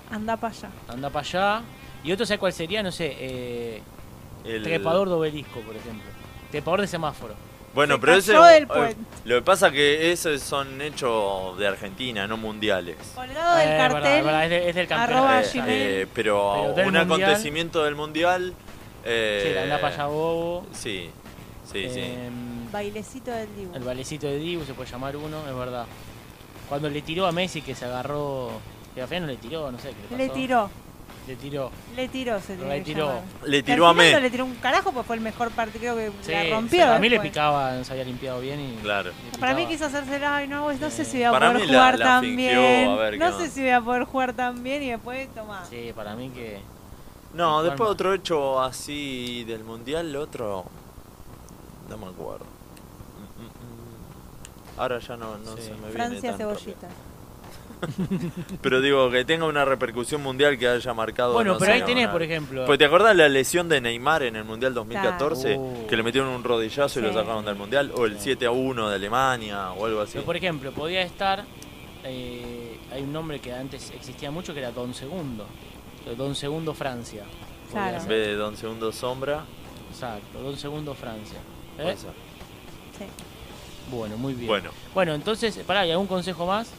B: Anda para allá.
D: Anda para allá. Y otro, ¿sabes cuál sería? No sé, eh,
A: El-
D: trepador de obelisco, por ejemplo. Trepador de semáforo.
A: Bueno,
B: Se
A: pero ese.
B: cayó del
A: eh,
B: puente.
A: lo que pasa que esos son hechos de Argentina, no mundiales.
B: Colgado del
D: Eh, verdad,
B: cartel.
D: verdad, es, de- es del campeonato.
B: arroba
A: Eh,
D: Exacto.
B: gmail.
A: eh, pero
D: Pero del
A: un
D: mundial.
A: acontecimiento del mundial. eh,
D: Sí, anda para allá bobo.
A: Sí, sí, sí.
D: Em,
B: Bailecito del Dibu.
D: El valecito de Dibu se puede llamar uno, es verdad. Cuando le tiró a Messi que se agarró. Que al final no le tiró, no sé qué le pasó.
B: Le tiró.
D: Le tiró.
B: Le tiró, se tiene
D: Le
B: que
D: tiró.
B: llamar.
A: Le
B: Que
A: tiró
B: al
A: a
B: final
A: Messi.
B: No le tiró un carajo, pues fue el mejor partido. Creo que
D: Sí,
B: la
D: sí,
B: rompió.
D: a mí le
B: después.
D: picaba, no se había limpiado bien y.
A: Claro.
D: le
B: Para mí
D: picaba.
B: quiso hacérsela, ay no, no sé si voy a
A: Para
B: poder
A: mí la-
B: jugar
A: la
B: tan
A: fingió, a
B: bien.
A: ver qué
B: no
A: onda.
B: sé si voy a poder jugar tan bien y después tomá.
D: Sí, para mí que.
A: No, después
D: Palma.
A: otro hecho así del mundial, otro. No me acuerdo. Mm, mm, mm. Ahora ya no, no
D: Sí.
A: se me viene.
B: Francia
A: tan
B: cebollita.
A: rápido. Pero digo, que tenga una repercusión mundial que haya marcado.
D: Bueno,
A: no
D: pero
A: sé,
D: ahí tenés,
A: una-
D: por ejemplo.
A: Pues te acordás la lesión de Neymar en el Mundial 2014,
D: Claro.
A: que le metieron un rodillazo y lo sacaron del Mundial, o el 7 a 1 de Alemania, o algo así.
D: Pero, por ejemplo, podía estar. eh, hay un nombre que antes existía mucho que era Don Segundo. Don Segundo Francia. Podía
A: En
D: ser. ¿Eh?
A: vez de Don Segundo Sombra.
D: Exacto, Don Segundo Francia. ¿Eh?
A: Puede ser.
D: Bueno, muy bien.
A: Bueno.
D: Bueno, entonces, pará, ¿y algún consejo más?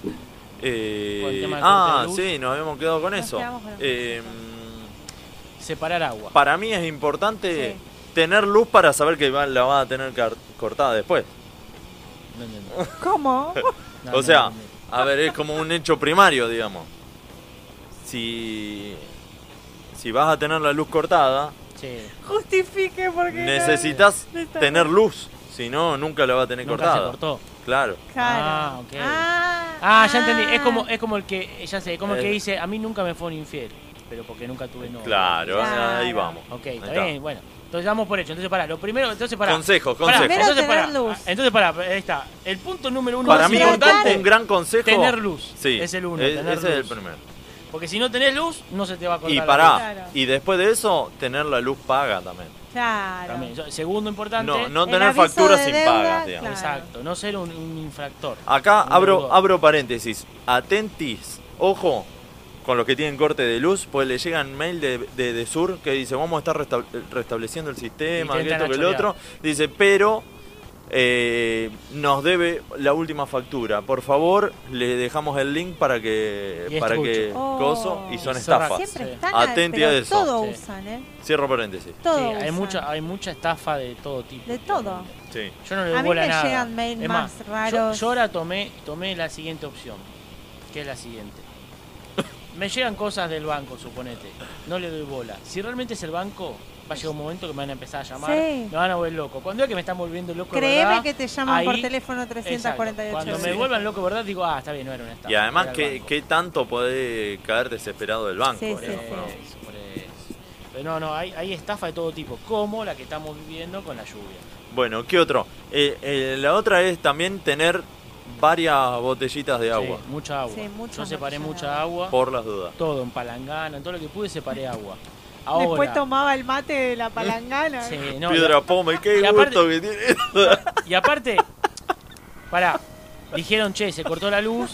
A: Eh,
D: Con el tema del
A: ah,
D: corte de luz.
A: sí, nos habíamos quedado con
D: Nos
A: eso.
D: quedamos con el-
A: Eh,
D: Separar agua.
A: para mí es importante tener luz para saber que va- la vas a tener car- cortada después.
D: No entiendo.
B: ¿Cómo?
D: No,
A: o
D: no,
A: sea, a ver, es como un hecho primario, digamos. Si, si vas a tener la luz cortada,
B: Justifique porque. no-
A: necesitas
B: no está-
A: tener luz. Si no, nunca la va a tener
D: Nunca
A: cortada.
D: se cortó.
A: Claro.
B: Claro.
D: Ah, ok. Ah, ya entendí. Es como, es como el que, ya sé, es como el que
A: Eh.
D: dice, a mí nunca me fue un infiel, pero porque nunca tuve novio.
A: Claro, Claro. ahí vamos.
D: Ok,
A: Ahí
D: está
A: está.
D: bien, bueno. Entonces damos por hecho. Entonces pará, lo primero, entonces pará.
A: Consejos,
D: Pará,
A: consejos. Primero
D: Entonces pará,
A: tener luz.
D: Ah, entonces pará, ahí está. El punto número uno
A: Para
D: más
A: mí, un,
D: importante,
A: un gran consejo.
D: Tener luz.
A: Sí,
D: Es el uno,
A: e-
D: tener
A: ese es
D: luz.
A: el primero.
D: Porque si no tenés luz, no se te va a cortar
A: Y
D: la
A: pará,
D: luz.
A: y después de eso, tener la luz paga también.
B: Claro.
D: También, yo- Segundo importante.
A: No, no El tener aviso facturas de sin deuda, pagas, digamos. claro.
D: Exacto, no ser un, un infractor.
A: Acá
D: Un
A: abro,
D: deudor.
A: abro paréntesis. Atentis, ojo con los que tienen corte de luz, pues le llegan mail de, de, de Sur que dice vamos a estar restab- restableciendo el sistema,
D: Y te
A: que esto,
D: entran
A: que
D: a
A: el otro. Dice, pero eh, nos debe la última factura. Por favor, le dejamos el link para
D: Y
A: que
D: es
A: para
D: trucho.
A: que
B: Oh.
A: coso
D: Y
A: y son
D: son
A: estafas.
D: ratas.
B: Siempre
D: Sí.
B: están.
A: Atenti
B: pero
A: a eso.
B: Todo
A: Sí.
B: usan, ¿eh?
A: Cierro paréntesis.
B: Todo
D: Sí, hay
B: usan.
D: mucha, hay mucha estafa de todo tipo.
B: De todo.
A: Sí.
D: Yo no le
B: A
D: doy
B: mí
D: bola
B: me
D: nada.
B: llegan mail
D: Es
B: más
D: yo-
B: raros.
D: Yo, ahora tomé, tomé la siguiente opción, que es la siguiente. Me llegan cosas del banco, suponete. No le doy bola. Si realmente es el banco, va a llegar un momento que me van a empezar a llamar.
B: Sí.
D: Me van a volver loco. Cuando veo que me están volviendo loco, de
B: Créeme
D: verdad,
B: que te llaman por
D: ahí-
B: teléfono 348
D: Exacto. Cuando me
B: veces.
D: vuelvan loco, de ¿verdad? Digo, ah, está bien, no era una estafa.
A: Y además,
D: era el
A: ¿qué, qué tanto puede caer desesperado del banco?
D: Sí, sí,
A: digamos,
D: sí.
A: no?
D: Por eso. Pero no, no, hay, hay estafa de todo tipo, como la que estamos viviendo con la lluvia.
A: Bueno, ¿qué otro? Eh, eh, la otra es también tener varias botellitas de agua,
D: Sí, mucha agua.
B: Sí, muchas
D: Yo separé
B: botellas
D: mucha agua.
A: por las dudas.
D: Todo, en palangana, en todo lo que pude separé agua.
B: Después
D: Ahora.
B: tomaba el mate de la palangana.
D: Sí, no,
A: Piedra
D: la-
A: pome, qué
D: y
A: gusto
D: aparte-
A: que tiene.
D: Y aparte, pará, dijeron, che, se cortó la luz,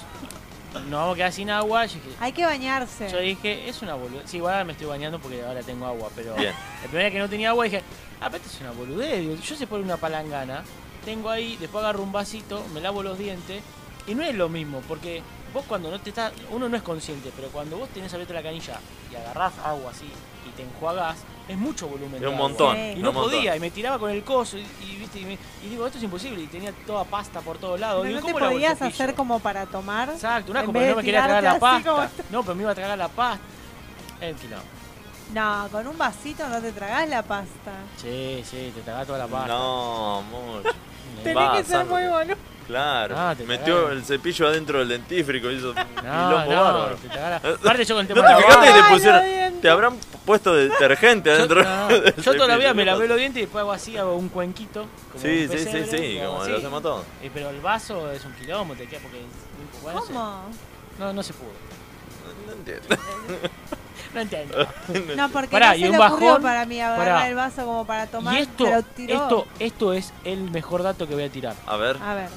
D: nos vamos a quedar sin agua. Yo dije,
B: Hay que bañarse.
D: yo dije, es una boludez. Sí, igual ahora me estoy bañando porque ahora tengo agua, pero
A: Bien.
D: la primera vez que no tenía agua dije, ah, pero esto es una boludez. Digo, Yo se pone una palangana, tengo ahí, después agarro un vasito, me lavo los dientes y no es lo mismo porque vos cuando no te estás, uno no es consciente, pero cuando vos tenés abierta la canilla y agarrás agua así y te enjuagás, es mucho volumen.
A: Es
D: de
A: un
D: agua.
A: montón,
D: Y
A: Sí.
D: no
A: un montón.
D: podía, y me tiraba con el coso y, y, viste, y, me- y digo, esto es imposible y tenía toda pasta por todos lados.
B: Pero
D: Digo,
B: no te
D: ¿cómo lavo el
B: podías
D: cepillo?
B: hacer como para tomar.
D: Exacto, un
B: en
D: asco,
B: vez
D: porque
B: de
D: no me quería tragar la
B: tirarte así
D: pasta.
B: como-
D: No, pero me iba a tragar la pasta. El quilombo.
B: No, con un vasito no te tragás la pasta.
D: Sí, sí, te tragás toda la pasta.
A: No, mucho.
B: Tenés
A: Va,
B: que ser
A: Sandro.
B: muy boludo.
A: Claro,
D: Ah, te
A: metió
D: cagaron.
A: el cepillo adentro del dentífrico, hizo un
D: No,
A: quilombo
D: no,
A: bárbaro.
D: te tragás la Aparte yo con el
A: ¿No
D: tema
A: te
D: del
A: fijaste que
D: agua-
A: te pusieron, te habrán puesto detergente adentro? del
D: Yo todavía
A: cepillo?
D: me lavé los dientes y después hago así, hago un cuenquito. Como
A: Sí,
D: un
A: sí, sí,
D: pesebre,
A: sí,
D: y hago
A: como
D: así.
A: lo hacemos todos.
D: Eh, Pero el vaso es un quilombo, te queda porque... bueno, no sé.
B: ¿Cómo?
D: No, no se pudo.
A: No entiendo.
D: No entiendo.
B: No, porque
D: Pará,
B: no
D: y
B: se
D: un
B: le ocurrió
D: bajón,
B: para mí agarrar
D: pará.
B: el vaso como para tomar.
D: Y esto,
B: se lo tiró.
D: esto, esto es el mejor dato que voy a tirar.
A: A ver.
B: A ver.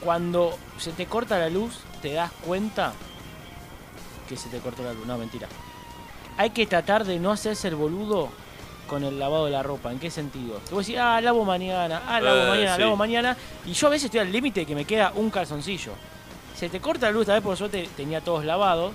D: Cuando se te corta la luz, te das cuenta que se te cortó la luz. No, mentira. Hay que tratar de no hacerse el boludo con el lavado de la ropa. ¿En qué sentido? Te voy a decir, ah, lavo mañana, ah, lavo
A: Eh,
D: mañana,
A: sí.
D: lavo mañana. Y yo a veces estoy al límite de que me queda un calzoncillo. Se te corta la luz, tal vez por suerte tenía todos lavados,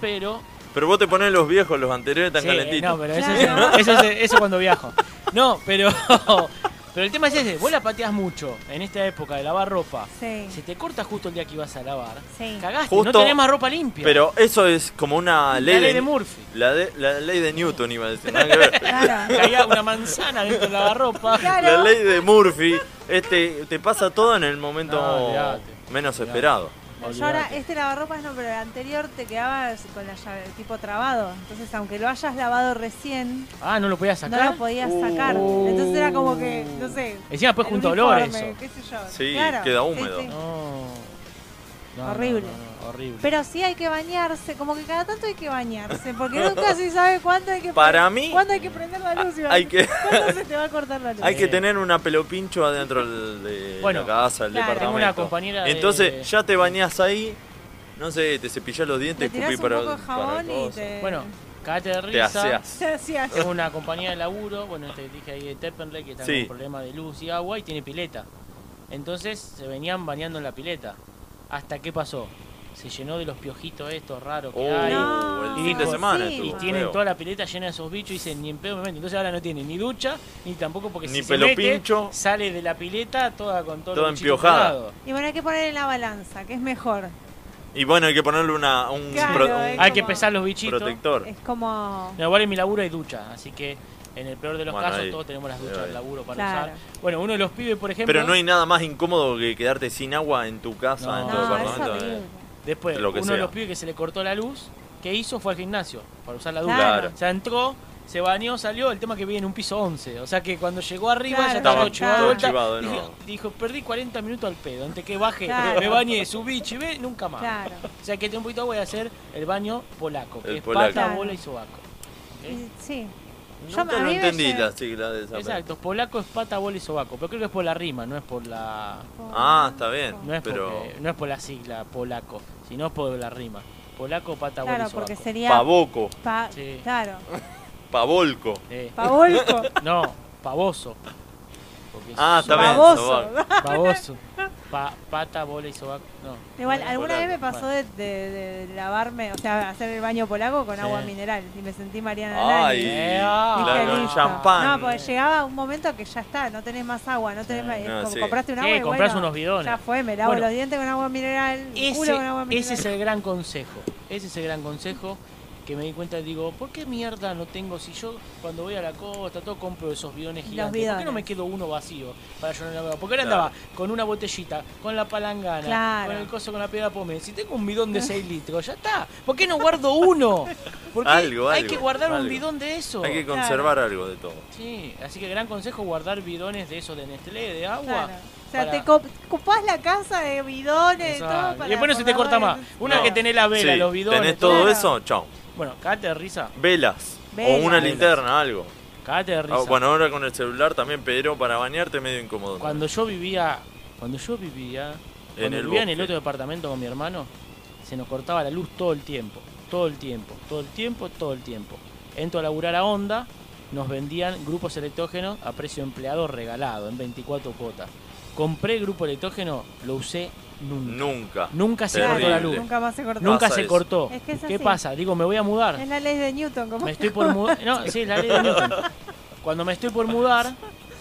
D: pero
A: Pero vos te pones los viejos, los anteriores tan
D: Sí,
A: calentitos.
D: No, pero eso, es, eso, es- eso cuando viajo. No, pero, pero el tema es ese. Vos la pateás mucho en esta época de lavar ropa. Se te corta justo el día que ibas a lavar. Cagaste, no
A: Justo-
D: tenés más ropa limpia.
A: Pero eso es como una ley,
D: ley de Murphy.
A: La, de- la ley de Newton iba a decir. nada que ver.
D: Caía una manzana dentro del lavarropa.
A: La ley de Murphy este, te pasa todo en el momento
D: No, olvidate.
A: menos esperado.
B: No, yo ahora este lavarropas no, pero el anterior te quedabas con la llave tipo trabado. Entonces, aunque lo hayas lavado recién,
D: Ah, no lo podías sacar.
B: no lo podías sacar. Entonces era como que, no sé.
D: Encima después
B: el
D: junto olor a
B: uniforme,
D: eso.
B: qué sé yo.
A: Sí,
B: Claro,
A: queda
B: sí,
A: húmedo.
B: sí.
D: No, no,
B: horrible.
D: no, no, horrible.
B: Pero sí hay que bañarse, como que cada tanto hay que bañarse, porque nunca se sabe cuándo hay que pre-
A: Para mí- ah,
B: cuándo hay que prender la luz. Iván.
A: hay que-
B: ¿Cuándo se te va a cortar la luz?
A: Hay
D: Eh,
A: que tener una pelopincho adentro del- de
D: Bueno,
A: la casa, del
D: claro,
A: departamento.
D: una compañera de-
A: Entonces ya te bañás ahí, no sé, te cepillás los dientes, escupís para, para el coso.
D: Bueno, cagate de
A: Te
D: risa.
A: aseás.
B: Te aseás.
D: Tengo una compañía de laburo, bueno, te dije ahí de Teppenley, que está
A: Sí.
D: con problemas de luz y agua y tiene pileta. Entonces se venían bañando en la pileta. ¿Hasta qué pasó? Se llenó de los piojitos estos raros que
A: Oh,
D: hay.
A: No,
D: Y
A: el fin de
D: dijo,
A: semana
D: Y
A: estuvo
D: tienen
A: feo.
D: toda la pileta llena de esos bichos y dicen, ni en pedo me meto. Entonces ahora no tiene ni ducha, ni tampoco porque
A: Ni
D: si se mete,
A: pelopincho.
D: sale de la pileta toda con todo
A: Toda empiojada.
B: Y bueno, hay que poner en la balanza, que es mejor.
A: Y bueno, hay que ponerle una, un,
B: Claro,
A: pro-
B: es
A: un
D: Hay que pesar los bichitos.
A: protector.
B: Es como...
D: No, igual en mi laburo hay ducha, así que en el peor de los
A: Bueno,
D: casos
A: ahí,
D: todos tenemos las duchas
A: ahí.
D: del laburo para
B: Claro.
D: usar. Bueno, uno de los pibes, por ejemplo.
A: Pero no hay nada más incómodo que quedarte sin agua en tu casa,
D: No.
A: en tu
D: No, es
A: departamento.
D: horrible.
A: eh.
D: Después,
A: lo que
D: uno
A: sea.
D: de los pibes que se le cortó la luz, que hizo fue al gimnasio para usar la ducha.
A: Claro.
D: O sea, entró, se bañó, salió. El tema que vive en un piso 11. O sea, que cuando llegó arriba
A: Claro,
D: ya estaba
A: Estaba
D: chivado.
A: todo
D: de vuelta.
A: chivado de
D: Dijo-
A: nuevo.
D: Dijo, perdí 40 minutos al pedo. Antes que baje,
B: Claro.
D: me bañe, subí, chivé, nunca más.
B: Claro.
D: O sea, que este un poquito voy a hacer el baño polaco. Que
A: El
D: es
A: polaco.
D: pata,
A: Claro.
D: bola y sobaco.
B: Y- Sí.
A: Nunca
B: a
A: lo
B: mí me
A: entendí
B: lle-
A: la sigla de esa frase.
D: Exacto, polaco es pata, bola y sobaco. Pero creo que es por la rima, no es por la.
A: Ah, está bien.
D: No es,
A: pero
D: porque- no es por la sigla polaco, sino por la rima. Polaco, pata, bola y
B: Claro,
D: sobaco.
B: porque sería...
A: Pavoco.
B: Pa-
D: Sí.
B: Claro.
A: Pavolco.
D: Eh.
B: Pavolco.
D: No, pavoso. Porque es
A: Ah, está bien,
D: sobaco.
A: sobaco.
D: Pavoso. Pa- pata, bola y sobaco. No.
B: Igual,
D: Bueno,
B: alguna
D: polaco,
B: vez me pasó
D: bueno.
B: de, de- de lavarme, o sea, hacer el baño polaco con
D: Sí.
B: agua mineral y me sentí Mariana
A: Ay,
B: Lani.
D: Eh, ah.
A: claro,
D: Dije,
A: el
D: listo.
A: champán. Eh,
B: No, porque llegaba un momento que ya está, no tenés más agua, no tenés más.
A: no,
B: como
A: sí.
B: compraste un
D: Sí,
B: agua y
D: comprás
B: bueno,
D: unos bidones.
B: Ya fue, me lavo
D: Bueno.
B: los dientes con agua mineral, el
D: Ese,
B: culo con agua mineral.
D: ese es el gran consejo. Ese es el gran consejo que me di cuenta y digo, ¿por qué mierda no tengo? Si yo cuando voy a la costa, todo compro esos bidones
B: Los
D: gigantes. ¿Por qué no
B: bidones.
D: me quedo uno vacío para yo no navegar? Porque ahora
A: Claro.
D: andaba con una botellita, con la palangana,
B: Claro.
D: con el coso con la piedra pome. Si tengo un bidón de 6 litros, ya está. ¿Por qué no guardo uno? Porque
A: Algo,
D: hay
A: algo,
D: que guardar un
A: algo.
D: bidón de eso.
A: Hay que conservar algo de todo.
D: Sí, así que gran consejo guardar bidones de esos de Nestlé, de agua.
B: Claro. O sea,
D: para-
B: te co- copás la casa de bidones,
D: Exacto.
B: todo para.
D: Y después no se te corta
B: guardar
D: más.
B: el-
D: Una que tenés la vela,
A: Sí,
D: los bidones.
A: Tenés todo eso, chao.
D: Bueno, cagate de risa.
A: Velas.
D: Velas.
A: O una
D: Velas.
A: linterna, algo.
D: Cagate de risa.
A: Ah, bueno, ahora con el celular también, pero para bañarte medio incómodo.
D: Cuando yo vivía. Cuando yo vivía.
A: En
D: cuando
A: el
D: vivía en el
A: bosque.
D: otro departamento con mi hermano, se nos cortaba la luz todo el tiempo. Todo el tiempo. Todo el tiempo, todo el tiempo. Entro a laburar a onda. Nos vendían grupos electrógenos a precio empleado regalado, en 24 cuotas. Compré el grupo electrógeno, lo usé nunca.
A: Nunca.
D: Nunca se
A: Terrible.
D: cortó la luz.
B: Nunca más se cortó.
D: Nunca
A: Pasa
D: se
A: eso.
D: cortó.
B: Es que es
D: ¿Qué
B: así.
D: pasa? Digo, me voy a mudar.
B: Es la ley de Newton, como
D: Me estoy por mudar. No, sí, la ley de Newton. Cuando me estoy por mudar,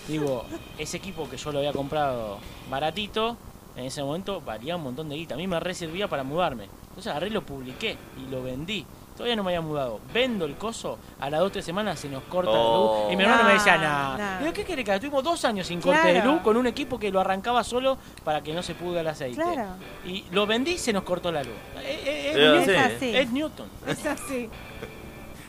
D: digo, ese equipo que yo lo había comprado baratito, en ese momento valía un montón de guita. A mí me reservía para mudarme. Entonces agarré, y lo publiqué y lo vendí. Todavía no me había mudado. Vendo el coso, a las dos o tres semanas se nos corta la
A: Oh.
D: luz. Y mi hermano me decía,
B: No,
D: nada.
B: no.
D: Digo, ¿qué quiere que haga? Tuvimos dos años sin corte de
B: Claro.
D: luz con un equipo que lo arrancaba solo para que no se pudra el aceite.
B: Claro.
D: Y lo vendí y se nos cortó la luz. Eh, eh, eh,
A: Es
D: Newton.
A: así,
B: ¿eh?
D: Es Newton.
B: Es así.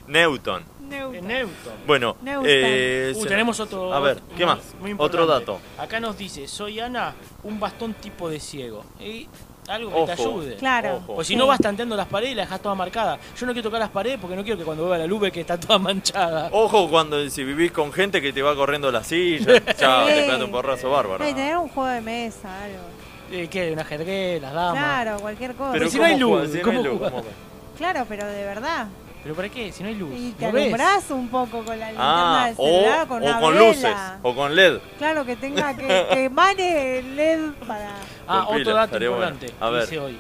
A: Newton.
D: Es
B: Newton.
D: Newton.
A: Bueno,
B: Newton.
A: eh,
D: Uh,
A: se-
D: tenemos otro.
A: A ver, ¿qué
D: muy-
A: más?
D: muy importante.
A: otro dato.
D: Acá nos dice, soy Ana, un bastón tipo de ciego. Y algo que te
A: Ojo.
D: ayude.
B: Claro.
A: Ojo.
D: Pues si
B: Sí.
D: no vas tanteando las paredes y las dejas todas marcadas. Yo no quiero tocar las paredes porque no quiero que cuando vea la luz ve que está toda manchada.
A: Ojo cuando si vivís con gente que te va corriendo la silla. Chao,
B: Sí.
A: te pegate un porrazo bárbaro.
B: No, y tener un juego de mesa, algo.
D: Eh, ¿Qué? Una jergué, las damas.
B: Claro, cualquier cosa.
D: Pero si no
A: ¿cómo
D: hay luz,
A: jugás? Si no
D: ¿cómo
A: hay luz,
D: jugás?
A: ¿cómo?
B: Claro, pero de verdad.
D: ¿Pero para qué? Si no hay luz.
B: Y te
D: ¿No ves?
B: alumbrás un poco con la linterna
A: Ah,
B: del celular,
A: o,
B: con
A: o
B: una
A: con
B: vela.
A: luces, o con LED.
B: Claro, que tenga que, que emane el LED para...
D: Ah,
A: Con
D: otro
A: pila,
D: dato
A: estaría bueno.
D: importante
A: A
D: que
A: ver.
D: hice hoy.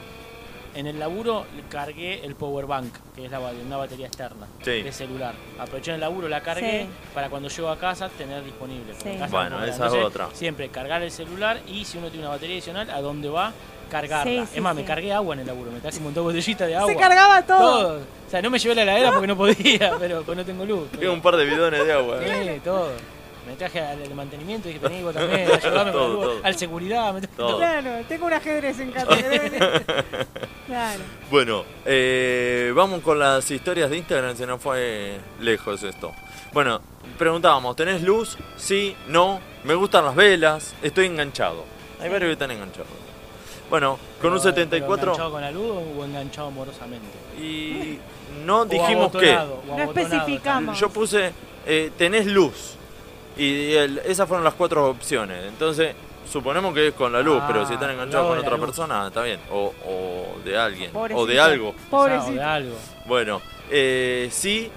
D: En el laburo cargué el power bank, que es la ba- una batería externa
A: Sí.
D: de celular. Aproveché en el laburo, la cargué
B: Sí.
D: para cuando llego a casa tener disponible. porque
B: Sí.
D: en casa
A: Bueno,
D: no cobran.
A: esa es
D: Entonces,
A: otra.
D: Siempre cargar el celular y si uno tiene una batería adicional, ¿a dónde va? Cargarla.
B: Sí, sí,
D: es más, me
B: sí.
D: cargué agua en el laburo, me traje un montón de botellitas de agua.
B: Se cargaba todo.
D: Todo. O sea, no me llevé la heladera porque no podía, pero pues no tengo luz.
A: Pega
D: Pero-
A: un par de bidones de agua.
D: Sí, todo. Me traje al, al mantenimiento y dije, vení vos también, ayudame con la
A: Todo,
D: luz.
A: todo.
D: al seguridad, me traje
A: Todo.
B: Claro, tengo un ajedrez en casa. que debe- claro.
A: Bueno, eh, vamos con las historias de Instagram, se nos fue lejos esto. Bueno, preguntábamos, ¿tenés luz? Sí, no, me gustan las velas, estoy enganchado. Hay varios que están enganchados. Bueno, con un
D: Pero-
A: 74.
D: pero ¿Enganchado con la luz o- o enganchado amorosamente?
A: Y no
D: O
A: dijimos que.
D: abotonado, o No abotonado especificamos. también.
A: Yo puse, eh, tenés luz. Y el- esas fueron las cuatro opciones. Entonces, suponemos que es con la luz,
D: Ah,
A: pero si están enganchados
D: cuidado
A: con
D: de la
A: otra
D: luz.
A: persona, está bien. O, o de alguien. O de
D: Pobrecito.
A: algo.
D: Pobrecito. O de algo.
A: Bueno, eh, sí,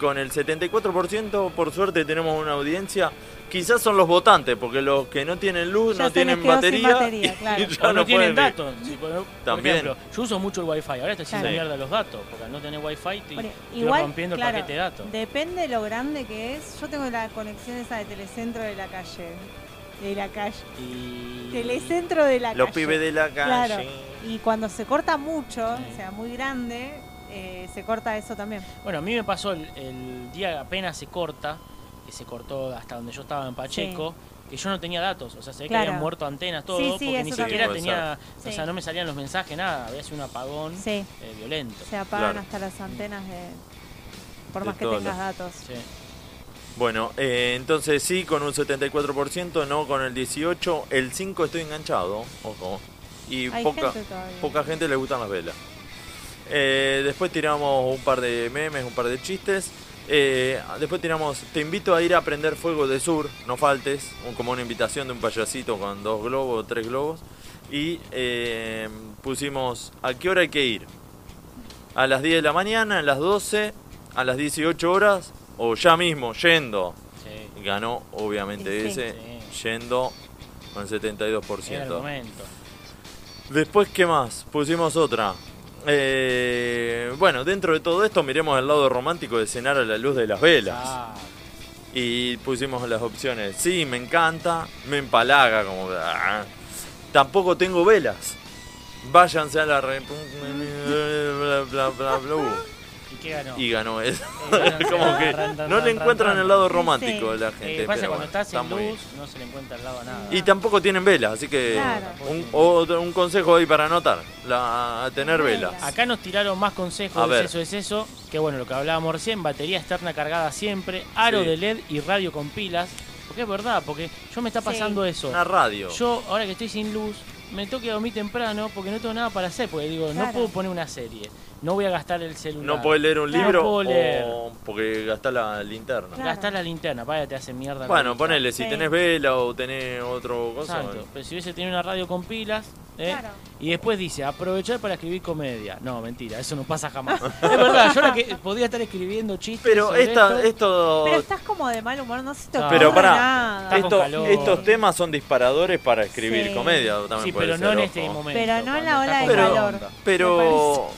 A: con el 74%, por suerte, tenemos una audiencia. Quizás son los votantes, porque los que no tienen luz,
D: Ya
A: no
D: se
A: tienen
D: les quedó sin
A: batería.
D: batería,
A: y
D: claro.
A: ya
D: O no tienen
A: pueden-
D: datos. Sí, por- por
A: También.
D: ejemplo, yo uso mucho el wifi, ahora está haciendo
A: Claro.
D: mierda los datos, porque al no tener wifi te,
B: Bueno,
D: te va
B: igual,
D: rompiendo el
B: claro,
D: paquete de datos.
B: depende lo grande que es. Yo tengo la conexión esa de telecentro de la calle. De la calle. Telecentro de la
A: Los
B: calle.
A: pibes de la
B: Claro.
A: calle.
B: Y cuando se corta mucho, o sea, muy grande, eh, se corta eso también.
D: Bueno, a mí me pasó el, el día apenas se corta, que se cortó hasta donde yo estaba en Pacheco, que yo no tenía datos, o sea, se ve
B: Claro.
D: que habían muerto antenas, todo,
B: Sí, sí,
D: porque
B: eso
D: ni
B: también.
D: siquiera
B: Sí, puede
D: tenía,
B: ser.
D: o
B: Sí.
D: sea, no me salían los mensajes, nada, había sido un apagón
B: Sí.
D: eh, violento.
B: Se apagan hasta las antenas de. Por
A: De
B: más que
A: todos
B: tengas
A: los-
B: datos.
A: Bueno, eh, entonces sí, con un 74%, no con el 18%. El 5% estoy enganchado, ojo. Y
B: Hay
A: poca
B: gente todavía.
A: poca gente le gustan las velas. Eh, después tiramos un par de memes, un par de chistes. Eh, después tiramos, te invito a ir a prender fuego de sur, no faltes, un- como una invitación de un payasito con dos globos, tres globos. Y eh, pusimos, ¿a qué hora hay que ir? a las 10 de la mañana, a las 12, a las 18 horas o ya mismo, yendo. Ganó obviamente
D: Sí, sí.
A: ese, yendo con 72%.
D: Era el momento.
A: Después, ¿qué más? Pusimos otra. Eh, bueno, dentro de todo esto miremos el lado romántico de cenar a la luz de las velas. Y pusimos las opciones. Sí, me encanta, me empalaga, como... ah. Tampoco tengo velas. Váyanse a la... re- bla, bla, bla, bla, bla.
D: ¿Y qué ganó?
A: Y ganó eso.
D: ganó,
A: Como que
D: ran, ran,
A: no
D: ran,
A: le
D: ran,
A: encuentran
D: ran.
A: el lado romántico
D: Sí.
A: de la
D: Eh,
A: gente.
D: pasa
A: pero
D: cuando
A: bueno,
D: estás
A: está
D: en
A: muy-
D: luz, no se le encuentra al lado nada.
A: Y tampoco tienen velas, así que
D: Claro.
A: un, otro- un consejo ahí para anotar, la, a tener velas.
D: Acá nos tiraron más consejos
A: A
D: de
A: ver.
D: eso es eso, que bueno, lo que hablábamos recién, batería externa cargada siempre, aro
A: Sí.
D: de LED y radio con pilas. Porque es verdad, porque yo me está
A: Sí.
D: pasando eso.
A: Una radio.
D: Yo, ahora que estoy sin luz, me tengo que dormir temprano porque no tengo nada para hacer, porque digo,
A: Claro.
D: no puedo poner una serie, no voy a gastar el celular.
A: No podés leer un
D: Claro.
A: libro
D: No puedo leer.
A: o- porque gastás la linterna.
D: Gastar la linterna, para te hace mierda. la
A: Bueno,
D: luz.
A: ponele, si tenés vela o tenés otro cosa.
D: Exacto. Pero si hubiese tenido una radio con pilas, ¿eh? y después dice, aprovechar para escribir comedia. No, mentira, eso no pasa jamás. es verdad, yo la que podía estar escribiendo chistes.
A: Pero
D: sobre
A: esta,
D: esto.
A: esto,
B: Pero estás como de mal humor, no
D: Ah,
B: se te ocurre
A: pero
B: nada.
A: pará,
D: Está con
A: esto-
D: calor.
A: estos temas son disparadores para escribir
B: Sí.
A: comedia. También
D: Sí,
A: puede
D: pero
A: ser,
D: no en
A: ojo.
D: este momento.
B: Pero no en la ola de
A: Pero-
B: calor.
A: Pero,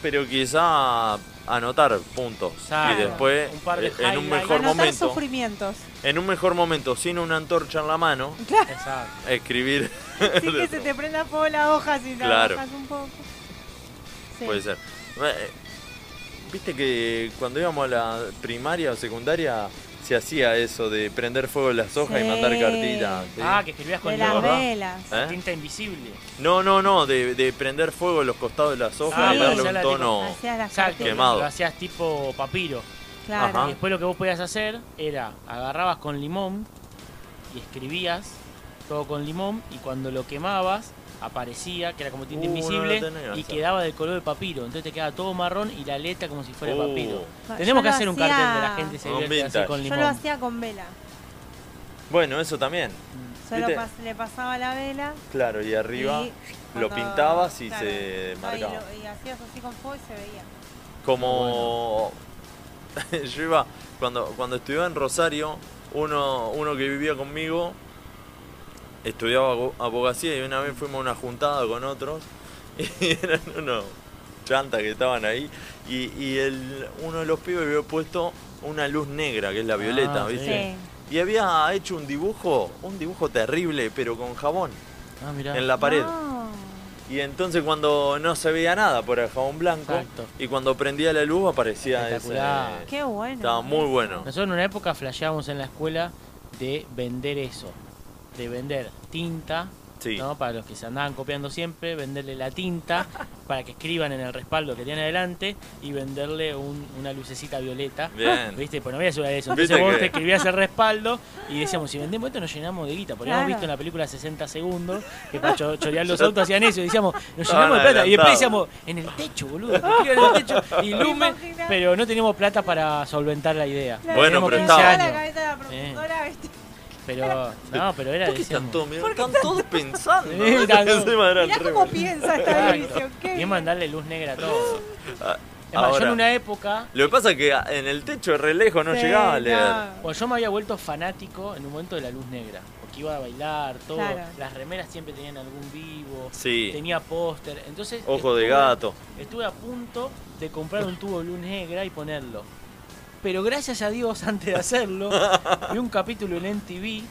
A: pero quizá anotar puntos
D: Claro,
A: y después
D: un par de
A: eh, en un
D: highlights.
A: mejor
B: Anotar
A: momento,
B: sufrimientos.
A: en un mejor momento sin una antorcha en la mano,
D: Exacto.
A: escribir.
B: Sin que se te prenda fuego la hoja si la
A: Claro.
B: bajas un poco. Sí.
A: Puede ser. Eh, Viste que cuando íbamos a la primaria o secundaria se hacía eso de prender fuego las hojas y mandar
D: Sí.
A: cartitas. ¿sí?
D: Ah, que escribías con
B: De las
D: luz.
B: velas.
A: ¿Eh?
D: Tinta invisible.
A: No, no, no, de, de prender fuego los costados de las hojas
D: Ah,
A: y
D: ya
A: darle
D: la
A: un
D: tengo.
A: tono
D: Hacías las cartitas.
A: quemado.
D: Lo hacías tipo papiro.
A: Claro. Ajá.
D: Y después lo que vos podías hacer era agarrabas con limón y escribías todo con limón y cuando lo quemabas aparecía que era como tinta
A: Uh,
D: invisible
A: no lo tenía
D: y
A: esa.
D: quedaba del color del papiro. Entonces te quedaba todo marrón y la aleta como si fuera
A: Uh.
D: papiro.
B: No, yo
D: Tenemos que
B: lo
D: hacer un
B: hacía-
D: cartel de la gente que se
A: Un
D: divierte así
A: vintage.
D: con
B: Yo
D: limón.
B: lo hacía con vela.
A: Bueno, eso también.
B: Solo
A: ¿Viste?
B: pas- le pasaba la vela
A: Claro, y arriba
B: Y
A: lo
B: cuando-
A: pintabas y
B: claro,
A: se
B: no, y,
A: marcaba.
B: lo- y hacías así con fuego y se veía.
A: Como yo iba, cuando, cuando estudiaba en Rosario, uno, uno que vivía conmigo estudiaba abo- abogacía y una vez fuimos a una juntada con otros y eran unos chantas que estaban ahí y, y el, uno de los pibes había puesto una luz negra, que es la violeta,
D: sí.
A: ¿viste? Y había hecho un dibujo, un dibujo terrible, pero con jabón
D: Ah, mirá.
A: en la pared.
B: No.
A: Y entonces cuando no se veía nada por el jabón blanco y cuando prendía la luz aparecía ese.
D: Espectacular.
B: Qué bueno.
A: Estaba muy bueno.
D: Nosotros en una época flasheábamos en la escuela de vender eso, de vender tinta, ¿no? Para los que se andaban copiando siempre, venderle la tinta para que escriban en el respaldo que tiene adelante y venderle un- una lucecita violeta.
A: Bien.
D: ¿Viste? Pues no había sobre eso.
A: Viste
D: Entonces vos
A: que-
D: te escribías el respaldo y decíamos, si vendemos esto nos llenamos de guita. Porque
A: Claro.
D: habíamos visto en la película 60 segundos que para cho- chorear los
A: Ya-
D: autos hacían eso y decíamos, nos
A: Estaban
D: llenamos de plata. Y después decíamos,
A: adelantados.
D: en el techo, boludo. escriban en el techo y lumen, pero no teníamos plata para solventar la idea.
A: Claro. Bueno,
D: Teníamos
A: pero
D: 15
A: estaba.
D: años.
B: La cabeza de la
D: Eh,
B: profesora, ¿viste?
D: pero, no, pero era
A: ¿Por qué
D: decíamos-
A: están todos, mirá, están todos pensando?
D: Sí, está todo-
A: Encima eran
B: Mirá
A: re
B: cómo
A: buenos.
B: piensa esta
D: Exacto.
B: división. qué
D: Y es
B: bien.
D: mandarle luz negra a todo.
A: Ah,
D: Es más, yo
A: ahora,
D: en una época.
A: Lo que pasa es que ah, en el techo de re lejos no llegaba a leer.
D: Bueno, yo me había vuelto fanático en un momento de la luz negra. Porque iba a bailar, todo.
A: Claro.
D: Las remeras siempre tenían algún vivo.
A: Sí.
D: Tenía póster. Entonces.
A: Ojo de gato.
D: Estuve a punto de comprar un tubo de luz negra y ponerlo. Pero gracias a Dios, antes de hacerlo, vi un capítulo en NTV.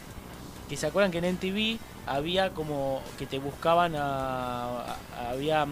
D: Que se acuerdan que en NTV había como que te buscaban a. a- había.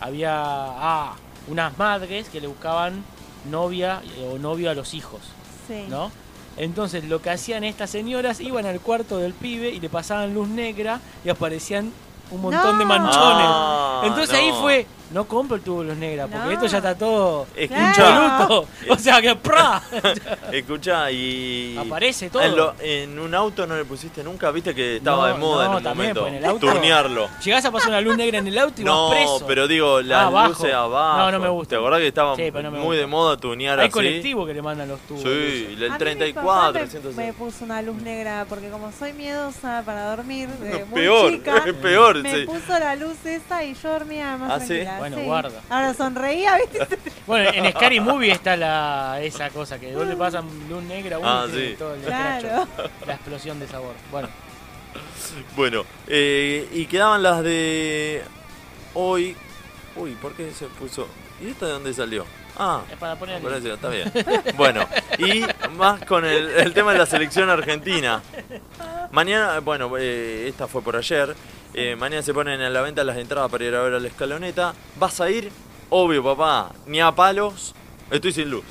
D: Había. ah, unas madres que le buscaban novia eh, o novio a los hijos.
B: Sí.
D: ¿No? Entonces lo que hacían estas señoras iban al cuarto del pibe y le pasaban luz negra y aparecían un montón
A: No.
D: de manchones.
A: Ah,
D: Entonces ahí
A: no.
D: fue, no compro el tubo de luz negra, porque
A: No.
D: esto ya está todo
A: Escuchá. Eh,
D: hincholuto. eh, O sea que ¡pra!
A: Escuchá, y.
D: Aparece todo.
A: En, lo- en un auto no le pusiste nunca, viste que estaba
D: No,
A: de moda
D: no,
A: en un
D: también,
A: momento.
D: pues, en el auto.
A: Turnearlo.
D: Llegás a pasar una luz negra en el auto y
A: No,
D: vas preso.
A: pero digo, las
D: Ah, abajo.
A: luces abajo.
D: No, no me gusta.
A: ¿Te acordás que estaba
D: Sí, pero no me
A: muy
D: gusta.
A: de moda tunear
D: Hay
A: así?
D: colectivos que le mandan los tubos.
A: Sí,
D: luces.
A: el
B: Papá
A: 34,
B: me,
A: 160.
B: me puso una luz negra porque como soy miedosa para dormir, de muy
A: Peor,
B: chica,
A: es peor,
B: me
A: sí.
B: puso la luz esa y yo dormía más
D: ¿Ah, sí?
B: tranquila.
D: Bueno, guarda.
B: Ahora sonreía, ¿viste?
D: Bueno, en Scary Movie está la, esa cosa que vos le pasan luz negra a uno
A: Ah,
D: y tiene
A: sí.
D: todo el
B: Claro.
D: escracho. La explosión de sabor. Bueno,
A: Bueno, eh, y quedaban las de hoy. Uy, ¿por qué se puso? ¿Y esta de dónde salió? Ah,
D: es para poner.
A: por eso, está bien. Bueno, y más con el, el tema de la selección argentina. Mañana, bueno, eh, esta fue por ayer. Eh, mañana se ponen a la venta las entradas para ir a ver a la escaloneta. ¿Vas a ir? Obvio, papá. Ni a palos. Estoy sin luz.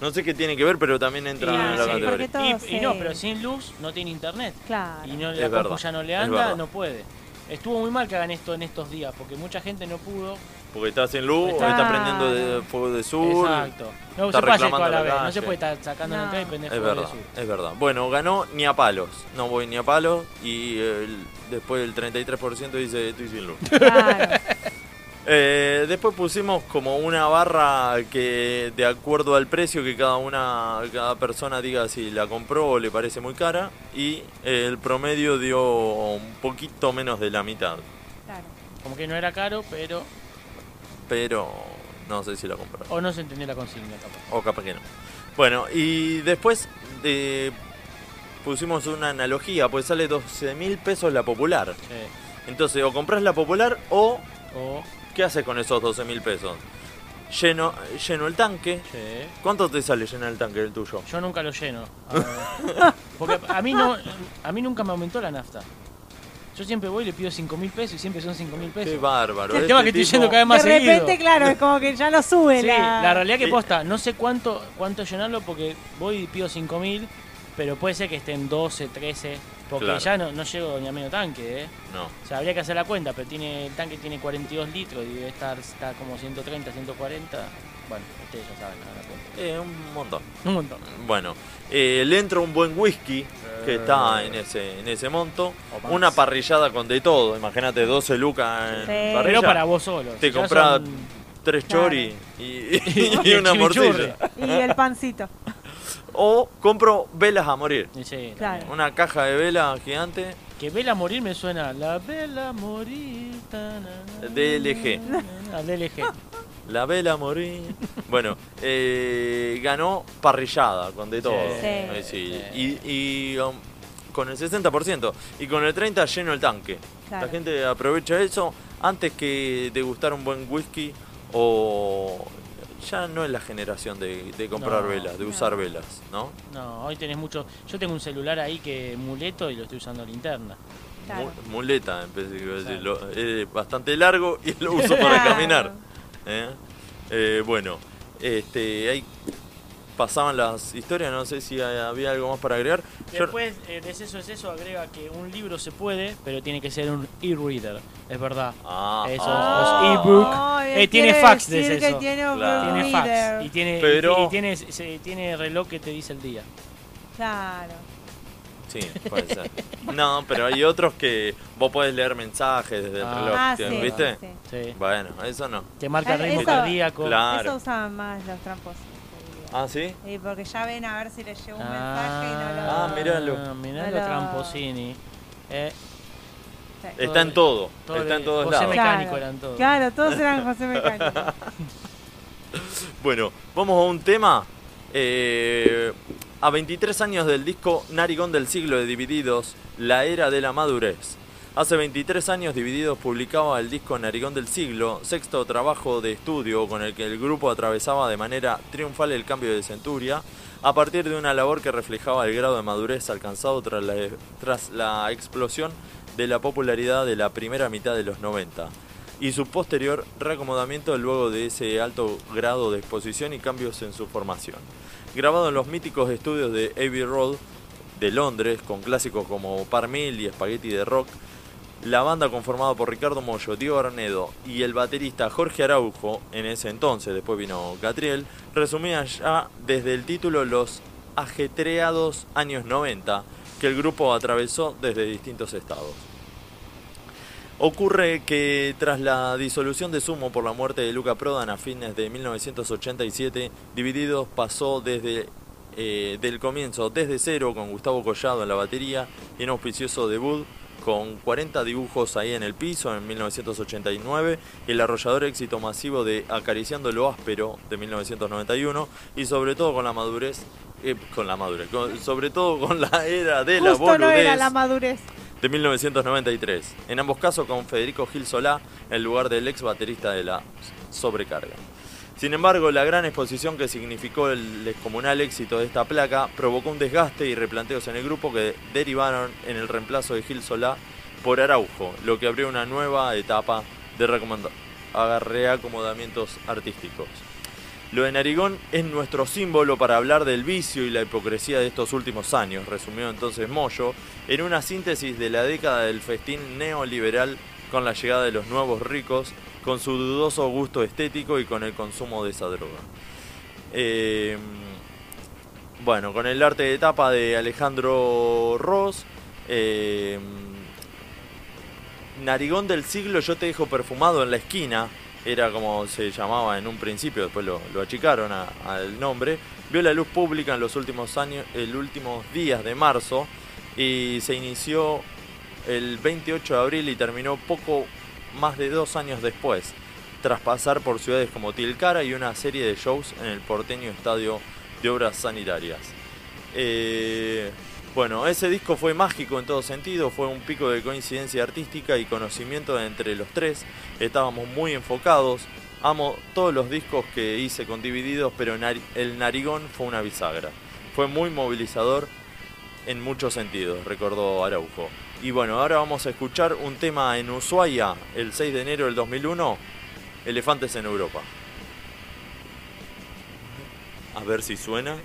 A: No sé qué tiene que ver, pero también entra en la categoría.
D: Y-
B: todo
D: y, no,
B: se-
D: pero sin luz no tiene internet.
B: eh, Claro.
D: Y no,
A: Es
D: la compu
A: verdad,
D: ya no le
A: es
D: anda,
A: verdad.
D: no puede. Estuvo muy mal que hagan esto en estos días, porque mucha gente no pudo.
A: Porque está sin luz,
D: Está-
A: o está prendiendo de- fuego de sur.
D: Exacto. No
A: está
D: se puede hacer
A: reclamando
D: toda la
A: la
D: vez, no se
A: calle.
D: puede estar sacando la entrada y prender
A: Es
D: fuego de
A: verdad,
D: sur.
A: es verdad. Bueno, ganó ni a palos. No voy ni a palos. Y el- después el 33% dice estoy sin luz. Eh, después pusimos como una barra que de acuerdo al precio que cada una cada persona diga si la compró o le parece muy cara y eh, el promedio dio un poquito menos de la mitad,
D: Como que no era caro, pero.
A: pero no sé si la compró.
D: O no se entendió la consigna, capaz.
A: O capaz que no. Bueno, y después eh, pusimos una analogía, pues sale 12 mil pesos la popular. Entonces, o compras la popular o...
D: eh, O-
A: ¿Qué haces con esos 12 mil pesos? Lleno, lleno el tanque. ¿Cuánto te sale llenar el tanque del tuyo?
D: Yo nunca lo lleno. Porque a mí no, a mí nunca me aumentó la nafta. Yo siempre voy y le pido 5 mil pesos y siempre son 5 mil pesos.
A: Qué bárbaro.
D: El
A: este
D: tema es que estoy
A: tipo-
D: yendo cada vez más
B: de
D: seguido.
B: repente, claro, es como que ya lo sube
D: Sí,
B: la...
D: la realidad que posta, no sé cuánto cuánto llenarlo porque voy y pido 5000, pero puede ser que estén 12, 13, porque
A: Claro.
D: ya no, no llego ni a medio tanque, ¿eh?
A: No.
D: O sea, habría que hacer la cuenta, pero tiene el tanque tiene 42 litros y debe estar está como 130, 140. Bueno, ustedes ya saben hagan la cuenta.
A: Eh, un montón.
D: Un montón.
A: Bueno, eh, le entra un buen whisky que está en ese, en ese monto.
D: Eh. más.
A: Una parrillada con de todo. Imagínate 12 lucas en
D: Sí.
A: parrilla.
D: Pero para vos solo.
A: Te
D: Si ya
A: compras
D: son-
A: tres
B: Claro.
A: choris y, y
D: Y el
A: una
D: chimichurri.
A: morcilla.
B: Y el pancito.
A: O compro velas a morir.
D: Sí,
B: Claro.
A: Una caja de velas gigante
D: Que vela morir me suena, la vela morir. ta, na, na,
A: DLG.
D: na, DLG.
A: La vela morir. Bueno, eh, ganó parrillada con de todo.
D: Sí.
A: Eh, sí. Y, y, um, con el 60% y con el 30% lleno el tanque.
D: Claro.
A: La gente aprovecha eso antes que degustar un buen whisky o... Ya no es la generación de, de comprar
D: No,
A: velas, de
D: no.
A: usar velas, ¿no?
D: No, hoy tenés mucho. Yo tengo un celular ahí que muleto y lo estoy usando linterna.
A: Mu- Muleta, empecé a decir. Lo- es bastante largo y lo uso para
D: Claro.
A: caminar. ¿Eh? Eh, bueno, este, ahí pasaban las historias, no sé si había algo más para agregar.
I: Después, eh, de eso es eso, agrega que un libro se puede, pero tiene que ser un e-reader, es verdad.
A: Ah,
I: eso,
A: ah.
I: los e-book.
A: Ah,
I: Eh,
A: bien,
I: tiene
A: quiere
I: fax de
A: decir que
I: eso.
A: tiene un Claro.
I: Tiene fax.
A: reader.
I: Y tiene,
A: Pero-
I: y tiene, se- tiene reloj que te dice el día.
B: Claro.
A: Sí, puede ser. No, pero hay otros que vos podés leer mensajes desde el
I: Ah.
A: reloj,
B: Ah,
A: ¿te-
B: sí,
A: ¿viste?
B: sí.
A: Bueno, eso no.
I: Te marca el ritmo
B: Eso-
I: cardíaco.
B: Eso
A: Claro.
B: usaban más los tramposos.
A: Ah, ¿sí?
B: Eh, porque ya ven a ver si les llegó un mensaje
I: Ah,
B: y no lo...
I: Ah, mirá
B: no
I: lo
B: lo-
I: tramposini. Eh,
B: Sí.
A: Está en todo,
I: todo
A: está
I: el-
A: en todos
I: José
A: lados.
I: Mecánico eran todos.
B: Claro, todos eran José Mecánico.
A: Bueno, vamos a un tema. eh, a 23 años del disco Narigón del siglo de Divididos, La Era de la Madurez. Hace 23 años Divididos publicaba el disco Narigón del siglo, sexto trabajo de estudio con el que el grupo atravesaba de manera triunfal el cambio de centuria, a partir de una labor que reflejaba el grado de madurez alcanzado tras la, tras la explosión de la popularidad de la primera mitad de los 90 y su posterior reacomodamiento luego de ese alto grado de exposición y cambios en su formación. Grabado en los míticos estudios de Abbey Road de Londres, con clásicos como Parmil y Spaghetti de Rock, la banda conformada por Ricardo Mollo, Diego Arnedo y el baterista Jorge Araujo, en ese entonces, después vino Catriel, resumía ya desde el título los ajetreados años 90 que el grupo atravesó desde distintos estados. Ocurre que tras la disolución de Sumo por la muerte de Luca Prodan a fines de 1987, Divididos pasó desde eh, del comienzo desde cero con Gustavo Collado en la batería y un auspicioso debut con 40 dibujos ahí en el piso en 1989, el arrollador éxito masivo de Acariciando lo áspero de 1991 y sobre todo con la madurez, eh, con la madurez, con- sobre todo con la era de la
B: Justo no era
A: boludez
B: la madurez.
A: de 1993. En ambos casos con Federico Gil Solá en lugar del ex baterista de la sobrecarga. Sin embargo, la gran exposición que significó el descomunal éxito de esta placa provocó un desgaste y replanteos en el grupo que derivaron en el reemplazo de Gil Solá por Araujo, lo que abrió una nueva etapa de recomenda- a- reacomodamientos artísticos. Lo de Narigón es nuestro símbolo para hablar del vicio y la hipocresía de estos últimos años, resumió entonces Moyo, en una síntesis de la década del festín neoliberal con la llegada de los nuevos ricos, con su dudoso gusto estético y con el consumo de esa droga. Eh, bueno, con el arte de tapa de Alejandro Ross, eh, Narigón del siglo yo te dejo perfumado en la esquina, era como se llamaba en un principio, después lo, lo achicaron a- al nombre, vio la luz pública en los últimos años, el últimos días de marzo y se inició el 28 de abril y terminó poco más de dos años después, tras pasar por ciudades como Tilcara y una serie de shows en el porteño estadio de obras sanitarias. Eh, bueno, ese disco fue mágico en todo sentido, fue un pico de coincidencia artística y conocimiento entre los tres. Estábamos muy enfocados. Amo todos los discos que hice con Divididos, pero Nari- el Narigón fue una bisagra. Fue muy movilizador en muchos sentidos, recordó Araujo. Y bueno, ahora vamos a escuchar un tema en Ushuaia, el 6 de enero del 2001, Elefantes en Europa. A ver si suena.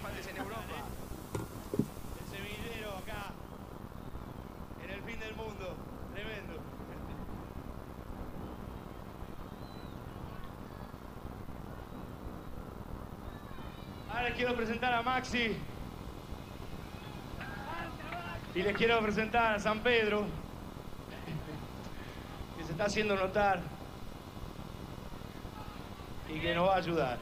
P: Ahora les quiero presentar a Maxi. Y les quiero presentar a San Pedro, que se está haciendo notar y que nos va a ayudar.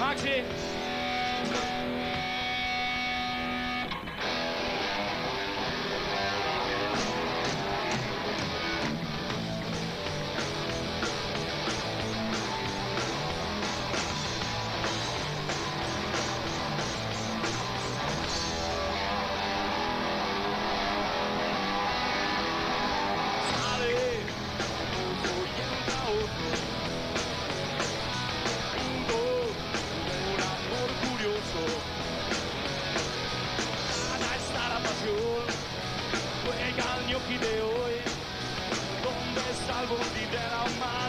P: Maxi. Sale, oyendo a otro mundo, un amor curioso. Sana está la pasión, juega el ñoqui de hoy. ¿Dónde está el bombón?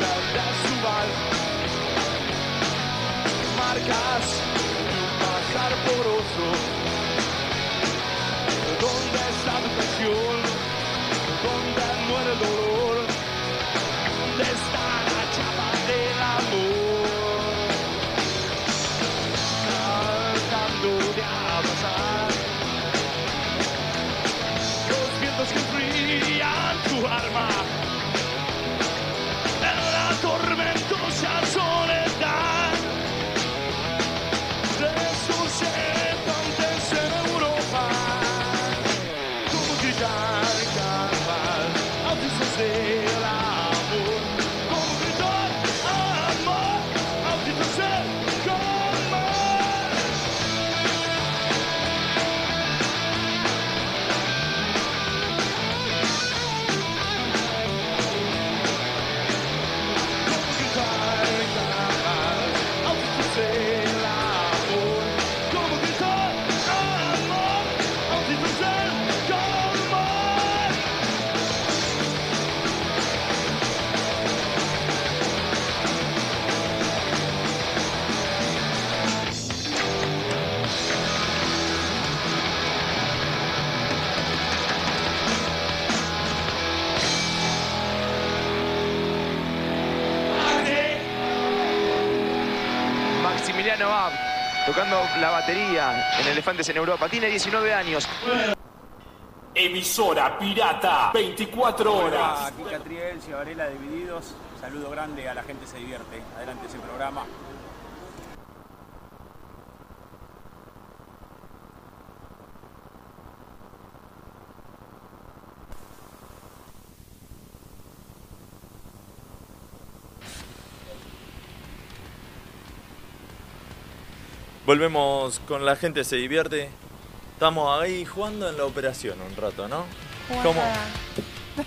P: banda subal. Marcas de un pasar poroso. ¿Dónde está tu pasión? ¿Dónde muere el dolor? ¿Dónde está la chapa del amor? Tratando de avanzar. Los vientos que frían tu alma en la tormentosa soledad. De sus elefantes en Europa, como gritar carnaval, a veces del amor, como gritar amor, a veces del calmar.
Q: Maximiliano Ab, tocando la batería en Elefantes en Europa. Tiene 19 años.
J: Emisora Pirata, 24 horas.
R: Aquí Catriel, Ciavarela, Divididos. Saludo grande a la gente se divierte. Adelante ese programa.
A: Volvemos con la gente se divierte. Estamos ahí jugando en la operación un rato, ¿no?
B: Jugando
A: Como,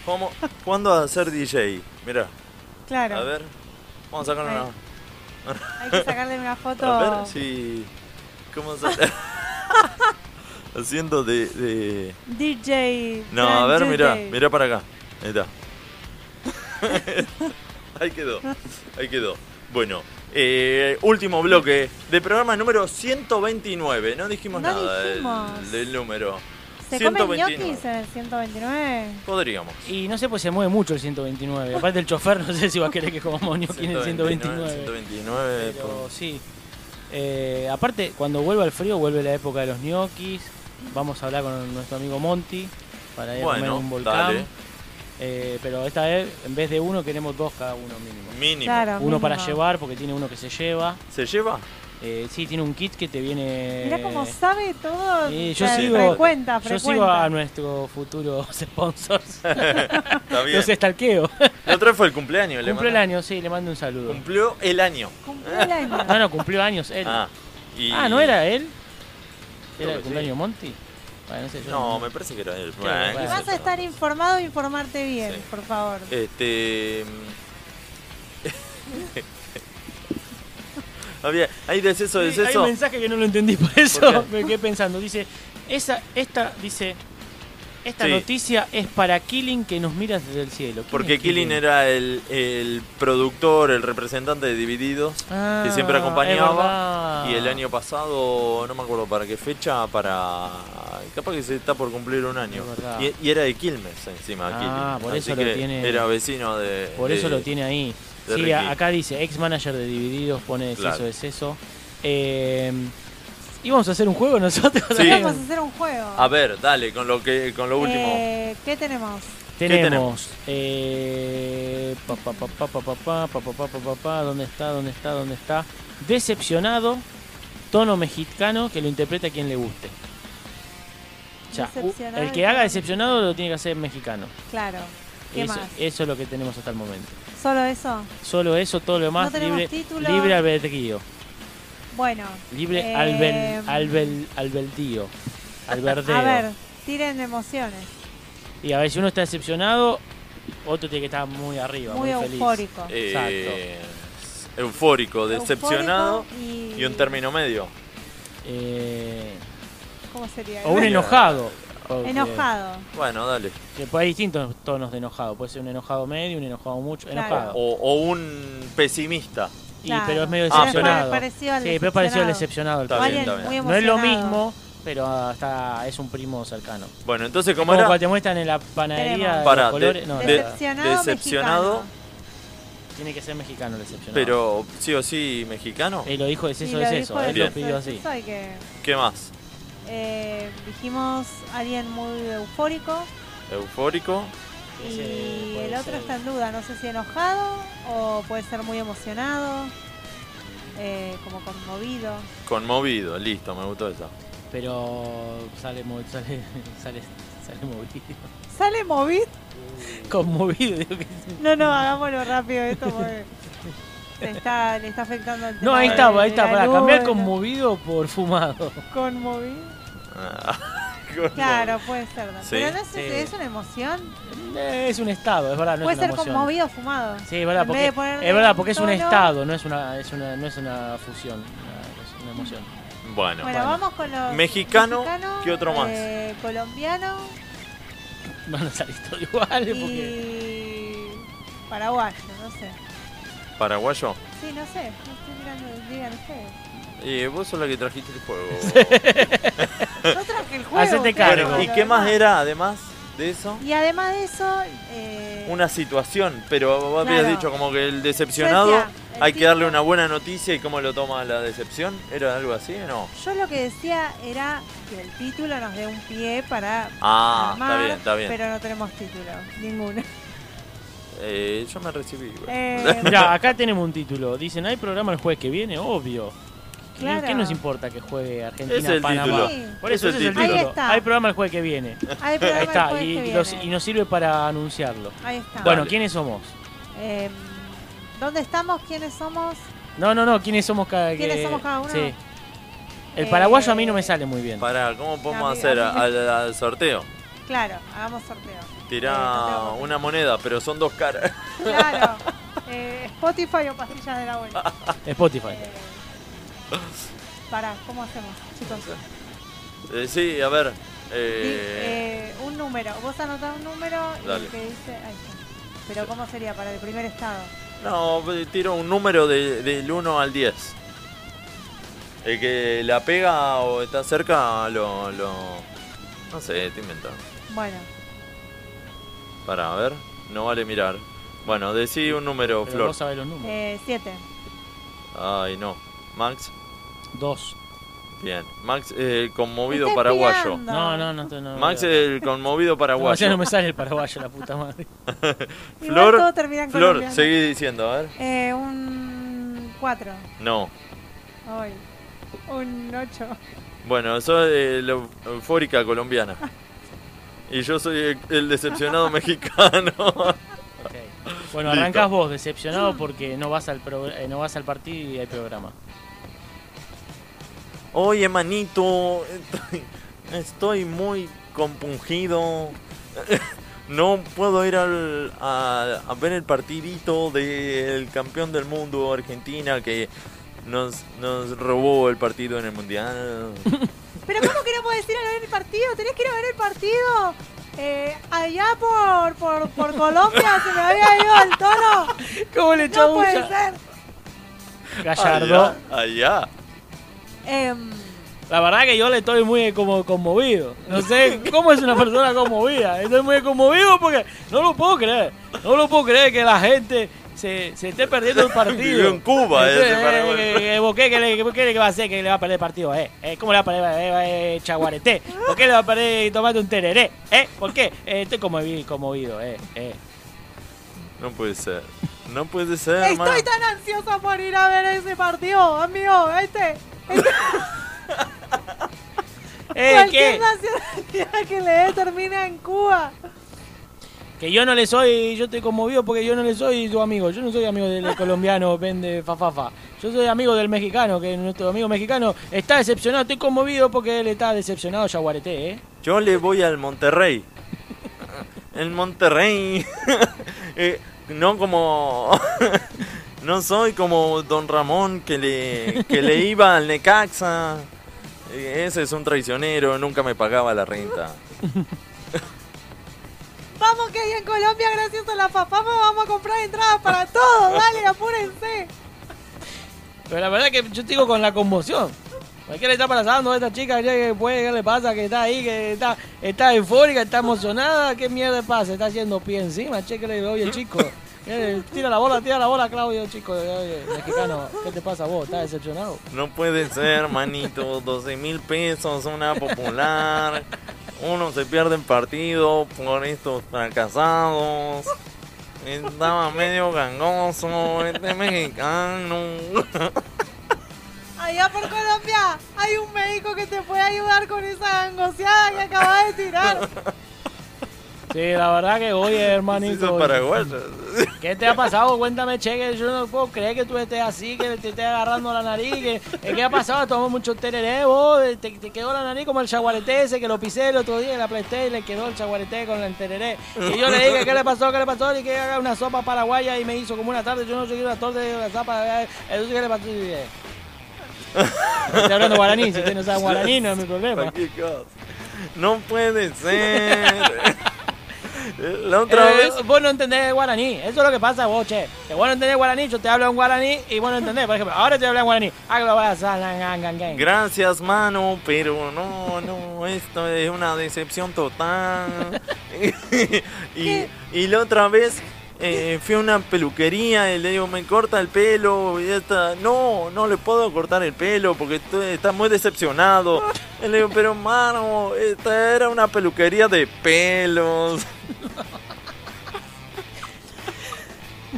A: como jugando a ser DJ. Mirá.
B: Claro.
A: A ver. Vamos a sacar
B: Ahí.
A: una.
B: Hay que sacarle una foto.
A: A ver si. ¿Cómo sale? Haciendo de, de-
B: DJ.
A: No, a ver,
B: Gran
A: mirá,
B: DJ.
A: mirá para acá. Ahí está. Ahí quedó. Ahí quedó. Bueno, eh, último bloque de programa número 129. No dijimos
B: No
A: nada del-
B: dijimos.
A: Del, número.
B: ¿Se comen ñoquis en el 129?
A: Podríamos.
D: Y no sé, pues se mueve mucho el 129. Aparte el chofer, no sé si va a querer que comamos ñoqui en el 129.
A: 129.
D: Pero
A: por-
D: sí. Eh, aparte, cuando vuelva el frío, vuelve la época de los ñoquis. Vamos a hablar con nuestro amigo Monty para ir a
A: Bueno,
D: comer un volcán.
A: dale.
D: Eh, pero esta vez, en vez de uno, queremos dos cada uno mínimo.
A: Mínimo. Claro,
D: uno para
A: mínimo.
D: llevar, porque tiene uno que se lleva.
A: ¿Se lleva?
D: Eh, sí, tiene un kit que te viene...
B: Mirá cómo sabe todo.
D: Sí, Eh, yo
B: Fre-
D: sigo,
B: Frecuenta,
D: yo
B: frecuenta.
D: sigo a nuestros futuros sponsors.
A: Está bien.
D: Los estalqueo.
A: La otra vez fue el cumpleaños. le
D: Cumplió el
A: mando-
D: año, sí, le mando un saludo.
A: Cumplió el año.
D: Ah, No, no, cumplió años él.
A: Ah, y-
D: Ah, ¿no era él?
A: Creo
D: ¿Era el
A: que
D: cumpleaños de Monty? Bueno, no sé, yo
A: No, me parece que era él. Bueno,
D: bueno.
A: qué sé
B: Vas a estar informado e informarte bien, por favor.
A: Este. Había, hay deceso,
D: Sí, Hay
A: deceso.
D: un mensaje que no lo entendí por eso.
A: ¿Por qué?
D: me quedé pensando. Dice, esa, esta, dice, esta
A: Sí.
D: noticia es para Killing que nos mira desde el cielo. ¿Quién
A: Porque
D: es
A: Killing era el, el productor, el representante de Divididos,
D: Ah,
A: que siempre
D: es
A: acompañaba.
D: verdad.
A: Y el año pasado, no me acuerdo para qué fecha, para. Capaz que se está por cumplir un año.
D: Es verdad.
A: Y, y era de Quilmes encima.
D: Ah,
A: Killing.
D: por
A: Así
D: eso lo
A: que
D: tiene-
A: Era vecino de.
D: Por eso
A: de-
D: lo tiene ahí.
A: Eh, de
D: Sí,
A: Ricky.
D: a- acá dice, ex manager de Divididos, pone eso
A: Claro.
D: es eso. Eh, íbamos a hacer un juego nosotros.
A: Sí.
B: Vamos a hacer un juego.
A: A ver, dale, con lo, que, con lo último.
B: Eh, ¿Qué tenemos?
D: Tenemos. eh, pa, pa, pa, pa, pa, pa, pa, pa, pa, pa, pa, pa, pa, ¿Dónde está? ¿Dónde está? ¿Dónde está? Decepcionado. Tono mexicano que lo interpreta a quien le guste. Ya, u-
B: Decepcionado
D: el
B: y
D: que haga decepcionado lo tiene que hacer en mexicano.
B: Claro. ¿Qué
D: Eso,
B: más?
D: eso es lo que tenemos hasta el momento.
B: ¿Solo eso?
D: Solo eso, todo lo demás,
B: tenemos
D: libre,
B: título.
D: libre albedrío.
B: Bueno.
D: Libre
B: eh,
D: albel, albel, albedrío. Alberdeo.
B: A ver, tiren emociones.
D: Y a ver, si uno está decepcionado, otro tiene que estar muy arriba,
B: Muy
D: muy, feliz.
B: eufórico.
A: Eh, Eufórico, decepcionado
B: y-
A: y... un término medio.
D: Eh,
B: ¿Cómo sería?
D: O un enojado. Ok.
B: Enojado.
A: Bueno, dale.
D: Que pues hay distintos tonos de enojado. Puede ser un enojado medio, un enojado mucho.
B: Claro.
D: Enojado.
A: O, o un pesimista.
D: Y, pero es medio
A: Ah, pero-
D: decepcionado.
B: parecido al
D: sí, pero es parecido al
B: decepcionado.
D: decepcionado. el
A: Está bien,
D: pesimista.
A: está bien.
B: muy
D: No es lo
B: emocionado.
D: mismo, pero ah, está, es un primo cercano.
A: Bueno, entonces, ¿cómo
D: Como
A: era?
D: cuando te muestran en la panadería de
A: Pará,
D: los
A: de-
D: colores. no,
A: de-
D: no,
B: Decepcionado
A: decepcionado,
D: tiene que ser mexicano el decepcionado.
A: pero sí o sí mexicano.
D: Y Eh, lo dijo es
B: Y
D: eso,
B: lo
D: es
B: dijo
D: eso.
B: de
D: Él lo
B: Sexo
D: pidió
B: de
D: así.
B: Sexo y que,
A: ¿Qué más?
B: eh, dijimos alguien muy eufórico
A: Eufórico.
B: y el otro está en duda. No sé si enojado o puede ser muy emocionado, eh, como conmovido.
A: Conmovido, listo, me gustó esa.
D: Pero sale, mo- sale, sale, sale movido.
B: ¿Sale movido?
D: Conmovido, digo que
B: No, no, hagámoslo rápido esto porque le está, le está afectando el
D: No,
B: tema
D: ahí
B: de-
D: está, ahí
B: de
D: está,
B: la
D: para
B: luz,
D: cambiar
B: de-
D: conmovido por fumado.
B: Conmovido.
A: Conmovido.
B: Claro, puede ser. ¿no?
D: Sí.
B: Pero no sé,
D: Sí.
B: ¿es una emoción?
D: Eh, Es un estado, es verdad, no
B: puede
D: es una
B: ser
D: emoción.
B: conmovido o fumado.
D: Sí, es verdad,
B: En
D: porque,
B: vez de ponerle
D: es, verdad, porque es un
B: tono-
D: estado, no es una, es una, no es una fusión, una- es una emoción.
A: Bueno.
B: Bueno, vamos con los.
A: Mexicano,
B: mexicanos,
A: ¿qué otro más?
B: eh, colombiano
D: Van a salir todos iguales porque...
B: y. paraguayo, no sé.
A: Paraguayo.
B: Sí, no sé. No estoy mirando, digan ustedes.
A: Eh, vos sos la que trajiste el juego.
B: Yo traje el juego, Hacete
D: cargo.
A: Bueno, ¿Y qué más era además de eso?
B: Y además de eso, eh,
A: Una situación, pero vos habías
B: Claro.
A: dicho como que el decepcionado
B: Yo decía, el
A: hay que
B: tipo-
A: darle una buena noticia y cómo lo toma la decepción. ¿Era algo así o no?
B: yo lo que decía era que el título nos dé un pie para.
A: Ah, está
B: armar,
A: bien, está bien.
B: Pero no tenemos título, ninguno.
A: Eh, yo me recibí. bueno.
B: Eh,
D: Mirá, acá tenemos un título. Dicen, ¿hay programa el jueves que viene? Obvio. ¿Qué-
B: Claro.
D: ¿Qué nos importa que juegue
A: Es el
D: Argentina-Panamá?
A: título. Sí.
D: Por eso
A: Es
D: ese
A: el
D: es el
A: título.
D: título.
A: Ahí
B: está.
D: Hay programa el jueves que viene.
B: Hay programa
D: Ahí está,
B: el jueves
D: y,
B: que
D: y los-
B: viene.
D: y nos sirve para anunciarlo.
B: Ahí está.
D: Bueno,
B: Dale.
D: ¿quiénes somos?
B: Eh, ¿Dónde estamos? ¿Quiénes somos?
D: No, no, no, ¿quiénes somos cada
B: ¿Quiénes
D: que-
B: somos cada uno?
D: Sí. El
B: Eh,
D: paraguayo a mí no me sale muy bien.
A: Pará, ¿cómo podemos
B: A mí-
A: hacer
B: a mí-
A: al, al sorteo?
B: Claro, hagamos sorteo.
A: Tirá una moneda, pero son dos caras.
B: Claro. eh, Spotify o pastillas de la abuela.
D: Spotify.
B: eh. Pará, ¿cómo hacemos, chicos?
A: Eh, sí, a ver.
B: Di-
A: eh,
B: eh, un número. Vos anotás un número y
A: Dale.
B: el que dice. Ahí está. Pero ¿cómo sería para el primer estado?
A: No, pues, tiro un número de- del 1 al 10. El que la pega o está cerca, lo. lo no sé, te invento.
B: Bueno,
A: Para, a ver. No vale mirar. Bueno, decí un número,
D: Pero
A: Flor.
D: vos sabés los números.
B: eh, siete.
A: Ay, no. Max.
D: Dos.
A: Bien. Max, el conmovido
B: Me está
A: paraguayo.
B: pegando.
D: No, no, no. no, no
A: Max, el
D: No,
A: conmovido
D: ya
A: paraguayo.
D: no me sale el paraguayo, la puta madre.
B: Igual todo termina en
A: Flor,
B: colombiano.
A: seguí diciendo, a ver.
B: Eh, un cuatro.
A: No.
B: Ay. Un ocho.
A: Bueno, soy eh, la eu- eufórica colombiana. Y yo soy el- el decepcionado mexicano.
D: Bueno,
A: Listo.
D: arrancás vos, decepcionado porque no vas al progr- eh, no vas al partido y hay programa.
A: Oye, manito, estoy, estoy muy compungido. No puedo ir al- a, a ver el partidito del campeón del mundo, Argentina, que nos, nos robó el partido en el Mundial.
B: Pero ¿cómo que no podés ir a ver el partido? Tenés que ir a ver el partido. Eh, allá por, por, por Colombia se me había ido el tono.
D: ¿Cómo le
B: No puede ser.
D: Gallardo.
A: Allá. allá.
B: Em,
D: La verdad que yo le estoy muy como conmovido. No sé cómo es una persona conmovida. Estoy muy conmovido porque no lo puedo creer. No lo puedo creer que la gente se, se esté perdiendo el partido.
A: Vivió en Cuba
D: No sé,
A: ese
D: eh,
A: paraguayo.
D: que- que- vos ¿Qué qué le- qué le va a hacer que le va a perder el partido? Eh? Eh, ¿Cómo le va a perder eh, eh, Chaguareté? ¿Por qué le va a perder tomando un tereré? ¿Eh? ¿Por qué? Eh, estoy conmovido, conmovido. Eh, eh.
A: No puede ser. No puede ser, hermano.
B: estoy tan ansiosa por ir a ver ese partido, amigo. Este.
D: Eh,
B: cualquier
D: ¿qué?
B: nacionalidad que le dé termina en Cuba.
D: Que yo no le soy, yo estoy conmovido porque yo no le soy tu amigo. Yo no soy amigo del colombiano, vende fafafa. Yo soy amigo del mexicano, que nuestro amigo mexicano está decepcionado. Estoy conmovido porque él está decepcionado, Yaguareté, ¿eh?
A: Yo le voy al Monterrey. El Monterrey. Eh, no como. no soy como Don Ramón que le, que le iba al Necaxa. Eh, Ese es un traicionero, nunca me pagaba la renta.
O: Vamos que hay en Colombia, gracias a la papama, vamos a comprar entradas para todos. Dale, apúrense.
D: Pero la verdad es que yo te digo con la conmoción. Cualquiera está pasando esta chica, que puede, ¿qué le pasa? Que está ahí, que está, está eufórica, está emocionada, ¿qué mierda pasa? Está haciendo pie encima, che, que le digo, oye chico, eh, tira la bola, tira la bola, Claudio, chico, oye, mexicano, ¿qué te pasa vos? ¿Estás decepcionado?
A: No puede ser, manito. 12 mil pesos, una popular. Uno se pierde en partido por estos fracasados. Estaba medio gangoso, este mexicano.
O: Allá por Colombia hay un médico que te puede ayudar con esa angoseada que acabas de tirar.
D: Sí, la verdad que oye,
A: Sí, son
D: hermanito.
A: paraguayos.
D: ¿Qué te ha pasado? Cuéntame, che, que yo no puedo creer que tú estés así, que te estés agarrando la nariz. Que, eh, ¿Qué ha pasado? Tomó mucho tereré, vos, eh, te, te quedó la nariz como el chaguarete ese que lo pisé el otro día en la Playstation y le quedó el chaguarete con el tereré. Y yo le dije, ¿qué le pasó? ¿Qué le pasó? Y que haga una sopa paraguaya y me hizo como una tarde. Yo no sé qué era la torta de la sopa. eh, Entonces, ¿qué le pasó? Y dije, Estoy hablando guaraní, si usted no sabe guaraní, no es mi problema.
A: No puede ser. La otra
D: Eh,
A: vez.
D: Vos no entendés el guaraní. Eso es lo que pasa vos, che. Que vos no entendés guaraní, yo te hablo en guaraní y vos no entendés. Por ejemplo, ahora te hablo en guaraní. Ah, que lo vas a hacer, gang, gang, gang.
A: Gracias, mano, pero no, no, esto es una decepción total. y, y la otra vez eh, fui a una peluquería y le digo, me corta el pelo. Y esta, no, no le puedo cortar el pelo porque estoy- está muy decepcionado. Y le digo, pero mano, esta era una peluquería de pelos.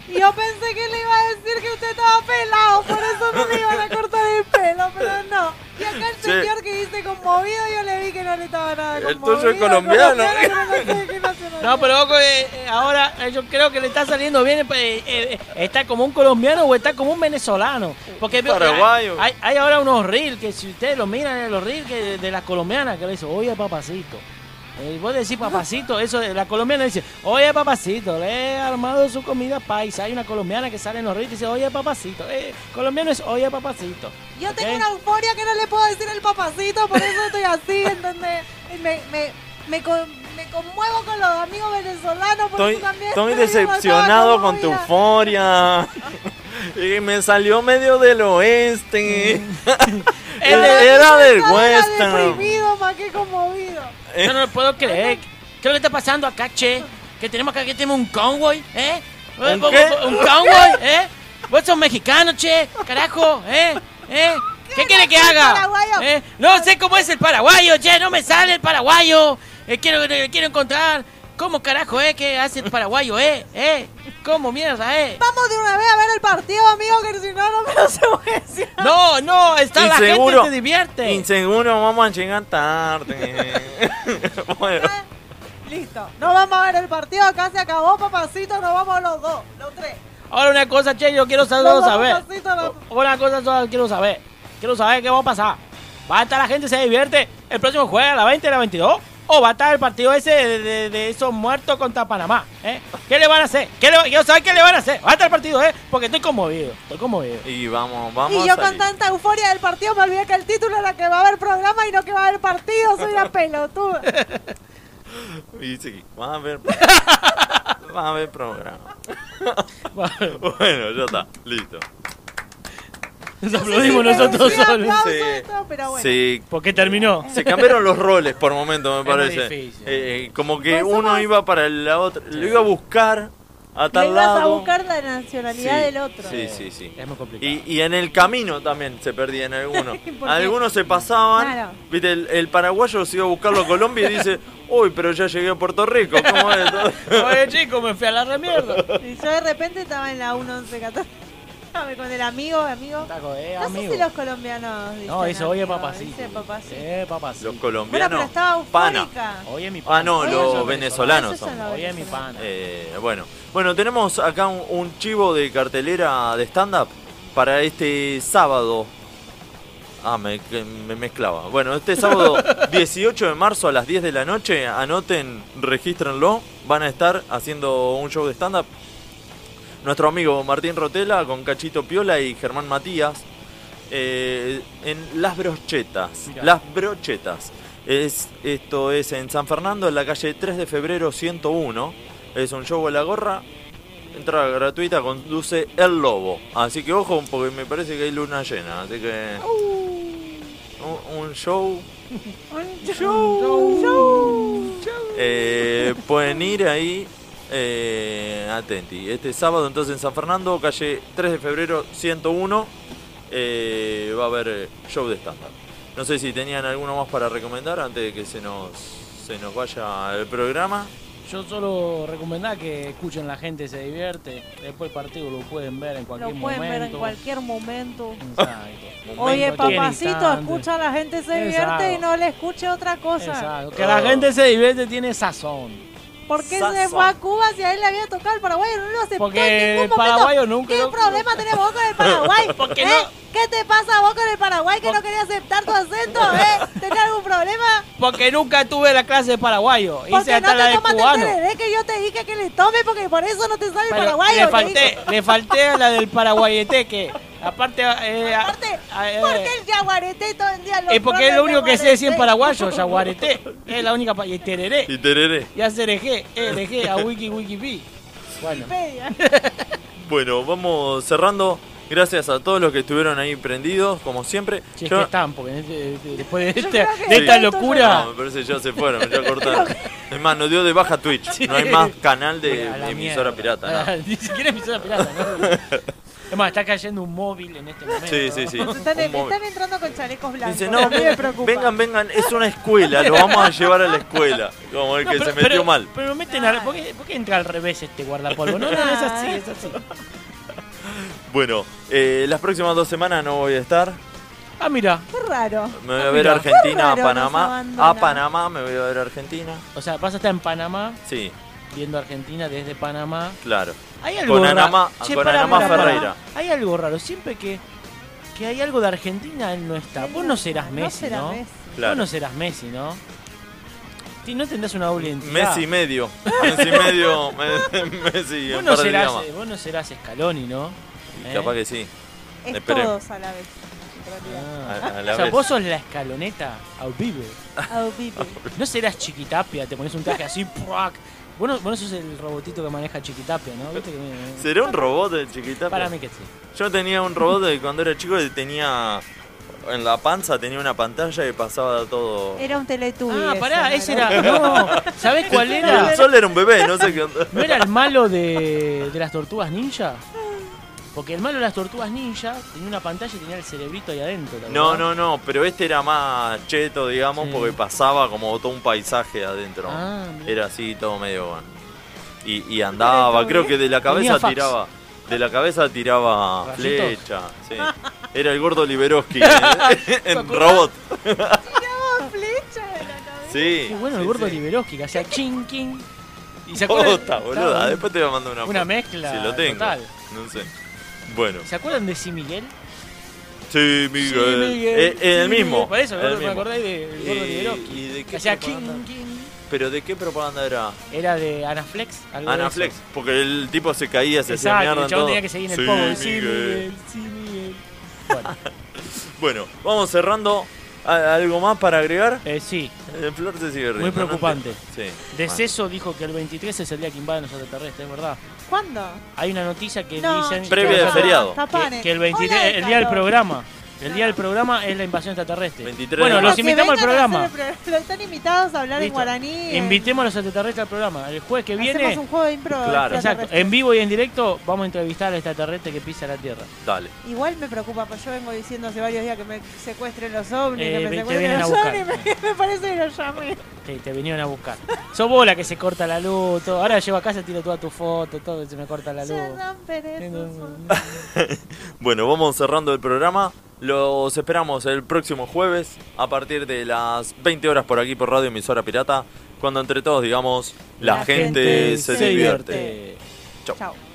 O: Y yo pensé que le iba a decir que usted estaba pelado, por eso no le iban a cortar el pelo, pero no. Y acá el
A: Sí.
O: señor que dice conmovido, yo le vi que no le estaba nada
A: El
O: conmovido.
A: tuyo es colombiano.
D: No, pero ojo, eh, eh, ahora eh, yo creo que le está saliendo bien. eh, eh, eh, está como un colombiano o está como un venezolano. Porque veo que
A: Paraguayo.
D: Hay, hay ahora unos reels que si ustedes lo miran, eh, los reels que de, de las colombianas que le dicen, oye papacito. Eh, vos decís papacito, eso de la colombiana dice, oye papacito, le he armado su comida paisa. Hay una colombiana que sale en los reels y dice, oye papacito. Eh, colombiano es oye papacito.
O: Yo
D: ¿ok?
O: tengo una euforia que no le puedo decir al papacito, por eso estoy así, ¿entendés? Y me, me, me, con- me conmuevo con los amigos venezolanos, por
A: Estoy,
O: eso también.
A: estoy
O: digo, estaba
A: decepcionado con tu
O: conmovida.
A: euforia. Y me salió medio del oeste.
D: Él
A: Era del
O: Estaba
A: western.
O: deprimido, más que conmovido.
D: Yo no lo puedo creer. ¿Qué es lo que está pasando acá, che? Que tenemos acá que tenemos un convoy, ¿eh?
A: ¿Un
D: ¿Vos-
A: qué?
D: vos- un convoy, ¿eh? Vos sos mexicano, che, carajo, ¿eh? ¿Eh? ¿Qué quiere que haga? ¿Eh? No sé cómo es el paraguayo, che, no me sale el paraguayo. Eh, quiero, eh, quiero encontrar. ¿Cómo carajo, eh? ¿Qué hace el paraguayo, eh? ¿Eh? ¿Cómo mierda, eh?
O: Vamos de una vez a ver el partido, amigo, que si no, no me lo sé decir.
D: No, no, está la
A: Inseguro.
D: gente, se divierte.
A: Inseguro, vamos a llegar tarde. bueno,
O: Listo, no vamos a ver el partido, acá se acabó, papacito, nos vamos los dos, los tres.
D: Ahora una cosa, che, yo quiero solo
O: Los dos,
D: saber.
O: papacito, los-
D: Una cosa solo quiero saber. Quiero saber qué va a pasar. ¿Va a estar la gente se divierte el próximo jueves a las 20 y a las 22? ¿O va a estar el partido ese de, de- de esos muertos contra Panamá? ¿eh? ¿Qué le van a hacer? ¿Qué le- quiero saber qué le van a hacer. Va a estar el partido, ¿eh? Porque estoy conmovido. Estoy conmovido.
A: y vamos, vamos
O: Y
A: a
O: yo con
A: salir.
O: tanta euforia del partido me olvidé que el título era que va a haber programa y no que va a haber partido, soy una pelotuda.
A: Y sí, va a haber, va a haber programa. bueno, ya está, listo.
D: Nos aplaudimos nosotros
O: merecía
D: solos.
O: aplauso esto, pero bueno.
A: Sí.
D: ¿Por qué terminó?
A: Se cambiaron los roles por momento, me
D: muy
A: parece.
D: difícil.
A: Eh, eh, como que uno iba para la otra, lo iba a buscar a
O: Le
A: tal
O: ibas a
A: lado.
O: buscar la nacionalidad
A: Sí,
O: del otro.
A: Sí, sí, sí.
D: Es muy complicado.
A: Y, y en el camino también se perdían algunos.
O: qué?
A: algunos se pasaban.
O: Claro.
A: Viste, el, el paraguayo se iba a buscarlo a Colombia y dice, uy, pero ya llegué a Puerto Rico. ¿Cómo es todo?
D: Oye, chico, me fui a la remierda.
O: Y yo de repente estaba en la 1114. Con el amigo, amigo.
D: eh,
O: no sé
D: amigo.
O: si los colombianos dicen.
D: No, dice, oye,
O: amigo,
D: papacito.
O: Dice papacito.
D: Eh, papacito.
A: Los
O: Bueno,
A: colombianos.
O: pero estaba
A: pana.
O: eufórica.
D: Oye, mi pana.
A: Ah, no,
O: Oye,
A: los
O: yo-
A: venezolanos
O: Esos son
A: son.
O: los
D: Oye, mi pana.
A: Eh, bueno. bueno, tenemos acá un, un chivo de cartelera de stand-up para este sábado. Ah, me, que me mezclaba. Bueno, este sábado 18 de marzo a las 10 de la noche, anoten, regístrenlo, van a estar haciendo un show de stand-up. Nuestro amigo Martín Rotela con Cachito Piola y Germán Matías eh, en Las Brochetas.
D: Mirá.
A: Las Brochetas. Es, esto es en San Fernando, en la calle 3 de febrero 101. Es un show a la gorra. Entrada gratuita, conduce El Lobo. Así que ojo, porque me parece que hay luna llena. Así que. Un, un show.
S: Un show. show.
A: Eh, pueden ir ahí. Eh, atenti. Este sábado, entonces, en San Fernando, calle 3 de febrero 101. eh, va a haber show de estándar. No sé si tenían alguno más para recomendar antes de que se nos, se nos vaya el programa.
D: Yo solo recomendaba que escuchen la gente, se divierte. Después el partido lo pueden ver en
B: Lo
D: cualquier
B: pueden
D: momento.
B: ver en cualquier momento.
D: Exacto.
B: Oye,
D: En cualquier
B: papacito,
D: instante.
B: escucha a la gente se
D: Exacto.
B: divierte y no le escuche otra cosa.
D: Exacto. Que la gente se divierte tiene sazón.
B: ¿Por qué se fue a Cuba si a él le había tocado el paraguayo? No lo aceptó en
D: Porque
B: ningún
D: el
B: momento.
D: paraguayo nunca
B: ¿Qué
D: lo-
B: problema tenemos vos con el Paraguay?
D: Porque
B: ¿Eh? ¿Qué te pasa vos con el Paraguay que no quería aceptar tu acento? ¿Eh? ¿Tenés algún problema?
D: Porque nunca tuve la clase de paraguayo. Hice
B: Porque
D: hasta
B: no
D: la
B: te
D: de
B: tomaste
D: cubano.
B: el es que yo te dije que le tome porque por eso no te sale el
D: Pero
B: paraguayo.
D: le falté,
B: ¿ok?
D: le falté a la del paraguayeteque. Aparte, eh, a- a- eh,
B: ¿Por qué el yaguareté todo el día lo
D: es porque es lo único que sé decir en paraguayo,
B: paraguayos
D: yaguareté. Es la única pa- y tereré.
A: Y tereré.
D: Y hacer eje, LG, a wiki wiki pi. Bueno.
A: Bueno, vamos cerrando. Gracias a todos los que estuvieron ahí prendidos, como siempre.
D: Si es
A: Yo-
D: que están, porque en este- este- después de, este-
A: creo
D: de esta
A: Sí.
D: locura.
A: No, me parece que ya se fueron, ya cortaron. Es más, nos dio de baja Twitch. No hay más canal de
D: A la mierda.
A: de Eh, emisora pirata. nada.
D: Ni siquiera emisora pirata, ¿no? Es más, está cayendo un móvil en este momento.
A: Sí, sí, sí.
B: Están,
A: Un móvil.
B: están entrando con chalecos blancos.
A: Dice,
B: a
A: no,
B: mí me preocupa.
A: vengan, vengan, es una escuela, lo vamos a llevar a la escuela. Como el que se metió
D: pero,
A: mal.
D: Pero meten al- ¿por, qué, por qué entra al revés este guardapolvo? No, no, no, es así, es así.
A: Bueno, eh, las próximas dos semanas no voy a estar.
D: Ah, mira. Ah,
B: Qué raro.
A: Me voy a ver a Argentina, a Panamá. A Panamá me voy a ver a Argentina.
D: O sea, vas a estar en Panamá,
A: Sí,
D: viendo Argentina desde Panamá.
A: claro.
D: Hay algo
A: Con
D: raro.
A: Anamá,
D: Che,
A: con
D: pará,
A: Anamá
D: pará, pará.
A: Ferreira.
D: Hay algo raro, siempre que, que hay algo de Argentina, él no está. Vos no serás Messi,
B: serás
D: ¿no?
B: Messi.
A: Claro.
D: Vos no serás Messi, ¿no? Ti- No tendrás una doble identidad.
A: Messi y medio. Messi y medio. me- Messi
D: Vos
A: en
D: no,
A: par de
D: serás,
A: idiomas.
D: eh, vos no serás Scaloni, ¿no? ¿Eh?
A: Capaz que sí.
B: Es
A: Esperemos.
B: todos a la vez. en realidad.
A: A- a la
D: Ah. o sea,
A: vez.
D: vos sos la escaloneta al vivo.
B: Al vivo.
D: No serás chiquitapia, te pones un traje así, ¡puac! Vos no, vos no sos el robotito que maneja chiquitapia, ¿no? ¿Viste que me-
A: ¿Será un robot de chiquita?
D: Para mí que sí.
A: Yo tenía un robot de cuando era chico que tenía. En la panza tenía una pantalla y pasaba todo.
B: Era un teletubbie.
D: Ah, pará,
B: eso,
D: ese era. No, ¿sabés cuál era?
A: El sol era un bebé, no sé qué onda.
D: ¿No era el malo de, de las tortugas ninja? Porque el malo de las tortugas ninja tenía una pantalla y tenía el cerebrito ahí adentro. ¿te
A: No,
D: acordás?
A: no, no, pero este era más cheto, digamos,
D: Sí.
A: porque pasaba como todo un paisaje adentro.
D: Ah, mirá.
A: era así, todo medio. bueno. Y, y andaba, creo que de la
D: Tenía
A: cabeza
D: fax.
A: tiraba. De la cabeza tiraba
D: ¿Rayitos?
A: flecha. sí. Era el gordo Liberoski ¿eh? en robot.
B: Tiraba flecha de la cabeza.
A: Sí.
D: Qué bueno el
A: sí,
D: gordo
A: sí.
D: Liberoski, que hacía chin, chin. ¿Y se acuerdan?
A: Posta, boluda. Después te voy a mandar una
D: Una
A: foto,
D: mezcla
A: Si lo tengo.
D: total.
A: No sé. Bueno.
D: ¿Se acuerdan de Si Miguel?
A: Sí, Miguel. Eh, eh, el
D: Sí, Miguel,
A: mismo.
D: Por eso,
A: el
D: gordo, me
A: mismo.
D: acordáis del gordo
A: ¿Y-
D: Liberoski.
A: y de qué
D: que hacía
A: propaganda?
D: chin, chin.
A: Pero ¿de qué propaganda era?
D: Era de Anaflex. algo de
A: Anaflex,
D: eso.
A: porque el tipo se caía, se hacía
D: Exacto,
A: mierda
D: el chabón
A: en todo.
D: tenía que seguir en el
A: Sí,
D: pogo. Sí,
A: Miguel.
D: Miguel, sí, Miguel.
A: Bueno, vamos cerrando. ¿A- ¿Algo más para agregar?
D: Eh, sí.
A: El flor se sigue riendo.
D: Muy
A: ¿no?
D: preocupante.
A: Sí.
D: Deceso dijo que el 23 es el día que invaden los extraterrestres, es verdad.
B: ¿Cuándo?
D: Hay una noticia que
B: No,
D: dicen.
A: Previa
D: que-
A: del feriado.
B: Tapane.
D: Que, que el 23,
B: Hola,
D: el día del
B: Carlos.
D: programa. El día del programa es la invasión extraterrestre.
A: 23 de
D: bueno,
A: marzo.
D: los
B: Que
D: invitamos al
B: vengan a hacer
D: programa.
B: el pro- Están invitados a hablar en
D: Listo.
B: guaraní. en-
D: Invitemos a los extraterrestres al programa. El jueves que
B: Hacemos
D: viene.
B: un juego de impro.
A: Claro.
D: Exacto.
B: extraterrestre.
D: En vivo y en directo vamos a entrevistar al extraterrestre que pisa la Tierra.
A: Dale.
B: Igual me preocupa, pues yo vengo diciendo hace varios días que me secuestren los ovnis,
D: Eh,
B: que
D: te
B: me secuestren
D: vienen a
B: los
D: buscar.
B: ovnis, me, me parece que los llamé.
D: Te, te vinieron a buscar. Sos vos la que se corta la luz, todo. Ahora llevo a casa, tiro toda tu foto, todo, se me corta la luz.
B: Serán perezosos.
A: Bueno, vamos cerrando el programa. Los esperamos el próximo jueves a partir de las 20 horas por aquí por Radio Emisora Pirata, cuando entre todos digamos, la, gente, se, divierte. Chau.
B: Chao.